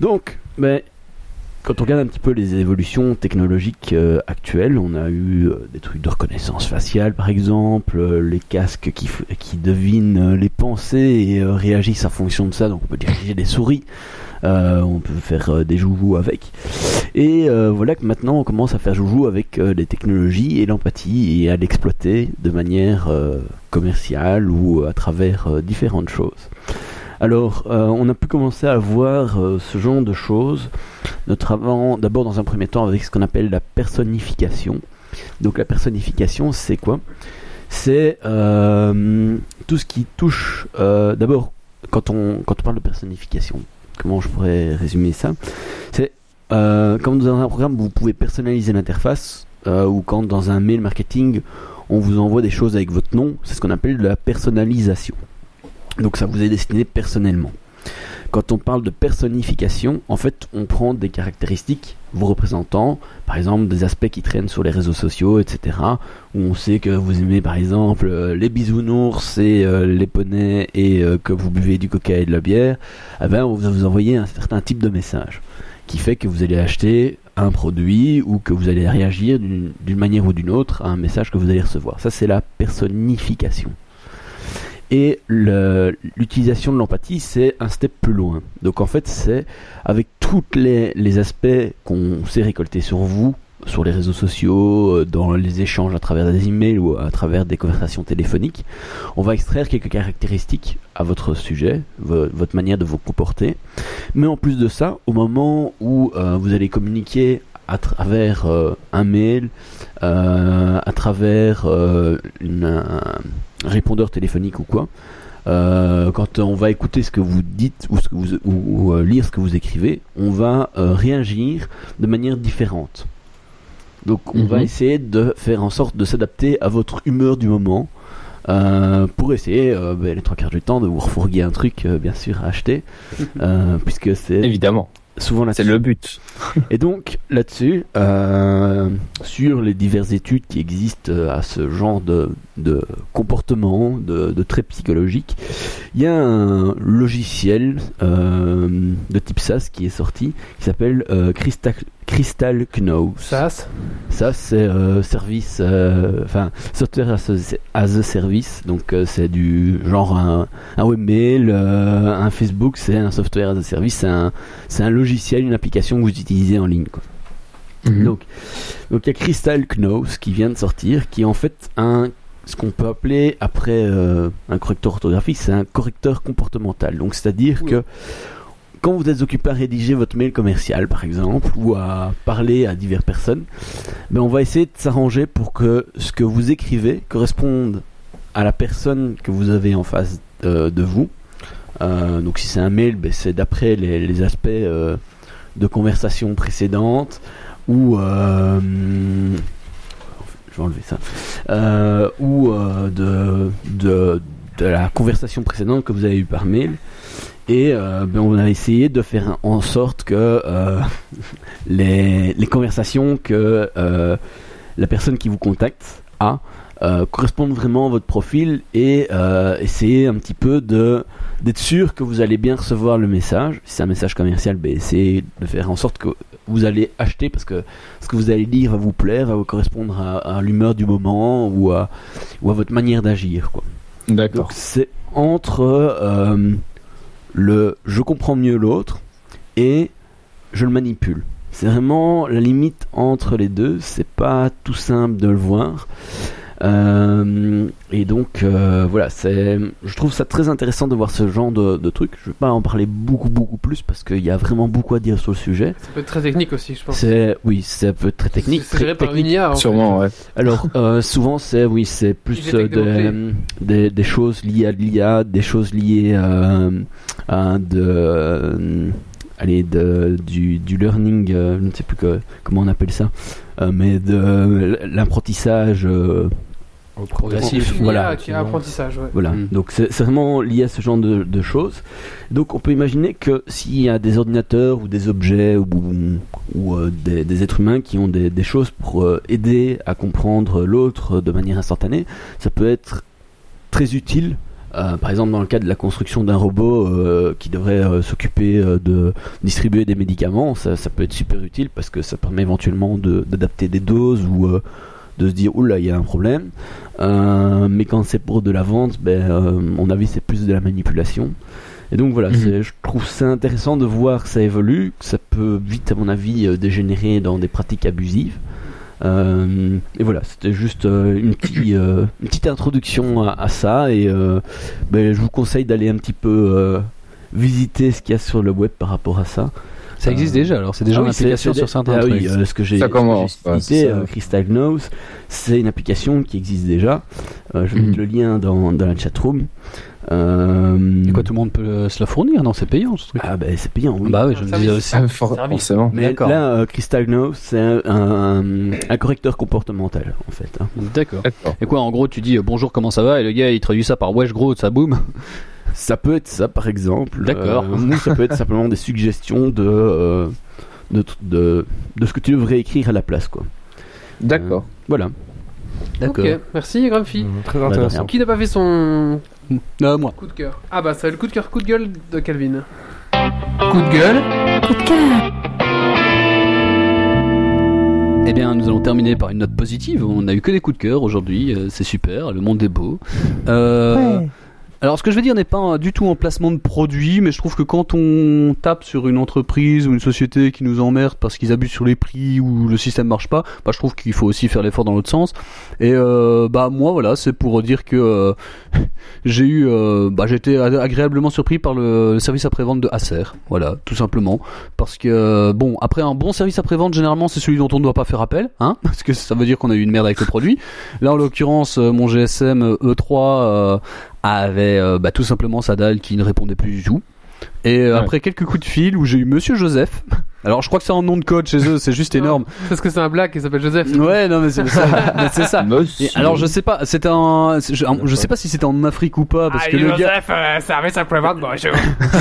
Speaker 5: Donc, ben, quand on regarde un petit peu les évolutions technologiques euh, actuelles, on a eu euh, des trucs de reconnaissance faciale par exemple, euh, les casques qui, f- qui devinent euh, les pensées et euh, réagissent en fonction de ça, donc on peut diriger des souris, euh, on peut faire euh, des joujoux avec. Et euh, voilà que maintenant on commence à faire joujou avec euh, les technologies et l'empathie et à l'exploiter de manière euh, commerciale ou à travers euh, différentes choses. Alors, euh, on a pu commencer à voir euh, ce genre de choses, notamment d'abord dans un premier temps avec ce qu'on appelle la personnification. Donc la personnification, c'est quoi C'est euh, tout ce qui touche, euh, d'abord, quand on, quand on parle de personnification, comment je pourrais résumer ça euh, quand dans un programme, vous pouvez personnaliser l'interface, euh, ou quand dans un mail marketing, on vous envoie des choses avec votre nom, c'est ce qu'on appelle de la personnalisation. Donc ça vous est destiné personnellement. Quand on parle de personnification, en fait, on prend des caractéristiques vous représentant, par exemple des aspects qui traînent sur les réseaux sociaux, etc. Où on sait que vous aimez, par exemple, euh, les bisounours et euh, les poneys et euh, que vous buvez du coca et de la bière. Eh ben, on va vous envoyer un certain type de message qui fait que vous allez acheter un produit ou que vous allez réagir d'une d'une manière ou d'une autre à un message que vous allez recevoir. Ça, c'est la personnification. Et le- l'utilisation de l'empathie, c'est un step plus loin. Donc en fait, c'est avec tous les, les aspects qu'on sait récolter sur vous, sur les réseaux sociaux, euh, dans les échanges à travers des emails ou à travers des conversations téléphoniques, on va extraire quelques caractéristiques à votre sujet, vo- votre manière de vous comporter, mais en plus de ça, au moment où euh, vous allez communiquer à travers euh, un mail, euh, à travers euh, une- un répondeur téléphonique ou quoi, euh, quand on va écouter ce que vous dites ou, ce que vous, ou, ou, euh, lire ce que vous écrivez, on va euh, réagir de manière différente. Donc on va
Speaker 3: Mhm.
Speaker 5: essayer de faire en sorte de s'adapter à votre humeur du moment euh, pour essayer, euh, ben, les trois quarts du temps, de vous refourguer un truc, euh, bien sûr, à acheter, euh, puisque c'est
Speaker 3: Évidemment,
Speaker 5: souvent là
Speaker 3: c'est le but.
Speaker 5: Et donc là-dessus, euh, sur les diverses études qui existent euh, à ce genre de, de comportement, de, de traits psychologiques, il y a un logiciel euh, de type SAS qui est sorti, qui s'appelle euh, Crystal, Crystal Knows.
Speaker 1: Sas.
Speaker 5: Ça, c'est euh, service, euh, enfin, software as a, as a service. Donc, euh, c'est du genre un, un webmail, euh, un Facebook, c'est un software as a service, c'est un, c'est un logiciel, une application que vous utilisez en ligne. quoi.
Speaker 1: Mhm.
Speaker 5: Donc, donc il y a Crystal Knows qui vient de sortir, qui est en fait un ce qu'on peut appeler après euh, un correcteur orthographique, c'est un correcteur comportemental. Donc c'est-à-dire
Speaker 1: Oui.
Speaker 5: que quand vous êtes occupé à rédiger votre mail commercial, par exemple, ou à parler à diverses personnes, ben on va essayer de s'arranger pour que ce que vous écrivez corresponde à à la personne que vous avez en face euh, de vous. Euh, donc si c'est un mail, ben, c'est d'après les, les aspects euh, de conversation précédente ou euh, je vais enlever ça Euh, ou euh, de, de de la conversation précédente que vous avez eue par mail. Et euh, ben, on a essayé de faire un- en sorte que euh, les, les conversations que euh, la personne qui vous contacte a euh, correspondent vraiment à votre profil et euh, essayer un petit peu de d'être sûr que vous allez bien recevoir le message. Si c'est un message commercial, ben, essayez de faire en sorte que vous allez acheter parce que ce que vous allez lire va vous plaire, va vous correspondre à, à l'humeur du moment ou à, ou à votre manière d'agir. quoi.
Speaker 3: D'accord.
Speaker 5: Donc c'est entre euh, le je comprends mieux l'autre et je le manipule. C'est vraiment la limite entre les deux. C'est pas tout simple de le voir. Euh, et donc euh, voilà, c'est, je trouve ça très intéressant de voir ce genre de, de truc. Je vais pas en parler beaucoup beaucoup plus parce qu'il y a vraiment beaucoup à dire sur le sujet.
Speaker 1: Ça peut être très technique aussi, je pense.
Speaker 5: C'est oui, c'est un peu très technique,
Speaker 1: C'est géré
Speaker 5: très
Speaker 1: par une
Speaker 5: technique.
Speaker 4: Ah,
Speaker 1: IA. en fait.
Speaker 3: Sûrement, ouais.
Speaker 5: Alors, euh, souvent, c'est oui, c'est plus
Speaker 1: Des
Speaker 5: euh,
Speaker 1: technos clés.
Speaker 5: des, des, des choses liées à de l'IA, des choses liées euh, à de, euh, allez, de, du, du learning, euh, je ne sais plus que- comment on appelle ça, euh, mais de l'apprentissage. euh,
Speaker 6: Au
Speaker 1: C'est
Speaker 4: progressif.
Speaker 1: une
Speaker 5: voilà,
Speaker 1: IA qui a
Speaker 6: absolument.
Speaker 1: apprentissage, ouais.
Speaker 5: voilà.
Speaker 4: Mm.
Speaker 5: Donc c'est c'est vraiment lié à ce genre de, de choses. Donc on peut imaginer que s'il y a des ordinateurs ou des objets ou, ou, euh, des, des êtres humains qui ont des, des choses pour euh, aider à comprendre l'autre de manière instantanée, ça peut être très utile. euh, par exemple, dans le cas de la construction d'un robot euh, qui devrait euh, s'occuper euh, de distribuer des médicaments, ça, ça peut être super utile parce que ça permet éventuellement de- d'adapter des doses ou euh, de se dire oula, il y a un problème. Euh, mais quand c'est pour de la vente, ben, euh, mon avis, c'est plus de la manipulation. Et donc voilà,
Speaker 4: Mhm.
Speaker 5: c'est- je trouve ça intéressant de voir que ça évolue, que ça peut vite, à mon avis, euh, dégénérer dans des pratiques abusives. Euh, et voilà, c'était juste euh, une, petite, euh, une petite introduction à, à ça. Et euh, ben, je vous conseille d'aller un petit peu euh, visiter ce qu'il y a sur le web par rapport à ça.
Speaker 4: Ça existe
Speaker 5: Euh,
Speaker 4: déjà, alors c'est déjà
Speaker 5: Ah
Speaker 4: une
Speaker 5: oui, c'est-
Speaker 4: application
Speaker 5: c'est-
Speaker 4: sur certains
Speaker 5: ah
Speaker 4: trucs.
Speaker 5: oui, euh, ce que j'ai
Speaker 3: Ça
Speaker 5: ce que
Speaker 3: commence,
Speaker 5: j'ai
Speaker 3: ouais,
Speaker 5: cité,
Speaker 3: c'est ça.
Speaker 5: euh, Crystal Knows, c'est une application qui existe déjà. Euh, je vais
Speaker 3: Mm.
Speaker 4: Mhm.
Speaker 5: mettre le lien dans, dans la chatroom. Euh,
Speaker 4: Et quoi, tout le monde peut euh, se la fournir Non, c'est payant ce truc.
Speaker 5: ah ben c'est payant, oui.
Speaker 4: bah oui, je me disais aussi.
Speaker 3: Ah, for-
Speaker 1: Service.
Speaker 3: forcément.
Speaker 5: Mais
Speaker 4: d'accord.
Speaker 5: là, euh, Crystal Knows, c'est un, un- un correcteur comportemental en fait. hein.
Speaker 4: D'accord.
Speaker 3: D'accord.
Speaker 4: Et quoi, en gros, tu dis euh, bonjour, comment ça va Et le gars, il traduit ça par wesh, gros, ça boum.
Speaker 5: Ça peut être ça par exemple.
Speaker 4: D'accord.
Speaker 5: Euh, ou ça peut être simplement des suggestions de, euh, de, tr- de, de ce que tu devrais écrire à la place quoi.
Speaker 4: Euh,
Speaker 3: D'accord.
Speaker 5: Voilà.
Speaker 4: D'accord.
Speaker 1: Ok, merci Grumpy.
Speaker 6: Mm, Très
Speaker 5: Bah, de
Speaker 6: intéressant.
Speaker 1: Qui n'a pas fait son
Speaker 4: Euh, moi.
Speaker 1: coup de cœur Ah bah ça va être le coup de cœur, coup de gueule de Calvin.
Speaker 2: Coup de gueule.
Speaker 8: Coup de cœur.
Speaker 4: Eh bien, nous allons terminer par une note positive. On n'a eu que des coups de cœur aujourd'hui. euh, C'est super. Le monde est beau. Euh, Alors, ce que je vais dire n'est pas euh, du tout en placement de produit, mais je trouve que quand on tape sur une entreprise ou une société qui nous emmerde parce qu'ils abusent sur les prix ou le système marche pas, bah, je trouve qu'il faut aussi faire l'effort dans l'autre sens. Et euh, bah moi, voilà, c'est pour dire que euh, j'ai eu, euh, bah, j'étais a- agréablement surpris par le, le service après-vente de Acer. Voilà, tout simplement, parce que euh, bon, après un bon service après-vente, généralement, c'est celui dont on ne doit pas faire appel, hein, parce que ça veut dire qu'on a eu une merde avec le produit. Là, en l'occurrence, euh, mon GSM E3. euh, avait euh, bah, tout simplement sa dalle qui ne répondait plus du tout. Et euh,
Speaker 3: Ouais.
Speaker 4: après quelques coups de fil où j'ai eu Monsieur Joseph. Alors je crois que c'est un nom de code chez eux, c'est juste énorme.
Speaker 1: Parce que c'est un black qui s'appelle Joseph.
Speaker 4: Ouais, non mais c'est ça. mais c'est ça.
Speaker 3: Monsieur.
Speaker 4: Et alors je sais pas, c'était un, je, un- je sais pas si c'était en Afrique ou pas parce que le gars,
Speaker 1: service après-vente, bonjour.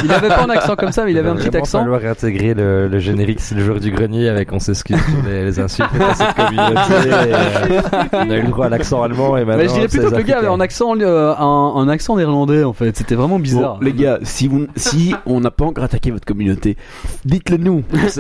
Speaker 4: il avait pas un accent comme ça, mais il avait un petit
Speaker 6: Vraiment
Speaker 4: accent.
Speaker 6: falloir intégrer le, le générique C'est le jour du grenier avec on s'excuse pour les, les insultes faites à cette communauté. et, euh, on a eu le droit à l'accent allemand et maintenant.
Speaker 4: Mais Bah, je dirais plutôt
Speaker 6: c'est
Speaker 4: que le gars avait
Speaker 6: africain.
Speaker 4: un accent, euh, un, un accent néerlandais en fait. C'était vraiment bizarre.
Speaker 5: Bon, les gars, si, vous, si on n'a pas encore attaqué votre communauté, dites-le nous.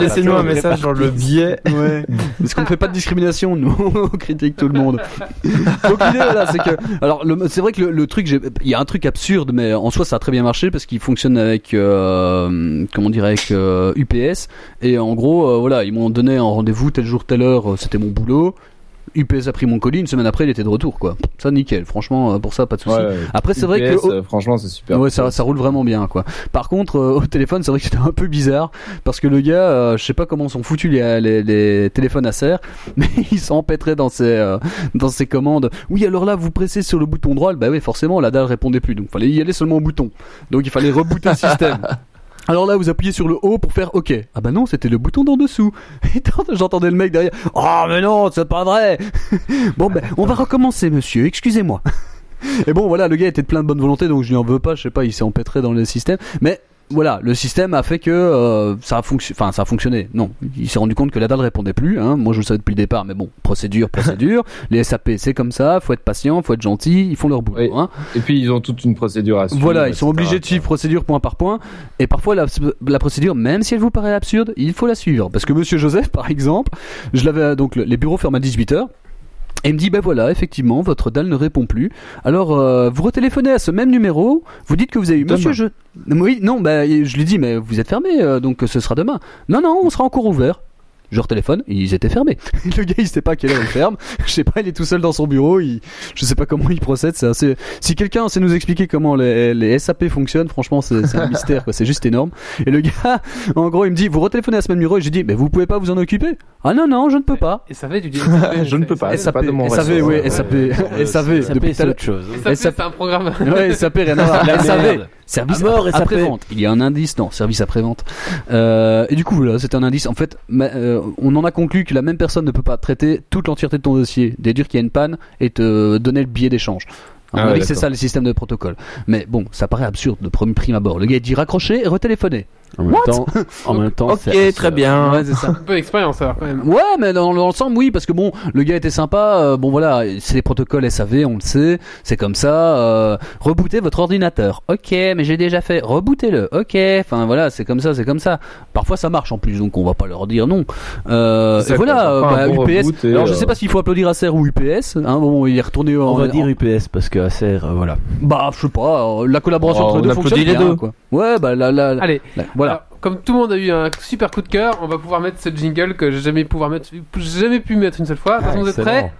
Speaker 3: Laissez-nous un message dans le biais.
Speaker 4: Ouais. Parce qu'on ne fait pas de discrimination, nous, on critique tout le monde. Donc l'idée, voilà, c'est que. Alors, le- c'est vrai que le, le truc, j'ai- il y a un truc absurde, mais en soi, ça a très bien marché parce qu'il fonctionne avec, euh, comment dire, avec euh, UPS. Et en gros, euh, voilà, ils m'ont donné un rendez-vous tel jour, telle heure, euh, c'était mon boulot. UPS a pris mon colis, une semaine après il était de retour quoi. Ça nickel, franchement euh, pour ça pas de souci.
Speaker 3: Ouais,
Speaker 4: Après c'est vrai
Speaker 3: UPS,
Speaker 4: que
Speaker 3: euh, franchement, c'est super.
Speaker 4: Ouais, ça, ça roule vraiment bien, quoi. Par contre, euh, au téléphone, c'est vrai que c'était un peu bizarre parce que le gars, euh, je sais pas comment sont foutus les, les, les téléphones à serre, mais il s'empêtrait dans ses euh, dans ses commandes. Oui, alors là, vous pressez sur le bouton droit. Bah oui, forcément, la dalle répondait plus, donc fallait y aller seulement au bouton. Donc il fallait rebooter le système. Alors là, vous appuyez sur le haut pour faire OK. Ah bah non, c'était le bouton d'en dessous. Et tant- j'entendais le mec derrière. Oh mais non, c'est pas vrai. Bon ben, on va recommencer, monsieur. Excusez-moi. Et bon, voilà, le gars était de plein de bonne volonté, donc je lui en veux pas. Je sais pas, il s'est empêtré dans le système, mais. Voilà, le système a fait que euh, ça a fonctionné. Enfin, ça a fonctionné. Non, il s'est rendu compte que la dalle répondait plus. Hein. Moi, je le savais depuis le départ, mais bon, procédure, procédure. Les SAP, c'est comme ça. Faut être patient, faut être gentil. Ils font leur boulot.
Speaker 3: Oui.
Speaker 4: Hein.
Speaker 3: Et puis ils ont toute une procédure à suivre.
Speaker 4: Voilà, ils sont
Speaker 3: etc.
Speaker 4: obligés de suivre procédure point par point. Et parfois, la, la procédure, même si elle vous paraît absurde, il faut la suivre. Parce que Monsieur Joseph, par exemple, je l'avais donc le- les bureaux ferment à 18h. Et il me dit, ben voilà, effectivement, votre dalle ne répond plus. Alors, euh, vous retéléphonez à ce même numéro, vous dites que vous avez eu
Speaker 3: Demain.
Speaker 4: Monsieur Je... Oui, non, ben, je lui dis, mais vous êtes fermé, euh, donc euh, ce sera demain. Non, non, on sera encore ouvert. Je retéléphone, ils étaient fermés. Le gars, il sait pas à quelle heure il ferme. Je sais pas, il est tout seul dans son bureau. Il... Je sais pas comment il procède. C'est assez, si quelqu'un sait nous expliquer comment les, les SAP fonctionnent, franchement, c'est c'est un mystère, quoi. C'est juste énorme. Et le gars, en gros, il me dit, vous retéléphonez à ce même numéro, et je dis, mais vous pouvez pas vous en occuper? Ah non, non, je ne peux pas.
Speaker 1: Et ça fait du SAV,
Speaker 3: Je ne peux pas. Ah, c'est
Speaker 4: SAP,
Speaker 3: de mon
Speaker 4: SAV,
Speaker 3: ressort.
Speaker 4: oui,
Speaker 3: Ouais.
Speaker 4: SAP,
Speaker 5: Euh,
Speaker 4: SAV,
Speaker 5: SAP,
Speaker 4: depuis tout à
Speaker 5: c'est
Speaker 4: l'heure.
Speaker 5: autre chose.
Speaker 1: SAP, c'est un programme.
Speaker 4: Ouais, SAP, rien à voir.
Speaker 5: La
Speaker 4: SAV,
Speaker 5: merde.
Speaker 4: service
Speaker 5: À mort, SAP.
Speaker 4: après-vente. Il y a un indice, non, service après-vente. Euh, et du coup, voilà, c'est un indice. En fait, ma- euh, on en a conclu que la même personne ne peut pas traiter toute l'entièreté de ton dossier, déduire qu'il y a une panne et te donner le billet d'échange. À
Speaker 3: Ah
Speaker 4: mon
Speaker 3: ouais,
Speaker 4: avis, c'est
Speaker 3: d'accord.
Speaker 4: ça le système de protocole. Mais bon, ça paraît absurde de premier prime abord. Le gars il dit raccrocher et retéléphoner.
Speaker 5: En même temps, en même temps, c'est-
Speaker 6: bien.
Speaker 4: Ouais, c'est ça.
Speaker 1: Une bonne expérience, alors, quand même.
Speaker 4: Ouais, mais dans l'ensemble, oui, parce que bon, le gars était sympa. euh, bon, voilà, c'est les protocoles SAV, on le sait, c'est comme ça. Euh, rebootez votre ordinateur. Ok, mais j'ai déjà fait. Rebootez-le. Ok, enfin voilà, c'est comme ça, c'est comme ça. Parfois, ça marche en plus, donc on va pas leur dire non. Euh,
Speaker 3: C'est ça,
Speaker 4: et voilà,
Speaker 3: quoi,
Speaker 4: euh,
Speaker 3: ça fera
Speaker 4: bah,
Speaker 3: un bon
Speaker 4: UPS.
Speaker 3: reboot et,
Speaker 4: alors, je
Speaker 3: euh,
Speaker 4: sais pas s'il faut applaudir Acer ou UPS. Hein, bon, il est retourné.
Speaker 5: On
Speaker 4: en-
Speaker 5: va
Speaker 4: en-
Speaker 5: dire UPS parce que Acer, euh, voilà.
Speaker 4: Bah, je sais pas. euh, La collaboration
Speaker 3: Oh,
Speaker 4: entre
Speaker 3: on
Speaker 4: les deux
Speaker 3: applaudit
Speaker 4: fonctionne
Speaker 3: les
Speaker 4: bien,
Speaker 3: deux.
Speaker 4: quoi. Ouais, bah là, là,
Speaker 1: Allez,
Speaker 4: voilà.
Speaker 1: alors, comme tout le monde a eu un super coup de cœur, on va pouvoir mettre ce jingle que j'ai jamais, pouvoir mettre, j'ai jamais pu mettre une seule fois. Attention, vous êtes prêts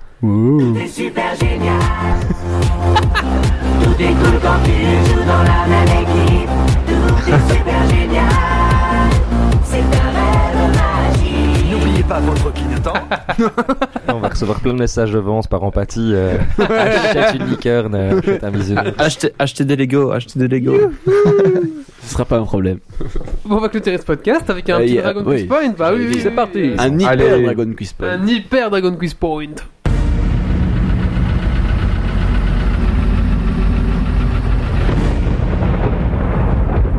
Speaker 8: N'oubliez pas votre clignotant.
Speaker 6: On va recevoir plein de messages de vente par empathie. Euh, achète une licorne, euh, achète un bisou.
Speaker 8: achetez, achetez des Lego, achetez des Lego.
Speaker 5: Ce sera pas un problème.
Speaker 1: Bon, On va clôturer ce podcast avec un
Speaker 5: Euh,
Speaker 1: petit
Speaker 5: y a-
Speaker 1: Dragon
Speaker 5: oui.
Speaker 1: Quiz Point. Bah oui,
Speaker 5: J'avais
Speaker 1: oui,
Speaker 5: dit. C'est
Speaker 1: oui,
Speaker 5: parti.
Speaker 1: oui.
Speaker 5: Un hyper
Speaker 3: Allez.
Speaker 5: Dragon Quiz Pod.
Speaker 1: Un hyper Dragon Quiz Point.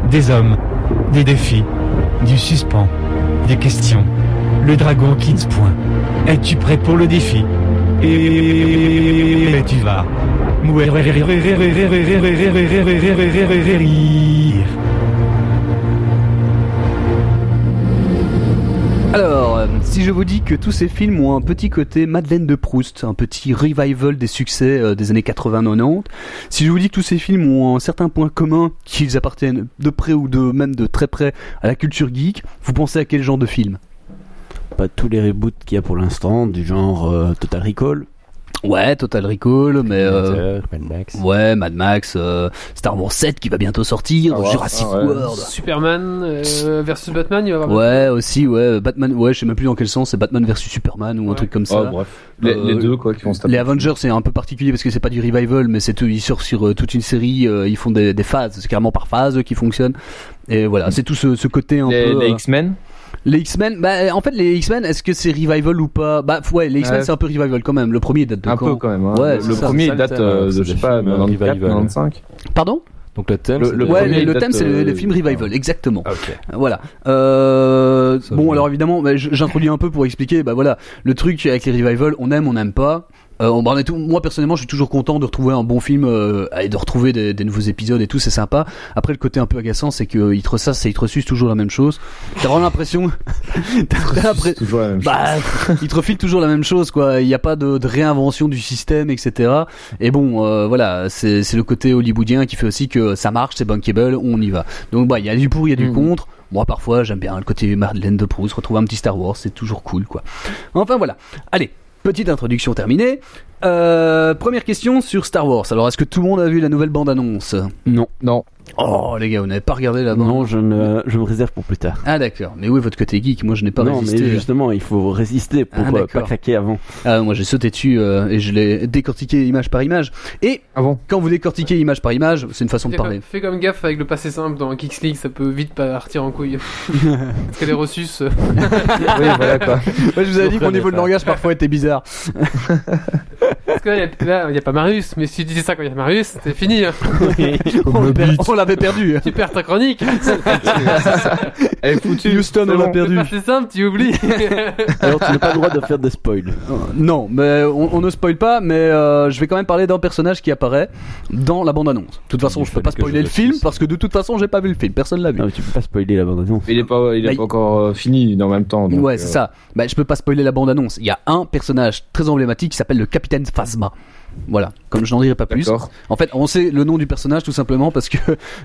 Speaker 10: Des hommes, des défis, du suspens, des questions. Le dragon Kids point. Es-tu prêt pour le défi Et tu vas. mourir.
Speaker 4: Alors, euh, si je vous dis que tous ces films ont un petit côté Madeleine de Proust, un petit revival des succès euh, des années 80-90, si je vous dis que tous ces films ont un certain point commun, qu'ils appartiennent de près ou de même de très près à la culture geek, vous pensez à quel genre de film
Speaker 5: Pas tous les reboots qu'il y a pour l'instant, du genre euh, Total Recall.
Speaker 4: Ouais, Total Recall, mais... euh,
Speaker 6: Hunter, Mad Max.
Speaker 4: Ouais, Mad Max, euh, Star Wars 7 qui va bientôt sortir,
Speaker 3: Ah ouais,
Speaker 4: Jurassic
Speaker 3: ah ouais.
Speaker 4: World.
Speaker 1: Superman euh, versus Batman, il va y avoir.
Speaker 4: Ouais, aussi, ouais, Batman, ouais, je sais même plus dans quel sens, c'est Batman versus Superman ou un
Speaker 1: Ouais.
Speaker 4: truc comme ça.
Speaker 3: Oh, bref. Les, les
Speaker 4: Euh,
Speaker 3: deux, quoi, qui vont se taper.
Speaker 4: Les Avengers, c'est un peu particulier parce que c'est pas du revival, mais c'est tout- ils sortent sur euh, toute une série, euh, ils font des, des phases, c'est carrément par phase qui fonctionne. Et voilà, c'est tout ce, ce côté un
Speaker 3: Les-
Speaker 4: peu.
Speaker 3: les
Speaker 4: euh,
Speaker 3: X-Men.
Speaker 4: les X-Men, bah, en fait, les X-Men, est-ce que c'est revival ou pas Bah, ouais, les X-Men,
Speaker 3: Ouais.
Speaker 4: c'est un peu revival quand même. Le premier date de
Speaker 3: Un
Speaker 4: quand
Speaker 3: peu quand même. hein.
Speaker 4: Ouais, c'est
Speaker 3: le
Speaker 4: ça,
Speaker 3: premier
Speaker 6: c'est ça,
Speaker 3: date
Speaker 6: le thème,
Speaker 3: euh,
Speaker 6: c'est
Speaker 3: de, je sais
Speaker 6: des
Speaker 3: pas,
Speaker 6: films, euh,
Speaker 3: 94,
Speaker 6: revival.
Speaker 3: 95.
Speaker 4: Pardon
Speaker 6: Donc le thème,
Speaker 3: Le-
Speaker 6: c'est
Speaker 3: le
Speaker 6: de-
Speaker 4: Ouais,
Speaker 3: premier
Speaker 4: le, le
Speaker 3: date,
Speaker 4: thème, c'est le,
Speaker 3: euh,
Speaker 4: le film revival, exactement.
Speaker 6: Ah, ok.
Speaker 4: Voilà. Euh,
Speaker 6: Ça,
Speaker 4: bon,
Speaker 6: je-
Speaker 4: alors évidemment, bah, je- j'introduis un peu pour expliquer. Bah voilà, le truc avec les revivals, on aime, on n'aime pas. Euh, on, bah, on est tout- moi personnellement, je suis toujours content de retrouver un bon film euh, et de retrouver des, des nouveaux épisodes et tout, c'est sympa. Après, le côté un peu agaçant, c'est qu'ils te ressassent et ils te ressucent toujours la même chose. T'as vraiment l'impression, t'as t'as l'impré-
Speaker 3: C'est toujours la même chose.
Speaker 4: bah, ils te refilent toujours la même chose, quoi. Il n'y a pas de, de réinvention du système, etc. Et bon, euh, voilà, c'est c'est le côté hollywoodien qui fait aussi que ça marche, c'est bankable, on y va. Donc, bah, il y a du pour, il y a du
Speaker 5: Mm.
Speaker 1: Mhm.
Speaker 4: contre. Moi, parfois, j'aime bien le côté Madeleine de Proust, retrouver un petit Star Wars, c'est toujours cool, quoi. Enfin, voilà. Allez. Petite introduction terminée. Euh, première question sur Star Wars. Alors, est-ce que tout le monde a vu la nouvelle bande-annonce
Speaker 5: Non.
Speaker 3: Non.
Speaker 4: Oh, les gars, vous n'avez pas regardé la bande
Speaker 5: Non, je, ne, je me réserve pour plus tard.
Speaker 4: Ah, d'accord. Mais oui, votre côté geek, moi je n'ai pas
Speaker 5: non,
Speaker 4: résisté.
Speaker 5: mais justement, il faut résister pour
Speaker 4: Ah,
Speaker 5: euh, pas
Speaker 4: d'accord.
Speaker 5: claquer avant.
Speaker 4: Ah, moi j'ai sauté dessus euh, et je l'ai décortiqué image par image. Et
Speaker 3: Ah bon
Speaker 4: quand vous décortiquez image par image, c'est une façon de
Speaker 1: Fais
Speaker 4: parler.
Speaker 1: comme, fais comme gaffe avec le passé simple dans Kicks League, ça peut vite partir en couille. Parce que les reçus. euh,
Speaker 3: Oui, voilà quoi.
Speaker 4: Moi, je vous avais dit que mon
Speaker 5: Comprenez
Speaker 4: niveau de
Speaker 5: pas.
Speaker 4: langage parfois était bizarre.
Speaker 1: Parce que là, y a- là, il n'y a pas Marius, mais si tu disais ça quand il y a Marius, c'était fini. hein.
Speaker 4: On l'avait per- on l'avait perdu.
Speaker 1: Tu perds ta chronique.
Speaker 3: Elle est foutue.
Speaker 4: Houston,
Speaker 3: c'est
Speaker 4: on l'a
Speaker 3: bon.
Speaker 1: Le
Speaker 4: perdu.
Speaker 1: passé simple, tu oublies.
Speaker 5: Alors, tu n'as pas le droit de faire de spoil.
Speaker 4: Euh, Non, mais on, on ne spoil pas, mais euh, je vais quand même parler d'un personnage qui apparaît dans la bande-annonce. De toute façon,
Speaker 6: Il
Speaker 4: je peux pas
Speaker 6: fallait que
Speaker 4: spoiler le
Speaker 6: je le
Speaker 4: film
Speaker 6: fasse.
Speaker 4: parce que de toute façon, j'ai pas vu le film, personne l'a vu.
Speaker 5: Non, mais tu peux pas spoiler la bande-annonce.
Speaker 3: Il est pas, il est
Speaker 4: Bah, il-
Speaker 3: pas encore euh, fini dans le même temps. donc,
Speaker 4: ouais,
Speaker 3: euh,
Speaker 4: c'est ça. Bah, je peux pas spoiler la bande-annonce. Il y a un personnage très emblématique qui s'appelle le Capitaine Phasma. Voilà, comme je n'en dirai pas plus.
Speaker 3: D'accord.
Speaker 4: En fait, on sait le nom du personnage tout simplement parce que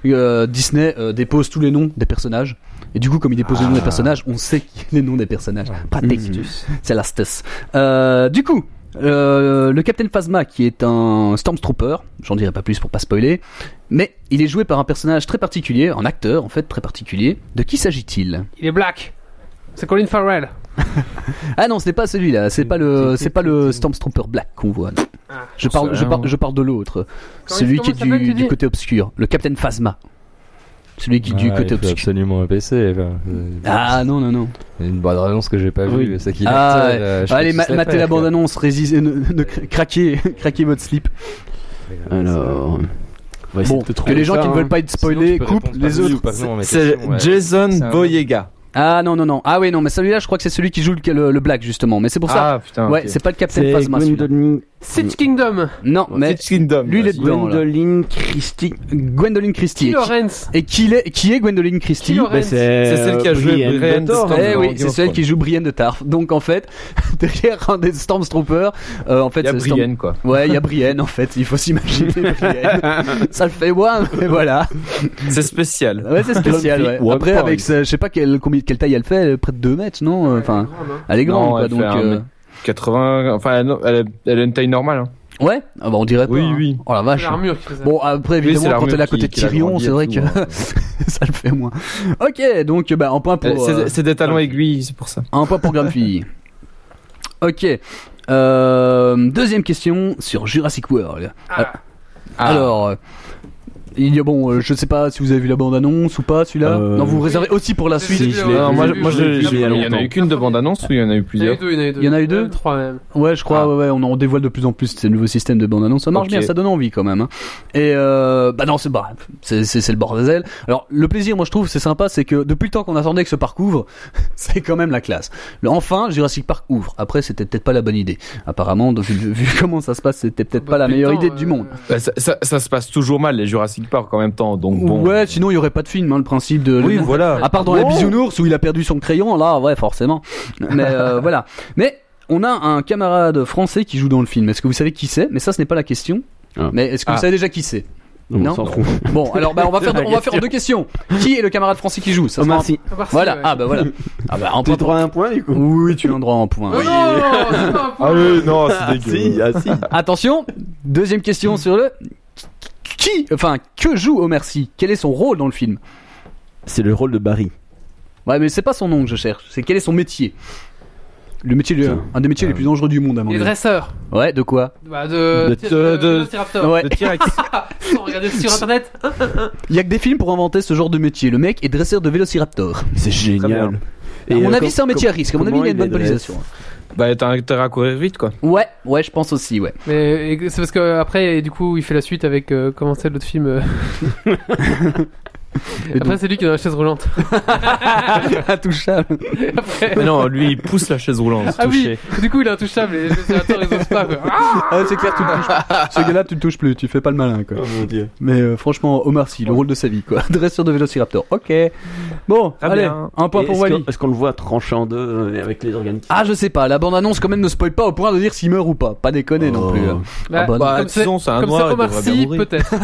Speaker 4: euh, Disney euh, dépose tous les noms des personnages. Et du coup, comme il dépose les noms des personnages, on sait qui- les noms des personnages. Pratique. C'est l'astuce. Euh, du coup, euh, le Capitaine Phasma, qui est un Stormtrooper, j'en dirai pas plus pour pas spoiler, mais il est joué par un personnage très particulier, un acteur en fait très particulier. De qui s'agit-il
Speaker 1: Il est black. C'est Colin Farrell.
Speaker 4: Ah non, ce n'est pas celui-là. C'est pas le, c'est pas le Stormtrooper Black qu'on voit. non.
Speaker 1: Ah.
Speaker 4: Je parle, je parle, je parle de l'autre.
Speaker 1: Comment-
Speaker 4: Celui qui est
Speaker 1: comment il s'appelle,
Speaker 4: du,
Speaker 1: tu
Speaker 4: du
Speaker 1: dis
Speaker 4: côté obscur, le Captain Phasma. Celui qui est du
Speaker 6: Ah,
Speaker 4: côté
Speaker 6: il faut
Speaker 4: obscur.
Speaker 6: absolument un PC. enfin, euh,
Speaker 4: Ah non non non.
Speaker 6: il y a Une bande annonce que j'ai pas vue, c'est qu'il
Speaker 4: Ah,
Speaker 6: acteur, euh, je peux
Speaker 4: Allez,
Speaker 6: tous
Speaker 4: ma-
Speaker 6: la
Speaker 4: matez
Speaker 6: faire,
Speaker 4: la
Speaker 6: quoi.
Speaker 4: bande annonce, résistez, ne, ne cra- craquez, craquez votre slip.
Speaker 5: Alors. on va essayer
Speaker 4: Bon,
Speaker 5: de te
Speaker 4: que
Speaker 5: trouver
Speaker 4: les gens
Speaker 5: ça,
Speaker 4: qui ne
Speaker 5: hein.
Speaker 4: veulent pas être
Speaker 6: Sinon,
Speaker 4: spoilés
Speaker 6: tu peux
Speaker 4: coupent
Speaker 6: répondre par
Speaker 4: les
Speaker 6: oui
Speaker 4: autres.
Speaker 6: ou par non à mes
Speaker 3: C'est
Speaker 6: questions, ouais.
Speaker 3: Jason
Speaker 6: C'est un-
Speaker 3: Boyega.
Speaker 4: Ah non non non. Ah oui non, mais celui-là, je crois que c'est celui qui joue le, le, le Black justement. Mais c'est pour ça.
Speaker 3: Ah putain.
Speaker 4: ouais,
Speaker 3: ok.
Speaker 4: c'est pas le Captain
Speaker 5: C'est
Speaker 4: Phasma. celui-là.
Speaker 5: Gwendoline,
Speaker 1: Siege Kingdom.
Speaker 4: Non, mais
Speaker 3: Stitch Kingdom.
Speaker 4: lui, il est dedans. là.
Speaker 5: Gwendoline Christie.
Speaker 4: Gwendoline
Speaker 1: Key
Speaker 4: Christie.
Speaker 1: Lawrence.
Speaker 4: Et qui est, qui est
Speaker 1: Key
Speaker 4: Gwendoline Christie
Speaker 1: Lawrence. Bah,
Speaker 5: Ben,
Speaker 3: C'est celle qui a joué
Speaker 5: Brienne
Speaker 3: Brienne
Speaker 5: de Tarth.
Speaker 3: Storm.
Speaker 4: Eh
Speaker 3: dans
Speaker 4: oui,
Speaker 3: Game
Speaker 4: c'est
Speaker 3: of
Speaker 4: celle
Speaker 3: Thrones.
Speaker 4: qui joue Brienne de Tarf. Donc en fait, derrière un des Stormtroopers, euh, en fait,
Speaker 3: Il y a
Speaker 4: c'est Storm-
Speaker 3: Brienne quoi.
Speaker 4: Ouais, il y a Brienne en fait. Il faut s'imaginer Brienne. Ça le fait moi, mais voilà.
Speaker 3: C'est spécial.
Speaker 4: Ouais, c'est spécial. ouais.
Speaker 5: One point.
Speaker 4: Après, avec, ce- je sais pas quelle, combien, quelle taille elle fait, elle est près de 2 mètres, non euh, Enfin,
Speaker 1: Grande, hein.
Speaker 4: elle est grande,
Speaker 3: Non,
Speaker 4: quoi,
Speaker 3: elle
Speaker 4: donc.
Speaker 3: fait un
Speaker 4: euh,
Speaker 3: mètre. 80. Enfin, elle, elle, elle a une taille normale. hein.
Speaker 4: Ouais. Ah bah, on dirait pas.
Speaker 3: Oui,
Speaker 4: hein.
Speaker 3: oui.
Speaker 4: Oh la
Speaker 1: C'est
Speaker 4: vache.
Speaker 1: l'armure qui fait ça.
Speaker 4: Bon, après,
Speaker 3: Oui,
Speaker 4: évidemment,
Speaker 3: c'est
Speaker 4: quand
Speaker 3: l'armure
Speaker 4: elle est à côté de
Speaker 3: qui- qui la
Speaker 4: Tyrion,
Speaker 3: grandit
Speaker 4: c'est
Speaker 3: et
Speaker 4: vrai
Speaker 3: tout,
Speaker 4: que
Speaker 3: hein.
Speaker 4: ça le fait moins. Ok, donc, bah, un point pour.
Speaker 3: Elle-
Speaker 4: euh,
Speaker 3: c'est- C'est des talons aiguilles, c'est pour ça.
Speaker 4: Un point pour Grumpy. ok. Euh, deuxième question sur Jurassic World.
Speaker 1: Ah.
Speaker 3: Ah.
Speaker 4: Alors, euh, il y a bon, euh, je sais pas si vous avez vu la bande-annonce ou pas, celui-là.
Speaker 5: Euh,
Speaker 4: Non, vous réservez aussi pour la
Speaker 1: Si,
Speaker 4: suite.
Speaker 1: si, je l'ai
Speaker 3: Non,
Speaker 1: vu, je
Speaker 3: moi, je-
Speaker 1: l'ai
Speaker 3: moi,
Speaker 1: vu, je
Speaker 3: je-
Speaker 1: l'ai vu
Speaker 3: je- il y
Speaker 1: il y a
Speaker 3: en a eu
Speaker 1: longtemps.
Speaker 3: qu'une de bande-annonce ou il y en
Speaker 1: Il y en
Speaker 3: a eu
Speaker 1: a eu
Speaker 3: plusieurs
Speaker 1: deux, il y en a eu deux.
Speaker 4: Il y en a eu deux
Speaker 1: Trois même.
Speaker 4: Ouais, je crois,
Speaker 3: Ah.
Speaker 4: ouais, ouais, on en dévoile de plus en plus ces nouveaux systèmes de bande-annonce. Ça marche
Speaker 3: Ok.
Speaker 4: bien, ça donne envie quand même. hein. Et euh, bah non, c'est bah, c'est c'est- c'est le bordel. Alors le plaisir, moi je trouve, c'est sympa, c'est que depuis le temps qu'on attendait que ce parc ouvre, c'est quand même la classe. Le- Enfin, Jurassic Park ouvre. Après, c'était peut-être pas la bonne idée. Apparemment, donc, vu, vu comment ça se passe, c'était peut-être pas la
Speaker 1: Depuis
Speaker 4: meilleure
Speaker 1: le temps,
Speaker 4: idée du
Speaker 1: euh,
Speaker 4: monde.
Speaker 3: Bah, ça, ça- ça se passe toujours mal les Jurassic Park en même temps, donc bon.
Speaker 4: Ouais, sinon il y aurait pas de film. hein, le principe de
Speaker 3: Oui,
Speaker 4: le-
Speaker 3: voilà.
Speaker 4: À part dans les
Speaker 3: Wow.
Speaker 4: bisounours où il a perdu son crayon, là, ouais, forcément. Mais euh, voilà. Mais on a un camarade français qui joue dans le film. Est-ce que vous savez qui c'est Mais ça, ce n'est pas la question.
Speaker 5: Ah.
Speaker 4: Mais est-ce que vous
Speaker 3: Ah.
Speaker 4: savez déjà qui c'est Non.
Speaker 5: On s'en fout.
Speaker 4: Bon, alors bah, on va faire,
Speaker 5: La Oh,
Speaker 4: on va faire deux questions. Qui est le camarade français qui joue Ça sera
Speaker 5: Omar
Speaker 4: un-
Speaker 5: Sy.
Speaker 1: à part ça,
Speaker 4: Voilà.
Speaker 1: ouais.
Speaker 4: Ah bah voilà. Ah bah un
Speaker 5: Tu
Speaker 4: point.
Speaker 5: as droit à un point, du coup
Speaker 4: Oui, tu as un droit à un point.
Speaker 1: Oh non, c'est pas un point.
Speaker 3: non,
Speaker 5: Ah, si, ah, si.
Speaker 4: Attention, deuxième question sur le qui, enfin que joue Homer Sy Quel est son rôle dans le film
Speaker 5: C'est le rôle de Barry.
Speaker 4: Ouais, mais c'est pas son nom que je cherche. C'est quel est son métier Le métier, le- un des métiers les plus dangereux du monde à mon
Speaker 1: Les
Speaker 4: avis.
Speaker 1: dresseurs.
Speaker 4: Ouais, de quoi
Speaker 1: Bah, de.
Speaker 5: De-
Speaker 1: ti-
Speaker 3: de- de-
Speaker 1: Velociraptor.
Speaker 4: Ouais.
Speaker 1: Sans regarder sur internet.
Speaker 4: Il y a que des films pour inventer ce genre de métier. Le mec est dresseur de vélociraptor.
Speaker 5: C'est génial.
Speaker 3: bien.
Speaker 4: à mon
Speaker 5: euh,
Speaker 4: avis,
Speaker 5: com-
Speaker 4: c'est un métier à risque. À mon avis,
Speaker 5: comment
Speaker 4: il y a une bonne
Speaker 5: est dressé
Speaker 4: politisation.
Speaker 3: Bah, t'as intérêt à courir vite quoi.
Speaker 4: Ouais, ouais, je pense aussi, ouais.
Speaker 1: Mais et- c'est parce que après, et du coup, il fait la suite avec. euh, Comment c'est l'autre film euh, Après, c'est lui qui est dans la chaise roulante.
Speaker 4: Intouchable.
Speaker 1: Après.
Speaker 3: Mais non, lui il pousse la chaise roulante.
Speaker 1: Ah oui, du coup il est intouchable et les Vélociraptors ils osent pas quoi. Ah,
Speaker 4: Ah, c'est clair, tu le touches pas. Ce gars-là, tu le touches plus, tu fais pas le malin, quoi. Mais euh, franchement, Omar Sy, le rôle de sa vie, quoi. Dresseur de vélociraptor. Ok. Bon,
Speaker 3: Très
Speaker 4: allez,
Speaker 3: bien.
Speaker 4: un point
Speaker 5: Et
Speaker 4: pour
Speaker 5: est-ce
Speaker 4: Wally.
Speaker 5: qu'on- Est-ce qu'on le voit tranché en deux euh, avec les organes qui-
Speaker 4: Ah, je sais pas, la bande-annonce quand même ne spoil pas au point de dire s'il meurt ou pas. Pas déconner non
Speaker 5: Oh.
Speaker 4: plus. hein.
Speaker 1: Bah,
Speaker 4: bah,
Speaker 1: comme c'est
Speaker 3: disons, c'est un
Speaker 1: comme
Speaker 3: noir,
Speaker 1: c'est
Speaker 3: il
Speaker 1: Omar
Speaker 3: devrait bien
Speaker 1: Sy
Speaker 3: mourir.
Speaker 1: peut-être.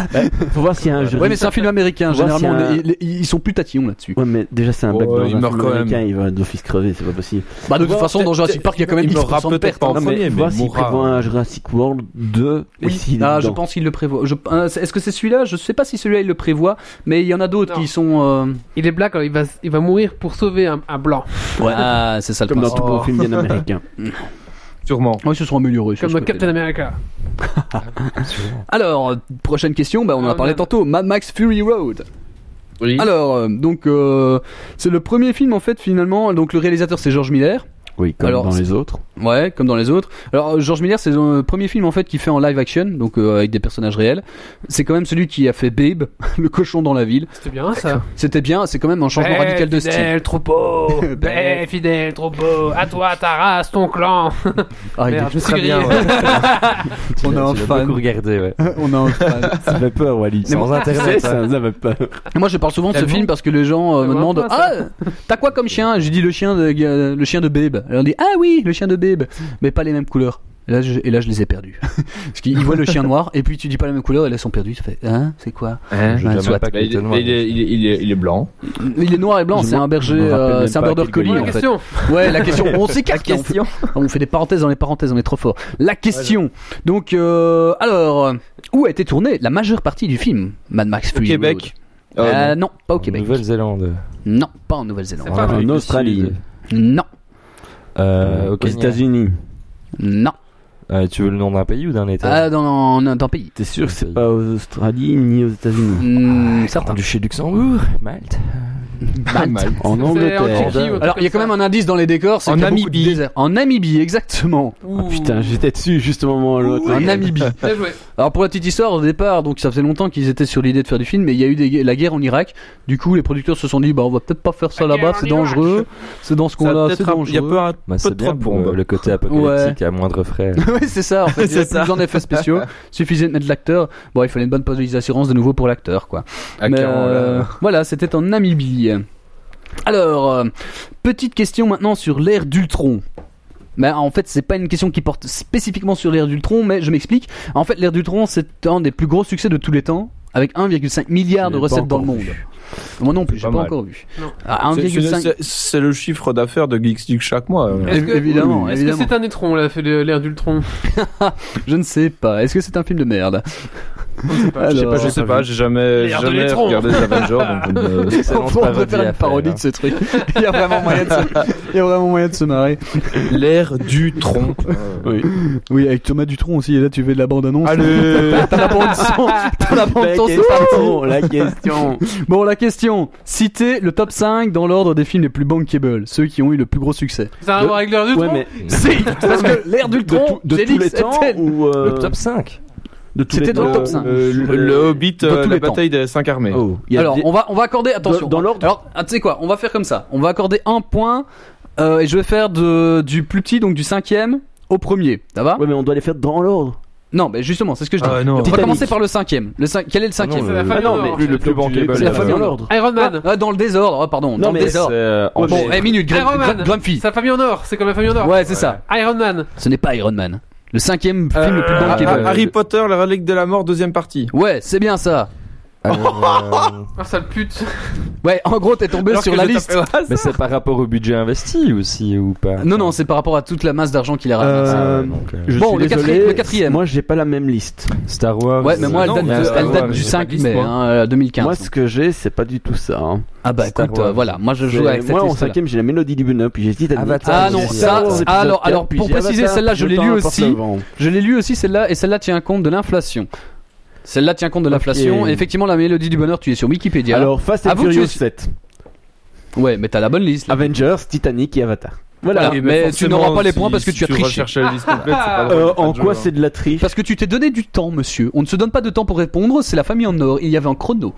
Speaker 5: Faut voir s'il y a un jeu.
Speaker 4: Ouais, mais c'est un film américain,
Speaker 5: Voir s'il y
Speaker 4: généralement
Speaker 5: a
Speaker 4: on
Speaker 5: un-
Speaker 4: ils, ils- ils sont plus tatillons là-dessus.
Speaker 5: Ouais, mais déjà, c'est un
Speaker 3: Oh,
Speaker 5: bac dans
Speaker 3: il
Speaker 5: un
Speaker 3: meurt
Speaker 5: film
Speaker 3: quand même.
Speaker 5: américain, il va d'office crever, c'est pas possible.
Speaker 4: Bah de toute
Speaker 3: Bon,
Speaker 4: façon dans Jurassic Park il y a quand même
Speaker 3: il
Speaker 4: 10%
Speaker 3: meurt
Speaker 4: de
Speaker 3: peut-être
Speaker 4: pertes.
Speaker 3: pas en
Speaker 4: hein.
Speaker 5: Non, mais
Speaker 3: premier, mais
Speaker 5: vois s'il
Speaker 3: mourra.
Speaker 5: prévoit un Jurassic World 2 et
Speaker 4: Oui,
Speaker 5: s'il est
Speaker 4: ah, je
Speaker 5: dedans.
Speaker 4: pense qu'il le prévoit. Je- euh, c'est- Est-ce que c'est celui-là Je sais pas si celui-là il le prévoit, mais il y en a d'autres
Speaker 1: Non.
Speaker 4: qui sont. euh,
Speaker 1: Il est black, alors il va, il va mourir pour sauver un, un blanc.
Speaker 4: Ah, c'est ça le
Speaker 5: Comme dans
Speaker 4: principe.
Speaker 5: tout bon film bien américain.
Speaker 3: Sûrement.
Speaker 4: Ouais, ils se sont améliorés. sur
Speaker 1: Comme
Speaker 4: ce
Speaker 1: dans
Speaker 4: côté-là.
Speaker 1: Captain America.
Speaker 4: Alors, euh, prochaine question, bah, on en a
Speaker 1: Ah,
Speaker 4: parlé
Speaker 1: merde.
Speaker 4: tantôt, Mad Max Fury Road.
Speaker 3: Oui.
Speaker 4: Alors, euh, donc, euh, c'est le premier film en fait finalement, donc le réalisateur c'est George Miller,
Speaker 5: Oui, comme
Speaker 4: Alors,
Speaker 5: dans
Speaker 4: c'est-
Speaker 5: les autres.
Speaker 4: ouais, comme dans les autres. Alors, euh, George Miller c'est le premier film en fait qui fait en live action, donc euh, avec des personnages réels. C'est quand même celui qui a fait Babe, le cochon dans la ville.
Speaker 1: C'était bien ça.
Speaker 4: C'était bien, c'est quand même un changement
Speaker 1: Belle,
Speaker 4: radical de style. Bah,
Speaker 1: Fidèle troupeau. Belle, fidèle troupeau. À toi, ta race, ton clan.
Speaker 4: Ah, il est-
Speaker 1: Merde, je me suis
Speaker 6: très
Speaker 1: grillé.
Speaker 6: bien, ouais.
Speaker 4: on a un
Speaker 6: Tu l'as beaucoup
Speaker 4: fan, Ah,
Speaker 6: regardé, ouais.
Speaker 4: on a un fan.
Speaker 5: Ça fait peur, Wally.
Speaker 6: Sans
Speaker 5: C'est
Speaker 6: internet. hein.
Speaker 5: ça, ça fait peur.
Speaker 4: Et Moi, je parle souvent de ce
Speaker 1: Ah bon
Speaker 4: film parce que les gens euh,
Speaker 1: Ça
Speaker 4: me
Speaker 1: va
Speaker 4: demandent
Speaker 1: pas,
Speaker 4: Ah,
Speaker 1: ça.
Speaker 4: t'as quoi comme chien J'ai dit le chien de euh, le chien de Babe. Alors on dit Ah oui, le chien de Babe, mais pas les mêmes couleurs. Et là, je, et là, je les ai perdus. parce qu'ils voient le chien noir et puis tu dis pas la même couleur et là, ils sont perdus. Tu fais Hein, c'est quoi
Speaker 6: Je
Speaker 4: Ouais,
Speaker 6: dirais
Speaker 4: soit.
Speaker 6: même pas
Speaker 3: Mais
Speaker 6: qu'il
Speaker 3: il,
Speaker 6: était
Speaker 3: est,
Speaker 6: noir.
Speaker 3: il est- il est- il est- il est blanc.
Speaker 4: Il est noir et blanc.
Speaker 5: Je
Speaker 4: C'est
Speaker 5: me-
Speaker 4: un berger,
Speaker 5: je me rappelle
Speaker 4: euh,
Speaker 5: même
Speaker 4: c'est un
Speaker 5: pas
Speaker 4: border
Speaker 5: quel
Speaker 4: collie
Speaker 5: gosse.
Speaker 1: Bonne
Speaker 4: en fait.
Speaker 1: question.
Speaker 4: Ouais, la question. On s'écarte. on fait- Ah,
Speaker 8: question.
Speaker 4: On fait des parenthèses dans les parenthèses dans les trop forts. La question. Donc, euh, alors, euh, où a été tournée la majeure partie du film Mad Max
Speaker 3: Au
Speaker 4: Fury
Speaker 3: Québec.
Speaker 4: Road
Speaker 3: Euh,
Speaker 4: Euh, non, pas au
Speaker 6: En
Speaker 4: Québec.
Speaker 6: Nouvelle-Zélande.
Speaker 4: Non, pas en Nouvelle-Zélande.
Speaker 1: C'est pas
Speaker 5: En Australie,
Speaker 4: Non,
Speaker 6: Euh,
Speaker 5: aux
Speaker 6: au Kenya.
Speaker 5: États-Unis.
Speaker 4: non.
Speaker 6: Euh, tu veux le nom d'un pays ou d'un état
Speaker 4: Ah, dans, dans, dans le pays.
Speaker 5: T'es sûr que c'est pas aux Australie ni aux États-Unis
Speaker 4: Hmm, certain.
Speaker 6: du chez Luxembourg, Bah, Malte.
Speaker 4: Malte.
Speaker 5: En
Speaker 1: C'est en
Speaker 5: Angleterre.
Speaker 1: Tchéquie ou un truc
Speaker 4: Bah, Alors, il y a
Speaker 1: comme
Speaker 4: quand
Speaker 1: ça.
Speaker 4: même un indice dans les décors, c'est
Speaker 3: En
Speaker 4: qu'il y a beaucoup de
Speaker 3: Namibie.
Speaker 4: désert. En Namibie, exactement.
Speaker 5: Ah, putain, j'étais dessus juste au moment où l'autre.
Speaker 4: En Namibie.
Speaker 1: Bien joué.
Speaker 4: Alors pour la petite histoire, au départ, donc ça faisait longtemps qu'ils étaient sur l'idée de faire du film, mais il y a eu des- la guerre en Irak. Du coup, les producteurs se sont dit, bah on va peut-être pas faire ça
Speaker 1: La
Speaker 4: là-bas,
Speaker 1: guerre en
Speaker 4: c'est
Speaker 1: Irak.
Speaker 4: dangereux. C'est dans ce
Speaker 3: ça
Speaker 4: qu'on
Speaker 3: a
Speaker 4: a, c'est
Speaker 3: peut-être un-
Speaker 4: dangereux.
Speaker 3: Il y a peu un
Speaker 6: Bah,
Speaker 3: Peu
Speaker 6: c'est
Speaker 3: de
Speaker 6: bien
Speaker 3: trop de
Speaker 6: pour
Speaker 3: bombes.
Speaker 6: le côté apocalyptique à moindre frais.
Speaker 4: Oui, c'est ça, en fait. Il y
Speaker 3: C'est
Speaker 4: a
Speaker 3: ça.
Speaker 4: plus en effets spéciaux. Suffisait de mettre l'acteur. Bon, il fallait une bonne police d'assurance de nouveau pour l'acteur, quoi.
Speaker 3: Ah,
Speaker 4: Mais,
Speaker 3: clairement,
Speaker 4: euh,
Speaker 3: là.
Speaker 4: voilà, c'était en Namibie. Alors, euh, petite question maintenant sur l'ère d'Ultron. Bah, en fait, c'est pas une question qui porte spécifiquement sur l'ère d'Ultron, mais je m'explique. En fait, l'ère d'Ultron, c'est un des plus gros succès de tous les temps, avec 1,5 milliard
Speaker 5: Je
Speaker 4: de
Speaker 5: l'ai pas
Speaker 4: recettes dans le
Speaker 5: encore
Speaker 4: monde. Moi non plus,
Speaker 3: C'est
Speaker 4: j'ai
Speaker 3: pas
Speaker 4: pas,
Speaker 3: mal.
Speaker 4: encore vu.
Speaker 1: Non.
Speaker 4: Ah,
Speaker 3: C'est-
Speaker 4: 1,5.
Speaker 3: c'est- C'est le chiffre d'affaires de Geeks League chaque mois. euh.
Speaker 1: Est-ce que-
Speaker 4: évidemment,
Speaker 1: Est-ce que
Speaker 4: évidemment.
Speaker 1: c'est un étron, là, fait de- l'air d'Ultron
Speaker 4: Je ne sais pas. Est-ce que c'est un film de merde Ah,
Speaker 3: Je sais
Speaker 4: Alors,
Speaker 3: pas, je sais pas, j'ai jamais,
Speaker 1: L'air de
Speaker 3: jamais
Speaker 1: l'étron.
Speaker 3: regardé les Avengers. donc, euh, c'est-
Speaker 4: On pourrait
Speaker 6: parodie
Speaker 4: faire
Speaker 6: à
Speaker 4: une parodie
Speaker 6: faire,
Speaker 4: de ce truc. Il y a vraiment moyen de se, il y a vraiment moyen de se marrer.
Speaker 3: L'air du tronc. Euh,
Speaker 4: Oui, avec Thomas Dutron aussi. Et là, tu fais de la bande annonce.
Speaker 3: Allez
Speaker 4: T'as la bande son. T'as la bande son. c'est
Speaker 5: question, la question.
Speaker 4: Bon, la question. Citez le top 5 dans l'ordre des films les plus bankable, ceux qui ont eu le plus gros succès.
Speaker 1: Ça a à
Speaker 5: Le-
Speaker 1: voir avec l'air d'Ultron
Speaker 5: Ouais, mais
Speaker 4: Si Parce que l'ère d'Ultron,
Speaker 5: de,
Speaker 4: j'ai dit
Speaker 5: tous
Speaker 4: que
Speaker 5: les temps
Speaker 4: c'était-
Speaker 5: ou euh,
Speaker 6: Le top 5
Speaker 5: de tous les
Speaker 4: C'était dans le
Speaker 5: temps
Speaker 4: top cinq.
Speaker 3: euh, le, le Hobbit,
Speaker 4: Dans
Speaker 3: euh,
Speaker 4: tous
Speaker 3: la
Speaker 4: les temps.
Speaker 3: bataille des cinq armées.
Speaker 5: Oh, il y a
Speaker 4: Alors,
Speaker 5: des-
Speaker 4: on va, on va accorder. Attention.
Speaker 5: dans l'ordre
Speaker 4: Alors, ah, tu sais quoi On va faire comme ça. On va accorder un point. euh, et je vais faire de, du plus petit, donc du cinquième, au premier. Ça va
Speaker 5: Ouais, mais on doit les faire dans l'ordre.
Speaker 4: Non, mais justement, c'est ce que je dis.
Speaker 3: Ah, non.
Speaker 4: On va
Speaker 5: Titanic.
Speaker 4: commencer par le cinquième. Le cin- Quel est le
Speaker 6: Ah non,
Speaker 4: cinquième
Speaker 1: C'est la
Speaker 6: euh,
Speaker 1: famille
Speaker 5: Ah non,
Speaker 1: Nord.
Speaker 5: mais
Speaker 3: Plus le plus bankable.
Speaker 5: C'est la famille
Speaker 3: euh,
Speaker 5: dans l'ordre.
Speaker 1: Iron
Speaker 4: Ah,
Speaker 1: Man.
Speaker 4: ah, dans le désordre, ah, pardon, dans
Speaker 5: mais
Speaker 4: le désordre.
Speaker 6: C'est, euh, en
Speaker 5: Ouais,
Speaker 4: Bon,
Speaker 5: mais-
Speaker 4: eh, minute, Grumpy,
Speaker 1: Iron Man.
Speaker 4: Grumpy.
Speaker 1: Sa famille en or, c'est comme la famille en or.
Speaker 4: Ouais, c'est ça.
Speaker 1: Iron Man.
Speaker 4: Ce n'est pas Iron Man. Le cinquième
Speaker 5: Euh.
Speaker 4: film le plus
Speaker 3: Ah,
Speaker 4: bankable.
Speaker 3: ah, Harry Potter, la relique de la mort, deuxième partie.
Speaker 4: Ouais, c'est bien ça.
Speaker 6: Alors, euh,
Speaker 1: Ah, sale pute.
Speaker 4: Ouais, en gros, t'es tombé
Speaker 3: Alors
Speaker 4: sur
Speaker 3: que
Speaker 4: la
Speaker 3: je
Speaker 4: liste.
Speaker 3: tapais au hasard.
Speaker 6: Mais c'est par rapport au budget investi aussi ou pas
Speaker 4: Non, non, c'est par rapport à toute la masse d'argent qu'il a ramassée.
Speaker 6: Ah,
Speaker 5: Euh,
Speaker 6: ouais, donc, euh,
Speaker 5: Je
Speaker 4: Bon,
Speaker 5: suis
Speaker 4: le
Speaker 5: désolé,
Speaker 4: quatrième- le quatrième.
Speaker 5: Moi, j'ai pas la même liste.
Speaker 6: Star Wars. euh,
Speaker 4: Ouais, mais moi, elle
Speaker 3: non,
Speaker 4: date,
Speaker 3: mais
Speaker 4: de-
Speaker 3: Star
Speaker 4: elle date
Speaker 3: Wars,
Speaker 4: du
Speaker 3: j'ai pas
Speaker 4: 5
Speaker 3: de liste,
Speaker 4: mai,
Speaker 3: moi.
Speaker 4: hein, euh, 2015.
Speaker 5: Moi, ce que j'ai, c'est pas du tout ça. hein.
Speaker 4: ah bah
Speaker 6: Star
Speaker 4: écoute,
Speaker 6: Wars.
Speaker 4: euh, voilà, moi je joue
Speaker 5: C'est-
Speaker 4: avec cette
Speaker 5: moi, en
Speaker 4: liste-là.
Speaker 5: cinquième, j'ai la mélodie du bonheur, puis j'ai dit
Speaker 6: Avatar,
Speaker 4: Ah non,
Speaker 6: j'ai
Speaker 4: ça,
Speaker 6: Star Wars,
Speaker 4: alors, alors pour préciser, celle-là, je l'ai lu aussi. Je l'ai lu aussi celle-là, et celle-là tient compte de l'inflation. Celle-là tient compte de
Speaker 5: Ok.
Speaker 4: l'inflation. Et Effectivement, la mélodie du bonheur, tu es sur Wikipédia.
Speaker 5: Alors, Fast and
Speaker 4: Avoue que
Speaker 5: Furious
Speaker 4: tu es-
Speaker 5: 7,
Speaker 4: ouais, mais t'as la bonne liste. là.
Speaker 5: Avengers, Titanic et Avatar.
Speaker 4: Voilà,
Speaker 3: Oui,
Speaker 4: Ah, mais tu n'auras pas les
Speaker 3: Eh ben, si-
Speaker 4: points parce que
Speaker 3: si
Speaker 4: tu as triché.
Speaker 3: recherchais la liste complète, c'est
Speaker 4: Ah,
Speaker 3: pas
Speaker 5: Euh,
Speaker 3: drôle,
Speaker 5: en
Speaker 3: pas
Speaker 5: quoi
Speaker 3: de jeu,
Speaker 5: c'est de la triche
Speaker 4: Parce que tu t'es donné du temps, monsieur. On ne se donne pas de temps pour répondre, c'est la famille en or. Il y avait un chrono.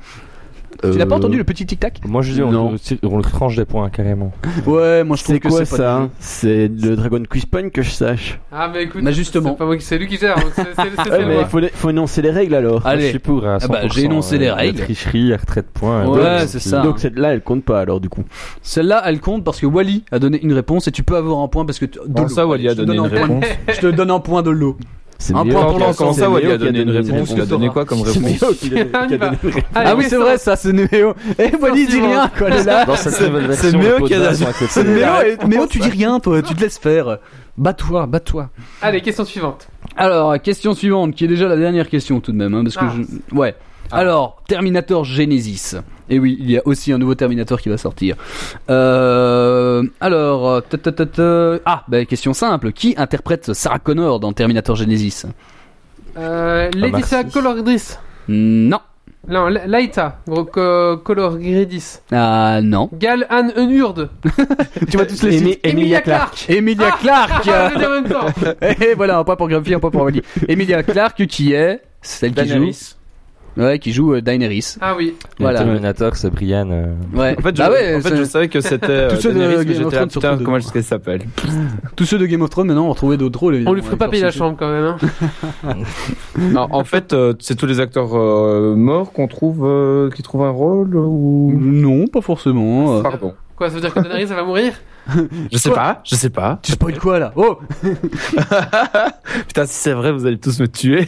Speaker 4: Tu n'as pas
Speaker 5: Euh,
Speaker 4: entendu le petit tic-tac
Speaker 6: Moi, je dis, on,
Speaker 5: Non.
Speaker 6: le- on le tranche des points carrément.
Speaker 4: Ouais, moi je trouve
Speaker 5: C'est
Speaker 4: que
Speaker 5: quoi
Speaker 4: c'est pas
Speaker 5: ça
Speaker 4: du-
Speaker 5: hein C'est le Dragon Quiz Pun que je sache.
Speaker 1: Ah, mais écoute.
Speaker 4: Mais Bah, justement.
Speaker 1: C'est pas moi qui, c'est lui qui gère. donc c'est- c'est- c'est-
Speaker 5: Ouais,
Speaker 1: c'est
Speaker 5: mais
Speaker 1: moi.
Speaker 5: faut, faut énoncer les règles alors.
Speaker 6: Moi, je
Speaker 4: Allez.
Speaker 6: suis pour à
Speaker 4: Ah bah,
Speaker 6: 100%,
Speaker 4: j'ai énoncé
Speaker 6: euh,
Speaker 4: les
Speaker 6: la
Speaker 4: règles.
Speaker 6: Tricherie, retrait de points.
Speaker 4: Ouais,
Speaker 6: donc,
Speaker 4: c'est ça.
Speaker 5: Donc celle-là, elle compte pas alors du coup.
Speaker 4: Celle-là, elle compte parce que Wally a donné une réponse et tu peux avoir un point parce que tu... de
Speaker 3: Comment
Speaker 4: l'eau.
Speaker 3: Ah, ça,
Speaker 4: Allez,
Speaker 3: Wally a
Speaker 4: je te
Speaker 3: donné
Speaker 4: donne
Speaker 3: une
Speaker 4: un point.
Speaker 3: réponse
Speaker 4: Je te donne un point de l'eau.
Speaker 5: C'est
Speaker 3: Un
Speaker 5: Méo
Speaker 3: point pour
Speaker 5: qui a-
Speaker 3: Lance, comment
Speaker 5: c'est
Speaker 3: ça, Wally
Speaker 5: Méo
Speaker 3: a
Speaker 5: qui
Speaker 3: donné une réponse, il a donné
Speaker 5: d'or.
Speaker 3: quoi comme
Speaker 5: C'est
Speaker 3: réponse
Speaker 5: Méo qui a- qui a donné une réponse.
Speaker 4: Ah oui, c'est vrai, ça, c'est Néo. Eh, Wally, dis rien, quoi, elle est là.
Speaker 5: Dans cette nouvelle
Speaker 8: C'est
Speaker 5: version, les
Speaker 8: mieux
Speaker 5: potes
Speaker 8: qu'il y a
Speaker 5: d'or sont
Speaker 8: la-
Speaker 5: acceptés.
Speaker 4: Méo, et- Méo, tu dis rien, toi, tu te laisses faire. Bats-toi, bats-toi.
Speaker 1: Allez, question suivante.
Speaker 4: Alors, question suivante, qui est déjà la dernière question tout de même, hein, parce que
Speaker 1: Ah.
Speaker 4: je... ouais. Alors, Terminator Genesis. Et oui, il y a aussi un nouveau Terminator qui va sortir. Euh, alors, euh, ta, ta, ta, ta. ah, bah, question simple. Qui interprète Sarah Connor dans Terminator Genesis
Speaker 1: Euh, Laetitia
Speaker 6: merci.
Speaker 1: Coloridis.
Speaker 4: Non.
Speaker 1: Non, La- Laïta Gros, co- Coloridis.
Speaker 4: Ah non.
Speaker 1: Gal Anne Unhurd.
Speaker 4: tu vas tous les
Speaker 5: Amy-
Speaker 4: citer.
Speaker 5: Emilia Clarke.
Speaker 4: Emilia Clarke.
Speaker 1: Ah, je l'ai dit en même temps.
Speaker 4: Et voilà, un point pour Grumpy, un point pour Wally. Emilia Clarke qui est celle
Speaker 8: Daenerys.
Speaker 4: qui joue, ouais, qui joue euh, Daenerys.
Speaker 1: Ah oui.
Speaker 6: Le
Speaker 4: Voilà.
Speaker 6: Terminator, c'est Brian. euh,
Speaker 4: Ouais.
Speaker 3: En fait, je,
Speaker 4: Bah ouais,
Speaker 3: en fait,
Speaker 4: ça-
Speaker 3: je savais que c'était. euh,
Speaker 4: Tous ceux de
Speaker 3: Daenerys, mais
Speaker 4: Game of
Speaker 3: j'étais là,
Speaker 4: Thrones,
Speaker 3: putain,
Speaker 4: surtout,
Speaker 3: comment
Speaker 4: de-
Speaker 3: est-ce qu'elle s'appelle
Speaker 4: Tous ceux de Game of Thrones, maintenant, on va retrouver d'autres rôles.
Speaker 1: On lui ferait pas payer la chambre quand même. hein.
Speaker 3: Non, en fait, euh, c'est tous les acteurs euh, morts qu'on trouve, euh, qui trouvent un rôle ou.
Speaker 4: Non, pas forcément.
Speaker 3: Pardon.
Speaker 1: Quoi, ça veut dire que Daenerys, elle va mourir
Speaker 3: Je sais pas, je sais pas.
Speaker 4: Tu spoil quoi là Oh
Speaker 3: Putain, si c'est vrai, vous allez tous me tuer.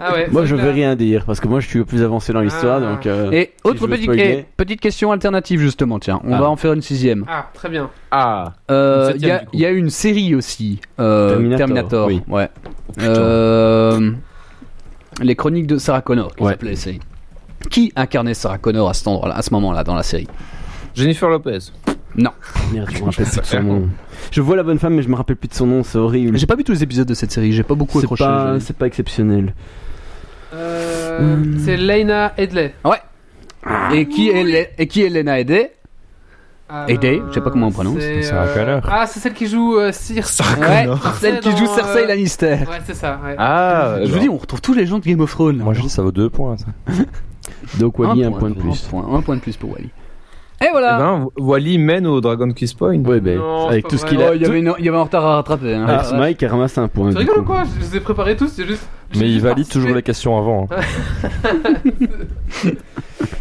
Speaker 1: Ah ouais.
Speaker 5: Moi,
Speaker 1: c'est
Speaker 5: je
Speaker 1: clair.
Speaker 5: vais rien dire parce que moi, je suis plus avancé dans l'histoire,
Speaker 1: Ah.
Speaker 5: donc. euh,
Speaker 4: Et autre
Speaker 5: je veux
Speaker 4: petite,
Speaker 5: spoiler.
Speaker 4: et petite question alternative justement, tiens, on
Speaker 5: Ah.
Speaker 4: va en faire une sixième.
Speaker 1: Ah, très bien.
Speaker 3: Ah.
Speaker 4: Euh,
Speaker 3: Une
Speaker 4: Il y,
Speaker 3: septième,
Speaker 4: a-
Speaker 3: du coup.
Speaker 4: il y a une série aussi, euh, Terminator.
Speaker 5: Terminator, oui.
Speaker 4: ouais. Euh, les chroniques de Sarah Connor, qui
Speaker 5: Ouais.
Speaker 4: s'appelait la série. Qui incarnait Sarah Connor à, cet endroit-là, à ce moment-là dans la série
Speaker 3: Jennifer Lopez.
Speaker 5: Merde, je me rappelle plus de son nom. Je vois la bonne femme, mais je me rappelle plus de son nom, c'est horrible.
Speaker 4: J'ai pas vu tous les épisodes de cette série, j'ai pas beaucoup
Speaker 5: C'est
Speaker 4: accroché.
Speaker 5: pas,
Speaker 4: je-
Speaker 5: c'est pas exceptionnel.
Speaker 1: Euh,
Speaker 5: Hmm.
Speaker 1: C'est Lena Headley.
Speaker 4: Et qui est Le- et qui est Lena Headey
Speaker 1: Euh,
Speaker 4: Headey, je sais pas comment on prononce.
Speaker 1: C'est
Speaker 6: Sarah
Speaker 1: euh,
Speaker 6: Connor.
Speaker 1: Ah, c'est celle qui joue euh, Circe.
Speaker 4: Ouais,
Speaker 1: Cersei
Speaker 4: celle qui
Speaker 1: dans,
Speaker 4: joue
Speaker 1: euh,
Speaker 4: Cersei Lannister.
Speaker 1: Ouais, c'est ça. Ouais.
Speaker 3: Ah.
Speaker 4: Je vous
Speaker 3: alors.
Speaker 4: dis, on retrouve tous les gens de Game of Thrones. là.
Speaker 6: Moi, je dis ça vaut deux points. ça.
Speaker 5: Donc, Wally, un, point de plus.
Speaker 4: Un point, un point de plus pour Wally. Et
Speaker 3: Eh
Speaker 4: voilà
Speaker 3: ben, Wally mène au Dragon Kiss Point.
Speaker 5: Ouais, ben,
Speaker 1: Non, c'est
Speaker 5: avec
Speaker 1: pas
Speaker 5: tout ce
Speaker 1: vrai.
Speaker 5: qu'il a.
Speaker 4: Oh, il, y avait une- il y avait un retard à rattraper. hein.
Speaker 5: Avec
Speaker 4: Ah, ouais.
Speaker 5: Mike, il ramasse un point.
Speaker 1: Tu
Speaker 5: du
Speaker 1: rigoles
Speaker 5: coup.
Speaker 1: ou quoi Je les ai préparés tous, c'est juste.
Speaker 6: Mais il
Speaker 1: juste
Speaker 6: valide toujours les
Speaker 1: participé.
Speaker 6: questions avant. hein.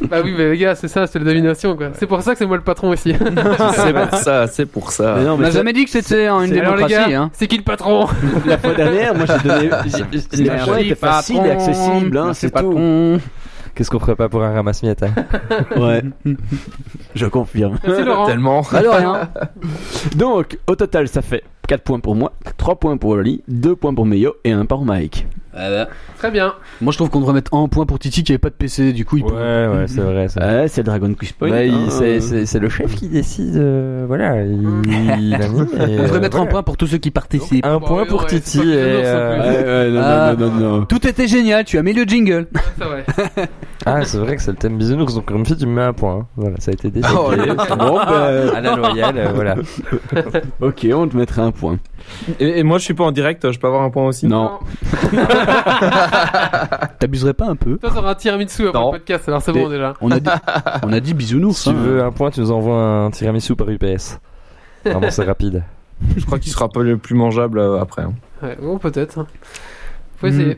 Speaker 1: Bah oui, mais les gars, c'est ça, c'est la domination quoi. C'est pour ça que c'est moi le patron aussi.
Speaker 3: c'est pour ça, c'est pour ça.
Speaker 5: Mais Bah, non,
Speaker 4: On
Speaker 5: mais
Speaker 4: n'a
Speaker 5: ça,
Speaker 4: jamais dit que c'était hein, une
Speaker 1: C'est- Alors les
Speaker 4: démocratie.
Speaker 1: gars,
Speaker 4: hein.
Speaker 1: c'est qui le patron
Speaker 5: la fois dernière, moi j'ai donné. j'ai- j'ai- Les
Speaker 4: Merci,
Speaker 5: choix étaient faciles et accessibles, hein,
Speaker 4: Merci,
Speaker 5: c'est tout.
Speaker 4: patron.
Speaker 6: Qu'est-ce qu'on ferait pas pour un ramasse-miettes hein
Speaker 5: Ouais. Je confirme.
Speaker 1: C'est Laurent.
Speaker 3: Tellement.
Speaker 4: Alors rien.
Speaker 5: Donc, au total, ça fait 4 points pour moi, 3 points pour Wally, 2 points pour Meyo et 1 pour Mike.
Speaker 1: Très bien.
Speaker 4: bah, Moi je trouve qu'on devrait mettre un point pour Titi qui avait pas de PC, du coup il
Speaker 6: Ouais,
Speaker 4: peut.
Speaker 6: ouais, c'est vrai. ça.
Speaker 5: Ouais, c'est Dragon Quest Point.
Speaker 6: Ouais, il-
Speaker 5: hein.
Speaker 6: c'est- c'est c'est le chef qui décide. euh, voilà. Il, il a mis,
Speaker 4: On
Speaker 6: et,
Speaker 4: devrait
Speaker 6: euh,
Speaker 4: mettre un
Speaker 6: voilà.
Speaker 4: point pour tous ceux qui participent.
Speaker 6: Un
Speaker 1: Bon,
Speaker 6: point
Speaker 1: ouais,
Speaker 6: pour
Speaker 1: ouais, c'est
Speaker 6: Titi
Speaker 1: pas
Speaker 6: et.
Speaker 1: plus dur, c'est
Speaker 6: euh,
Speaker 1: plus
Speaker 5: Ouais, ouais, non,
Speaker 4: Ah.
Speaker 5: non, non, non, non.
Speaker 4: Tout était génial, tu as mis le jingle.
Speaker 1: Ouais, C'est vrai.
Speaker 6: Ah, c'est vrai que c'est le thème bisounours, donc comme si tu me mets un point. hein. Voilà, ça a été décidé.
Speaker 1: Ah.
Speaker 3: Oh, allez.
Speaker 6: bon, ben, à la loyale, euh, voilà.
Speaker 5: Ok, on te mettra un point.
Speaker 3: Et, et moi, je suis pas en direct, je peux avoir un point aussi.
Speaker 5: Non.
Speaker 4: T'abuserais pas un peu
Speaker 1: Toi, t'auras un tiramisu après
Speaker 3: Non.
Speaker 1: le podcast, alors c'est bon déjà.
Speaker 4: on a, dit, on a dit bisounours.
Speaker 6: Si tu
Speaker 4: hein.
Speaker 6: veux un point, tu nous envoies un tiramisu par UPS. Vraiment, c'est rapide.
Speaker 3: Je crois qu'il sera pas le plus mangeable euh, après. hein.
Speaker 1: Ouais, bon, peut-être. hein. Faut essayer.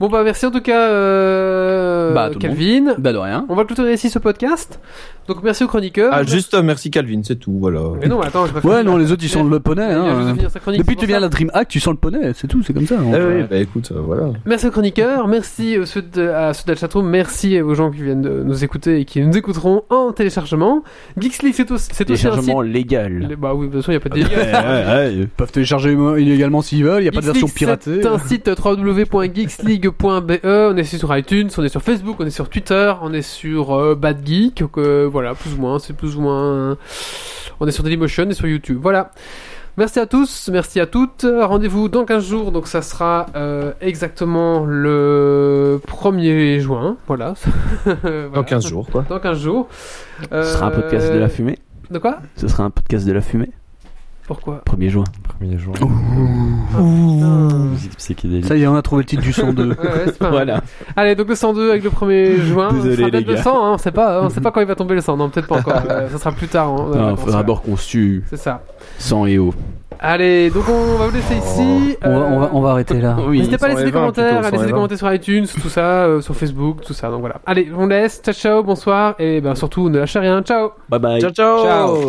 Speaker 1: Bon, bah, merci en tout cas, euh,
Speaker 4: Bah, à tout le monde.
Speaker 1: Calvin.
Speaker 4: Bah de rien.
Speaker 1: On va clôturer ici ce podcast. Donc, merci aux chroniqueurs.
Speaker 3: Ah, juste euh, merci Calvin, c'est tout, voilà.
Speaker 1: Mais non, attends, je vais
Speaker 4: Ouais, non, les autres ils sont le poney.
Speaker 6: Euh,
Speaker 4: Hein. Depuis que tu viens à
Speaker 1: là.
Speaker 4: la Dreamhack, tu sens le poney, c'est tout, c'est comme ça. hein.
Speaker 3: Eh oui, bah écoute, euh, voilà.
Speaker 1: Merci aux chroniqueurs, merci aux ceux de- à ceux de la chatroom, merci aux gens qui viennent de nous écouter et qui nous écouteront en téléchargement. Geeksly, c'est aussi, c'est aussi un site.
Speaker 5: Téléchargement légal.
Speaker 1: Les- Bah oui, de toute façon, il n'y a pas de délire.
Speaker 4: Ils peuvent télécharger illégalement s'ils veulent, il n'y a pas de version
Speaker 1: Geeks League,
Speaker 4: piratée.
Speaker 1: C'est un site www.geeksleague.be. euh, On est sur iTunes, on est sur Facebook, on est sur Twitter, on est sur euh, Bad Geek. Donc, euh, voilà, plus ou moins, c'est plus ou moins. On est sur Dailymotion et sur YouTube. Voilà. Merci à tous, merci à toutes. Rendez-vous dans 15 jours, donc ça sera euh, exactement le 1er juin. Voilà. Voilà.
Speaker 3: Dans 15 jours, quoi.
Speaker 1: Dans 15 jours. Euh,
Speaker 5: Ce sera un podcast
Speaker 6: Euh,
Speaker 5: de la fumée.
Speaker 1: De quoi
Speaker 5: Ce sera un podcast de la fumée.
Speaker 1: Pourquoi
Speaker 5: 1er juin.
Speaker 6: Premier jour. Musique psychédélique.
Speaker 4: Ça y est, on a trouvé le titre du son 2.
Speaker 1: Ouais, ouais, c'est pas mal.
Speaker 5: Voilà.
Speaker 1: Allez, donc le 102 avec le 1er juin.
Speaker 5: Désolé,
Speaker 1: ça sera
Speaker 5: les
Speaker 1: peut-être le
Speaker 5: gars.
Speaker 1: 100, hein, on sait pas, hein, on sait pas quand il va tomber le 100. Non, peut-être pas encore. euh, ça sera plus tard. hein,
Speaker 5: Non,
Speaker 1: euh,
Speaker 5: faudra d'abord qu'on se tue
Speaker 1: C'est ça.
Speaker 5: sans E et eau.
Speaker 1: Allez, donc on va vous laisser ici.
Speaker 4: Oh, on, va,
Speaker 1: euh,
Speaker 4: on, va, on va arrêter là.
Speaker 5: Oui.
Speaker 1: N'hésitez pas à laisser des
Speaker 3: 120
Speaker 1: commentaires,
Speaker 3: plutôt,
Speaker 1: à laisser des
Speaker 3: 120.
Speaker 1: commentaires sur iTunes, tout ça, euh, sur Facebook, tout ça. Donc voilà. Allez, on laisse. Ciao, ciao, bonsoir. Et ben surtout, ne lâchez rien. Ciao.
Speaker 5: Bye bye.
Speaker 3: Ciao, ciao.
Speaker 5: Ciao.